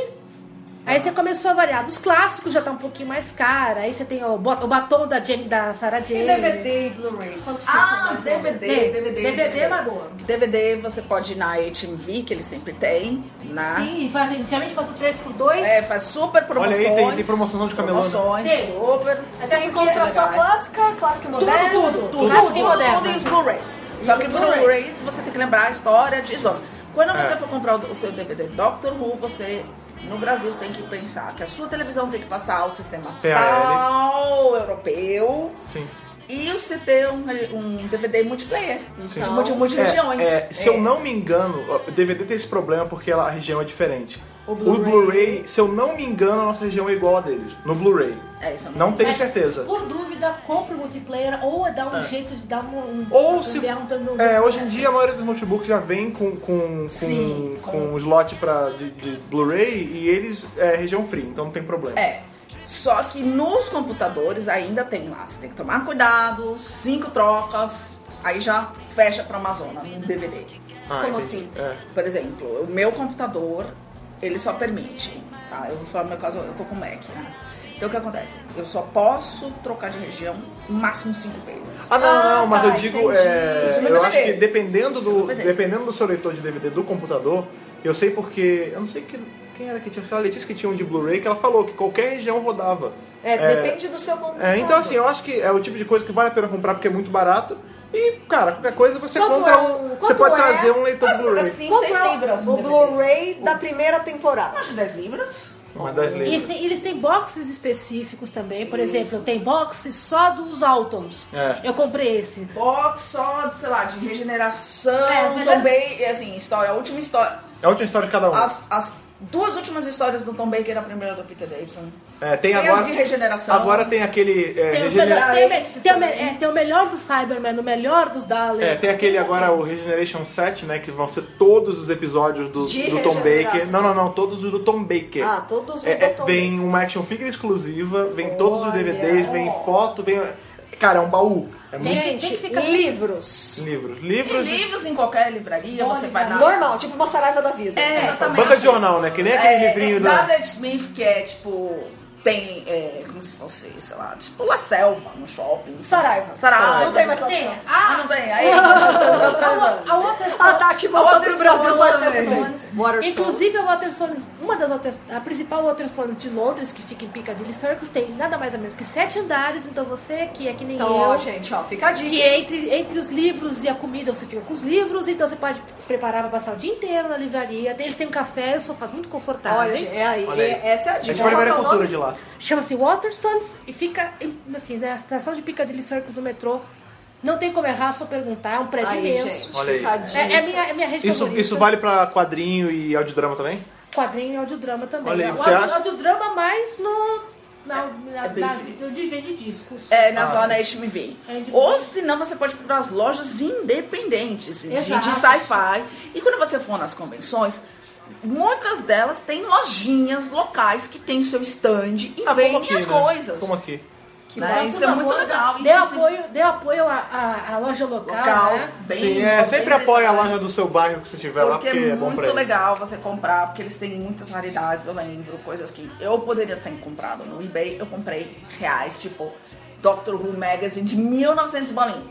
Aí você começou a variar. Dos clássicos já tá um pouquinho mais caro. Aí você tem o, bot- o batom da, Jane, da Sarah Jane. E DVD e Blu-ray, quanto fica? Ah, mais ou menos? DVD, DVD. DVD é mais boa. Ah, DVD você pode ir na HMV, que ele sempre tem, na... Sim, e faz, geralmente faz o 3x2. É, faz super Olha promoções. aí, tem- tem promoção de camelô, né? Promoções, Tem. super. Você é encontra só clássica, clássica e é Tudo, moderna? tudo, tudo, tudo, Clássico e tudo, moderno. tudo e os Blu-rays. Só que os Blu-rays. Blu-rays você tem que lembrar a história de Zona. Quando É. você for comprar o seu DVD Doctor Who, você no Brasil tem que pensar que a sua televisão tem que passar o sistema PAL. PAL europeu Sim. e você ter um, um DVD multiplayer Sim. de multi, multi É, regiões. é, se eu É. não me engano, o DVD tem esse problema porque ela- a região é diferente. O Blu-ray- Blu-ray, se eu não me engano, a nossa região é igual a deles, no Blu-ray. É, isso eu Não tenho Mas, certeza. Por dúvida, compre o multiplayer ou dá um jeito de dar um. um Ah. Ou um se. ver um- um- É, hoje em dia a maioria dos notebooks já vem com, com, com, Sim, com com- um slot pra, de, de Blu-ray e eles é região free, então não tem problema. É. Só que nos computadores ainda tem lá. Você tem que tomar cuidado, cinco trocas, aí já fecha pra Amazona num DVD. Ah, Como entendi. assim? É. Por exemplo, o meu computador, ele só permite, tá? Eu vou falar no meu caso, eu tô com Mac, né? Então o que acontece? Eu só posso trocar de região no máximo cinco vezes. Ah, não, não, mas tá, eu digo, entendi. é, Isso no eu acho DVD. que dependendo Isso no do, DVD. dependendo do seu leitor de DVD do computador, eu sei porque, eu não sei que, quem era que tinha, aquela Letícia que tinha um de Blu-ray, que ela falou que qualquer região rodava. É, depende do seu computador. É, então assim, eu acho que é o tipo de coisa que vale a pena comprar porque é muito barato e, cara, qualquer coisa você Quanto compra é um, o- você quanto pode é? trazer um leitor de Blu-ray. Assim, Quanto seis é o- libras no o DVD. Blu-ray da primeira temporada? Acho 10 libras. Uma das E assim, eles leis. têm, eles têm boxes específicos também. Por exemplo, tem boxes só dos Altons. É. Eu comprei esse. Box só, sei lá, de regeneração É, as melhores- também. E assim, história, a última história. É a última história de cada um. as, as duas últimas histórias do Tom Baker, a primeira do Peter Davidson. É, tem Tem as agora de regeneração. Agora tem aquele é, Tem, os regenera- melhor- tem o me- Esse tem o me- também. é, tem o melhor do Cyberman, o melhor dos Daleks. É, tem aquele agora, o Regeneration 7, né? Que vão ser todos os episódios do, De do Tom Baker. regeneração. Não, não, não, todos os do Tom Baker. Ah, todos os É, é, do Tom vem uma action figure exclusiva, vem todos os Olha. DVDs, vem foto, vem. Cara, é um baú. É muito Tem que- tem que ficar sempre- livros. livros. E Livros. e- livros em qualquer livraria, você vai na. Normal, tipo uma saraiva da vida. É, exatamente. Banca de jornal, né? Que nem é, aquele livrinho da. David Smith, que é tipo. Tem. é, como se fosse, sei lá, tipo La Selva no shopping. Saraiva. Saraiva. É. Não tem mais Tem. lação. Ah, Ah, não tem. Aí. a, a outra Ah, história. tá, Paty voltou pro Brasil mais pra frente. Waterstones. Waterstones. Inclusive, a Waterstones, uma das Water- a principal Waterstones de Londres, que fica em Piccadilly Circus, tem nada mais ou menos que sete andares. Então você que é que nem Então, é eu, ó, gente, ó, fica a que é dica. entre, entre os livros e a comida você fica com os livros, então você pode se preparar pra passar o dia inteiro na livraria. Eles têm um café, sofás muito Olha, confortáveis. gente, é aí, Olha aí. é- essa é a A gente dica. pode ver Qual a que é o cultura nome? de lá. Chama-se Waterstones e fica em- assim, na estação de Piccadilly Circus do metrô. Não tem como errar, só perguntar, é um prédio Aí, imenso. gente, Olha aí. fica a dica. É, é minha, é minha rede Isso, favorita. isso vale pra quadrinho e audiodrama também? Quadrinho e audiodrama também. Olha aí, o você audi- acha? audiodrama mais no. Na, na, é bem na- diferente. eu diria de discos. É, nas Ah, lojas HMV. É individual. Ou senão você pode procurar as lojas independentes de, Exato. de sci-fi. E quando você for nas convenções, muitas delas têm lojinhas locais que tem o seu stand e Ah, vendem como aqui, as né? coisas. Como aqui. né? Dá Isso tudo é muito apoio, legal. Dê E você- apoio, dê apoio à, à- à loja local, local, né? bem, Sim, é, bem sempre apoia a legal. loja do seu bairro que você tiver lá, Porque porque é é bom pra muito ele. legal você comprar, porque eles têm muitas raridades, eu lembro, coisas que eu poderia ter comprado no eBay, eu comprei reais, tipo Doctor Who Magazine de 1900 bolinhas.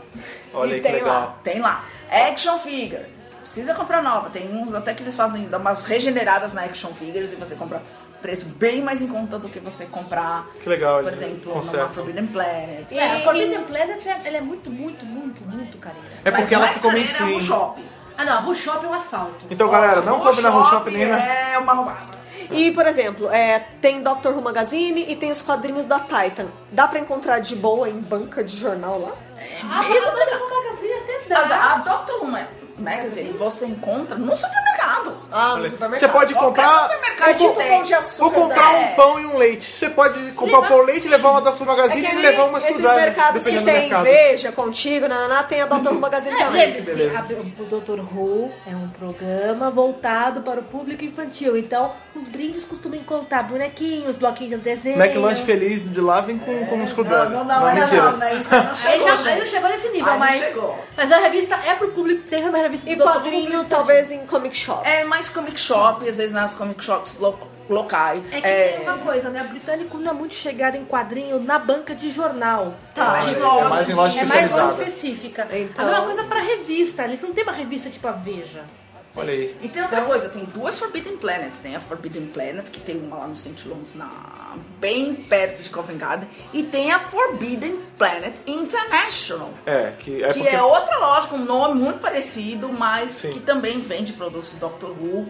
Olha E aí que tem legal. lá. Tem lá. Action Figure. Precisa comprar nova. Tem uns até que eles fazem dá umas regeneradas na Action Figures e você compra preço bem mais em conta do que você comprar, Que legal, por eles exemplo, numa consertam. Forbidden Planet. E- É, a Forbidden Planet é- ela é muito, muito, muito, muito carinha. É porque ela ficou meio assim. mainstream. stream. Ah não, a Rue Shop é um assalto. Então, galera, não compre na né? Home Shop nem na... Um É uma roubada. E, por exemplo, é, tem Doctor Who Magazine e tem os quadrinhos da Titan. Dá pra encontrar de boa em banca de jornal lá? [laughs] A Madonna do Magazine até dá. A, a Doctor Who Ma- Magazine você encontra no supermercado. Ah, Olha, no Você supermercado. pode Qualquer comprar... supermercado ou tipo com- pão de açúcar. Ou comprar né? um pão e um leite. Você pode comprar um Levar- pão, leite, levar uma Dr. É Magazine que e nem levar uma esses estudada, mercados que dependendo tem do mercado. Veja, Contigo, Nananá, tem a Doctor Who Magazine É, também. lembre-se, a- o Dr. Who é um programa voltado para o público infantil. Então, os brindes costumam contar bonequinhos, bloquinhos de desenho. McLanche feliz de lá vem com, com um screwdriver. Ah, não, não, ainda mentira. não, né? Isso não Aí chegou, já gente. aí não chegou nesse nível, Aí não mas. chegou. Mas a revista é pro público, tem uma revista E do Dr. Who. quadrinho, talvez, em comic shop. É mais comic shop, às vezes nas comic shops lo- locais. É que tem uma coisa, né? O britânico não é muito chegado em quadrinho na banca de jornal. É, é Tá, de mais em loja É mais loja especializada. específica. Então- A mesma coisa pra revista. Eles não têm uma revista tipo a Veja. Olha aí. E tem outra coisa, tem duas Forbidden Planets. Tem a Forbidden Planet, que tem uma lá no St. Louis, na... bem perto de Covent Garden. E tem a Forbidden Planet International. É, que é que porque... é outra loja com um nome muito parecido, mas Sim. que também vende produtos Dr. Who,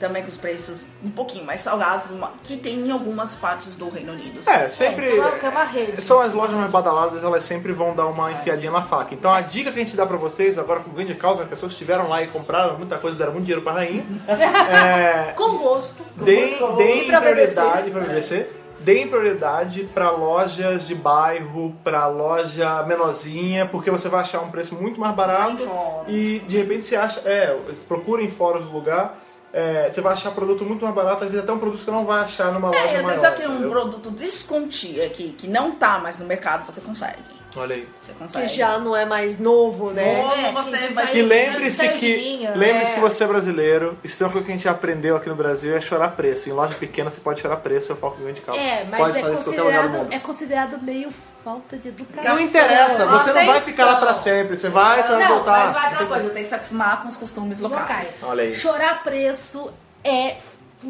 também com os preços um pouquinho mais salgados, ma- que tem em algumas partes do Reino Unido. É, sempre... É, então é uma rede. São as lojas mais badaladas, elas sempre vão dar uma enfiadinha na faca. Então a dica que a gente dá pra vocês, agora com grande causa, as pessoas que estiveram lá e compraram muita coisa, deram muito dinheiro pra rainha, é, Com gosto. deem, deem E pra prioridade pra BBC, deem prioridade pra lojas de bairro, pra loja menorzinha, porque você vai achar um preço muito mais barato Em fóruns. e de repente você acha, é, procurem fora do lugar, é, você vai achar produto muito mais barato, às vezes até um produto que você não vai achar numa loja É, às maior. vezes aqui um entendeu? produto descontia que, que não tá mais no mercado, você consegue. Olha aí. Você Que consegue. já não é mais novo, né? Novo, É, você que vai sai- E lembre-se Sardinha, que é. lembre-se que você é brasileiro. Isso é uma coisa que a gente aprendeu aqui no Brasil é chorar preço. Em loja pequena você pode chorar preço, é o foco grande causa. É, mas pode é, fazer isso em qualquer lugar do considerado, mundo. é considerado meio falta de educação. Não interessa, você não vai Atenção. ficar lá pra sempre. Você vai, você vai Não, voltar. Mas vai aquela Não tem- coisa, tem que se acostumar com os costumes locais. locais. Olha aí. Chorar preço é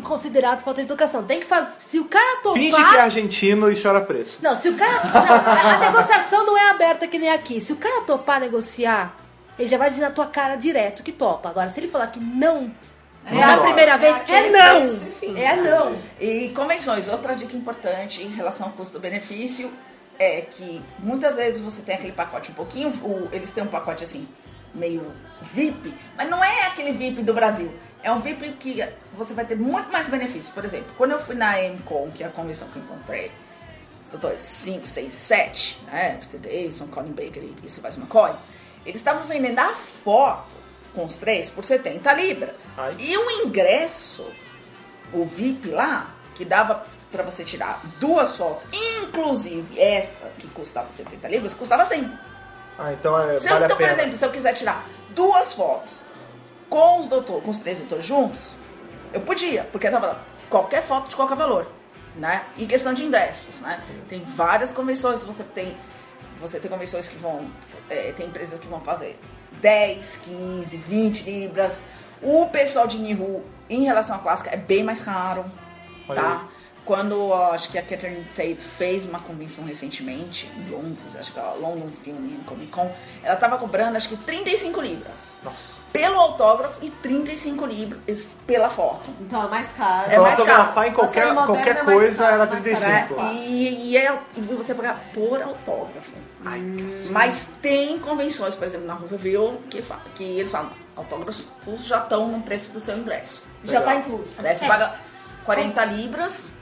considerado falta de educação. Tem que fazer. Se o cara topar. Finge que é argentino e chora preço. Não, se o cara. não, a, a negociação não é aberta que nem aqui. Se o cara topar negociar, ele já vai dizer na tua cara direto que topa. Agora, se ele falar que não. Não na topa. primeira vez, é aquele não! preço, enfim. É não! E convenções, outra dica importante em relação ao custo-benefício é que muitas vezes você tem aquele pacote um pouquinho, o- eles têm um pacote assim, meio VIP, mas não é aquele VIP do Brasil. É um VIP que você vai ter muito mais benefícios. Por exemplo, quando eu fui na MCOM, que é a convenção que eu encontrei, os doutores 5, 6, 7, né? Peter Davidson, Colin Baker e Sylvester McCoy, eles estavam vendendo a foto com os três por 70 libras. Ai. E o ingresso o VIP lá, que dava pra você tirar duas fotos, inclusive essa que custava 70 libras, custava 100. Ah, então é, Se eu- vale então, a por pena. exemplo, se eu quiser tirar duas fotos com os doutor, com os três doutores juntos, eu podia, porque tava lá, qualquer foto de qualquer valor, né? E questão de ingressos, né? Tem várias convenções, você tem você tem convenções que vão é, tem empresas que vão fazer 10, 15, 20 libras. O pessoal de Nihu, em relação à clássica, é bem mais caro, Olha tá? aí. Quando ó, acho que a Catherine Tate fez uma convenção recentemente em Londres, acho que ela London Film Comic Con, ela tava cobrando acho que 35 libras Nossa. pelo autógrafo e 35 libras pela foto. Então é mais caro. É Pra mais caro. autografar então, em qualquer, Você é moderna, qualquer é mais coisa caro, era mais 35. né? E, e é- e você pagar por autógrafo. Ai, cacete. Mas tem convenções, por exemplo, na Roosevelt, que, fa- que eles falam, autógrafos já estão no preço do seu ingresso. Já tá Legal. incluso. Daí É. você paga 40 libras,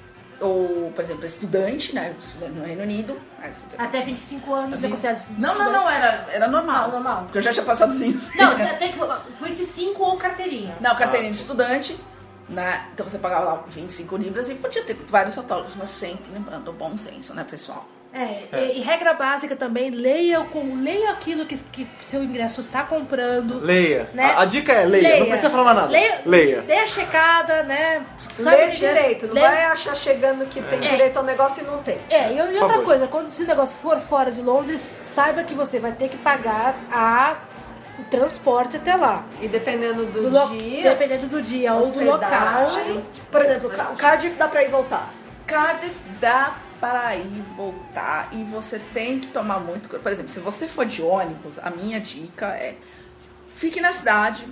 ou, por exemplo, estudante, né? Estudante no Reino Unido. aí você- Até 25 anos Ah, você consegue. Não, não, não, era, era normal. Não, normal. Porque eu já tinha passado isso. Não, já tem que. 25 ou carteirinha. [laughs] Não, carteirinha Ah, de estudante, né? Então você pagava lá 25 libras e podia ter vários autógrafos, mas sempre lembrando o bom senso, né, pessoal? É, É. E, e regra básica também, leia, o con- leia aquilo que, que seu ingresso está comprando. Leia. Né? A, a dica é leia. Não precisa falar mais nada. Leia. Leia. Dê a checada, né? Sabe Lê o ingresso, direito, não lê- vai achar chegando que tem É. direito ao negócio e não tem. É, e, e Por outra favor. coisa, quando se o negócio for fora de Londres, saiba que você vai ter que pagar a, o transporte até lá. E dependendo do, Do lo- dia, dependendo do É dia ou do local. hospedagem. Por exemplo, o Cardiff dá pra ir voltar. Cardiff dá para ir voltar e você tem que tomar muito cuidado. Por exemplo, se você for de ônibus, a minha dica é fique na cidade,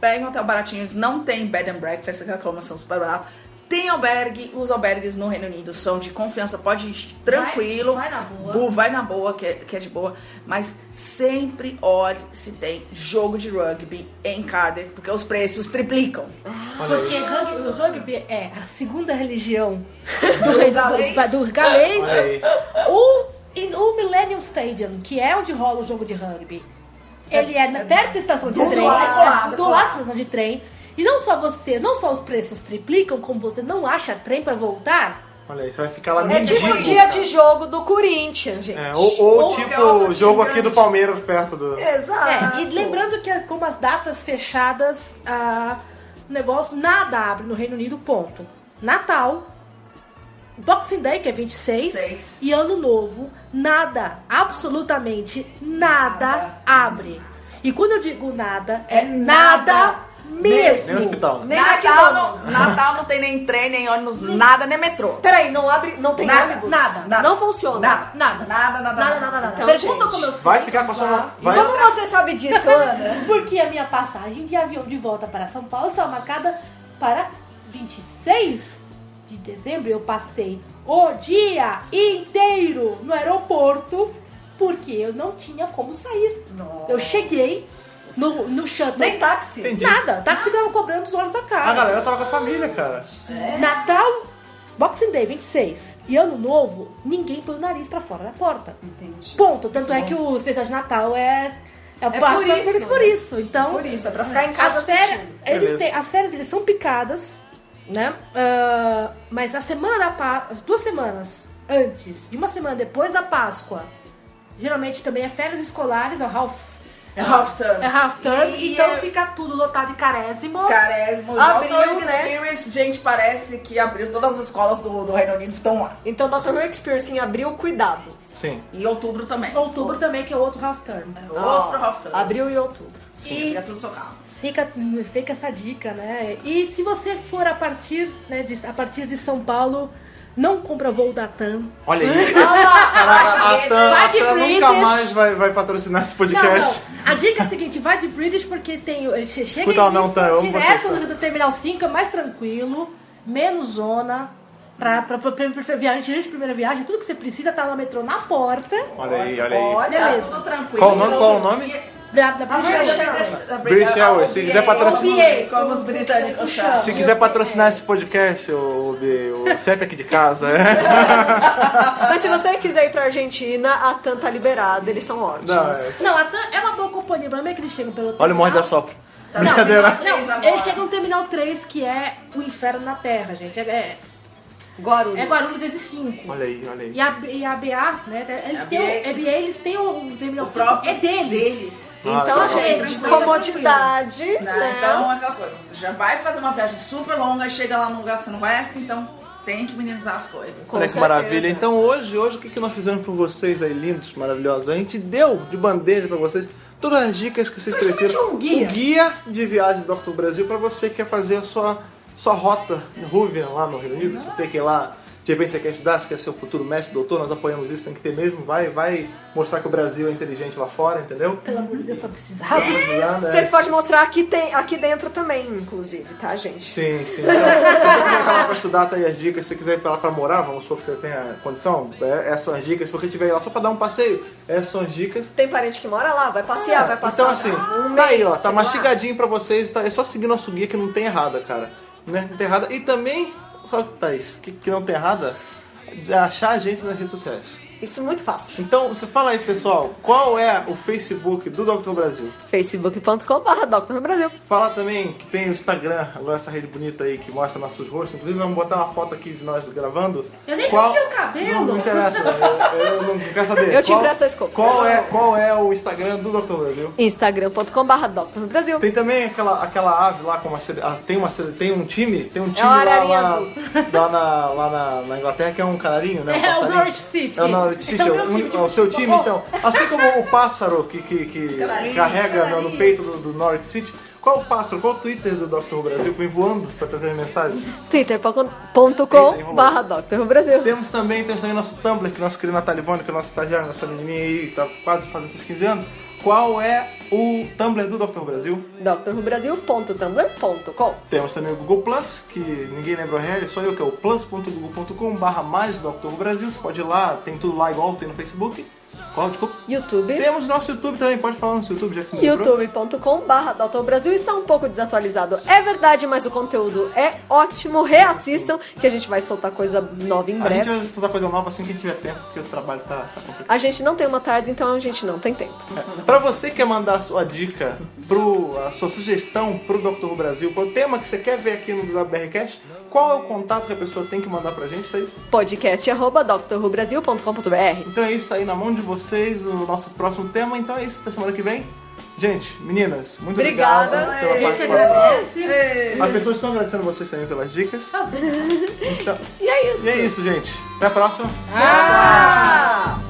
pegue um hotel baratinho, não tem bed and breakfast, aquela reclamação super barata. Tem albergue, os albergues no Reino Unido são de confiança, pode ir tranquilo. Vai, vai na boa. Bu- vai na boa, que é, que é de boa, mas sempre olhe se tem jogo de rugby em Cardiff, porque os preços triplicam. Olha aí. Porque rug- o rugby é a segunda religião do, reino- galês. do- do galês. Olha aí. O, em- o Millennium Stadium, que é onde rola o jogo de rugby, ele é na- perto da estação de Do trem. lado, é colado, do lado da colado. estação de trem. E não só você, não só os preços triplicam, como você não acha trem pra voltar. Olha aí, você vai ficar lá É mendigo. um tipo o dia de jogo do Corinthians, gente. É, ou, ou Ou qualquer outro tipo time jogo aqui grande. do Palmeiras perto do. Exato. É, e lembrando que como as datas fechadas, ah, o negócio nada abre no Reino Unido, ponto. Natal, Boxing Day, que é 26, Seis. e Ano Novo, nada, absolutamente nada, Nada. abre. E quando eu digo nada, é, É nada, nada. mesmo. Nem hospital. né? Nem Natal, Natal. não, Natal não tem nem trem, nem ônibus, nada, nem metrô. Peraí, não abre, não tem Nada, ônibus? nada, nada. Não funciona. Nada. Nada, Nada. nada, Nada, nada. nada, nada. Então, Pergunta gente, como eu sei. Vai ficar passando. lá. Vai. Como você sabe disso, Ana? Porque a minha passagem de avião de volta para São Paulo está marcada para 26 de dezembro. Eu passei o dia inteiro no aeroporto porque eu não tinha como sair. Eu cheguei no, no shuttle. Nem tá táxi. Entendi. Nada. O táxi tava cobrando os olhos da cara. É. A galera tava com a família, cara. Natal, Boxing Day 26 e Ano Novo, ninguém põe o nariz pra fora da porta. Entendi. Ponto. Tanto é que o especial de Natal é. É, por passado por isso. isso. Por isso. Então, Por isso, é pra ficar em casa as férias, assistindo. eles Beleza. têm, as férias eles são picadas, né? Ah, mas a semana da Páscoa, as duas semanas antes e uma semana depois da Páscoa, geralmente também é férias escolares, é half, É half é term. half term, E- então e- fica tudo lotado e carésimo. Caresmo, Abril, Abril, né? Experience, gente, parece que abriu todas as escolas do, do Reino Unido estão lá. Então, Dr. Who Experience em abril, cuidado. Sim. E outubro também. Outubro também, que é outro half term. Outro Ó, half term. Abril e outubro. E Fica é tudo socado. fica, fica essa dica, né? E se você for a partir, né, de, a partir de São Paulo, não compra voo da TAM. Olha aí. Caraca, a Tan, Vai a de Tan nunca British. mais vai, vai patrocinar esse podcast. Não, não. A dica é a seguinte, vai de British porque tem. ele che- Chega Puta, em não, tá, eu amo vocês, direto tá. do Terminal 5, é mais tranquilo, menos zona. Pra, pra, pra, pra, pra viagem, tirante de primeira viagem, tudo que você precisa tá no metrô na porta. Olha aí, olha aí. Olha, Tá Beleza. tudo tranquilo. Então, Qual o nome- qual o nome? Da, da British Airways. British Airways, se quiser patrocinar- OBA, Como os britânicos chamam. Se quiser patrocinar esse podcast, o, o, o CEP aqui de casa, [laughs] é. Mas se você quiser ir pra Argentina, a TAM tá liberada, eles são ótimos. Não, é. Não, a TAM é uma boa companhia, o problema é que eles chegam pelo. Olha o morde da sopra. Tá Não, terminal três não, agora. eles chegam no Terminal 3, que é o inferno na Terra, gente. É, é, Guarulhos. é Guarulhos vezes 5. Olha aí, olha aí. E a, e a BA, né? Eles É A têm o, BA. a BA, eles têm o, o Terminal O 5, próprio é deles. deles. Então, Ah, gente, tranquilo. comodidade, Né? né? Então é aquela coisa, você já vai fazer uma viagem super longa, chega lá num lugar que você não conhece, então tem que minimizar as coisas. Com Olha que certeza. maravilha. Então hoje, hoje o que, que nós fizemos para vocês aí, lindos, maravilhosos? A gente deu de bandeja para vocês todas as dicas que vocês preferam. um guia. Um guia de viagem do Dr. Brasil para você que quer fazer a sua, sua rota em Ruvian, lá no Reino Unido. Se você quer ir lá, de repente você quer estudar, se quer ser o futuro mestre, doutor, nós apoiamos isso, tem que ter mesmo. Vai, vai mostrar que o Brasil é inteligente lá fora, entendeu? Pelo amor de Deus, tô precisando. Precisando, é. Tá Vocês podem mostrar aqui, tem, aqui dentro também, inclusive, tá, gente? Sim, sim. Então, se você quiser ir pra lá pra estudar, tá aí as dicas. Se você quiser ir pra lá pra morar, vamos supor que você tenha condição, é, essas são as dicas. Se você estiver lá só pra dar um passeio, essas são as dicas. Tem parente que mora lá, vai passear, vai Então, passar. assim, um tá aí, mês, ó. sei Tá lá. mastigadinho pra vocês. Tá, é só seguir nosso guia que não tem errada, cara. Né? Não tem errada. E também, só Thaís, que, que não tem errada, de achar a gente nas redes sociais. Isso é muito fácil. Então, você fala aí, pessoal, qual é o Facebook do Dr. Brasil? facebook.com.br Dr. Brasil. Falar também que tem o Instagram, agora essa rede bonita aí que mostra nossos rostos. Inclusive, vamos botar uma foto aqui de nós gravando. Eu nem Qual- pedi o cabelo. Não, não interessa, eu, eu não quero saber. Eu te Qual- empresto a escova. Qual é, qual é o Instagram do Dr. Brasil? instagram.com.br Dr. Brasil. Tem também aquela, aquela ave lá com uma cele- ah, tem uma cele- tem um time, É tem um time uma lá, ararinha lá, azul. lá na, lá na, na Inglaterra que é um canarinho, né? Um [laughs] É, o passarinho. Norwich City. É o Norwich City, É o é meu o, time de é o seu futebol. time, então. Assim como o pássaro que, que, que Canarinho, carrega no- no canarinho. peito do, do Norwich City, qual o pássaro, qual o Twitter do Dr. Brasil que vem voando pra trazer mensagem? twitter.com.br Dr. Brasil. Temos também, temos também nosso Tumblr, que nosso querido Natália Ivone, que é nosso estagiário, nossa menininha aí, tá quase fazendo seus 15 anos. Qual é o Tumblr do Dr. Brasil? drbrasil.tumblr.com Temos também o Google Plus, que ninguém lembra o real, só eu, que é o plus.google.com barra mais Dr. Brasil. Você pode ir lá, tem tudo lá igual tem no Facebook. Qual, desculpa. YouTube Temos nosso YouTube também, pode falar no nosso YouTube, já que você lembrou. youtube.com barra Brasil está um pouco desatualizado, é verdade, mas o conteúdo é ótimo, reassistam que a gente vai soltar coisa nova em A gente breve. vai estudar coisa nova assim que a gente tiver tempo, porque o trabalho tá, tá complicado. [laughs] A gente não tem uma tarde, então a gente não tem tempo. É. Pra você que quer mandar a sua dica, pro, a sua sugestão pro Dr. Brasil, qual o tema que você quer ver aqui no WRCast, qual é o contato que a pessoa tem que mandar pra gente, Thaís? Podcast arroba drrubrasil.com.br Então é isso aí na mão de vocês, o nosso próximo tema. Então é isso, até semana que vem. Gente, meninas, muito Obrigada. É, obrigado pela A gente participação. agradece. As pessoas estão agradecendo vocês também pelas dicas. Tá bom. Então, E é isso. e é isso, gente. Até a próxima. Tchau.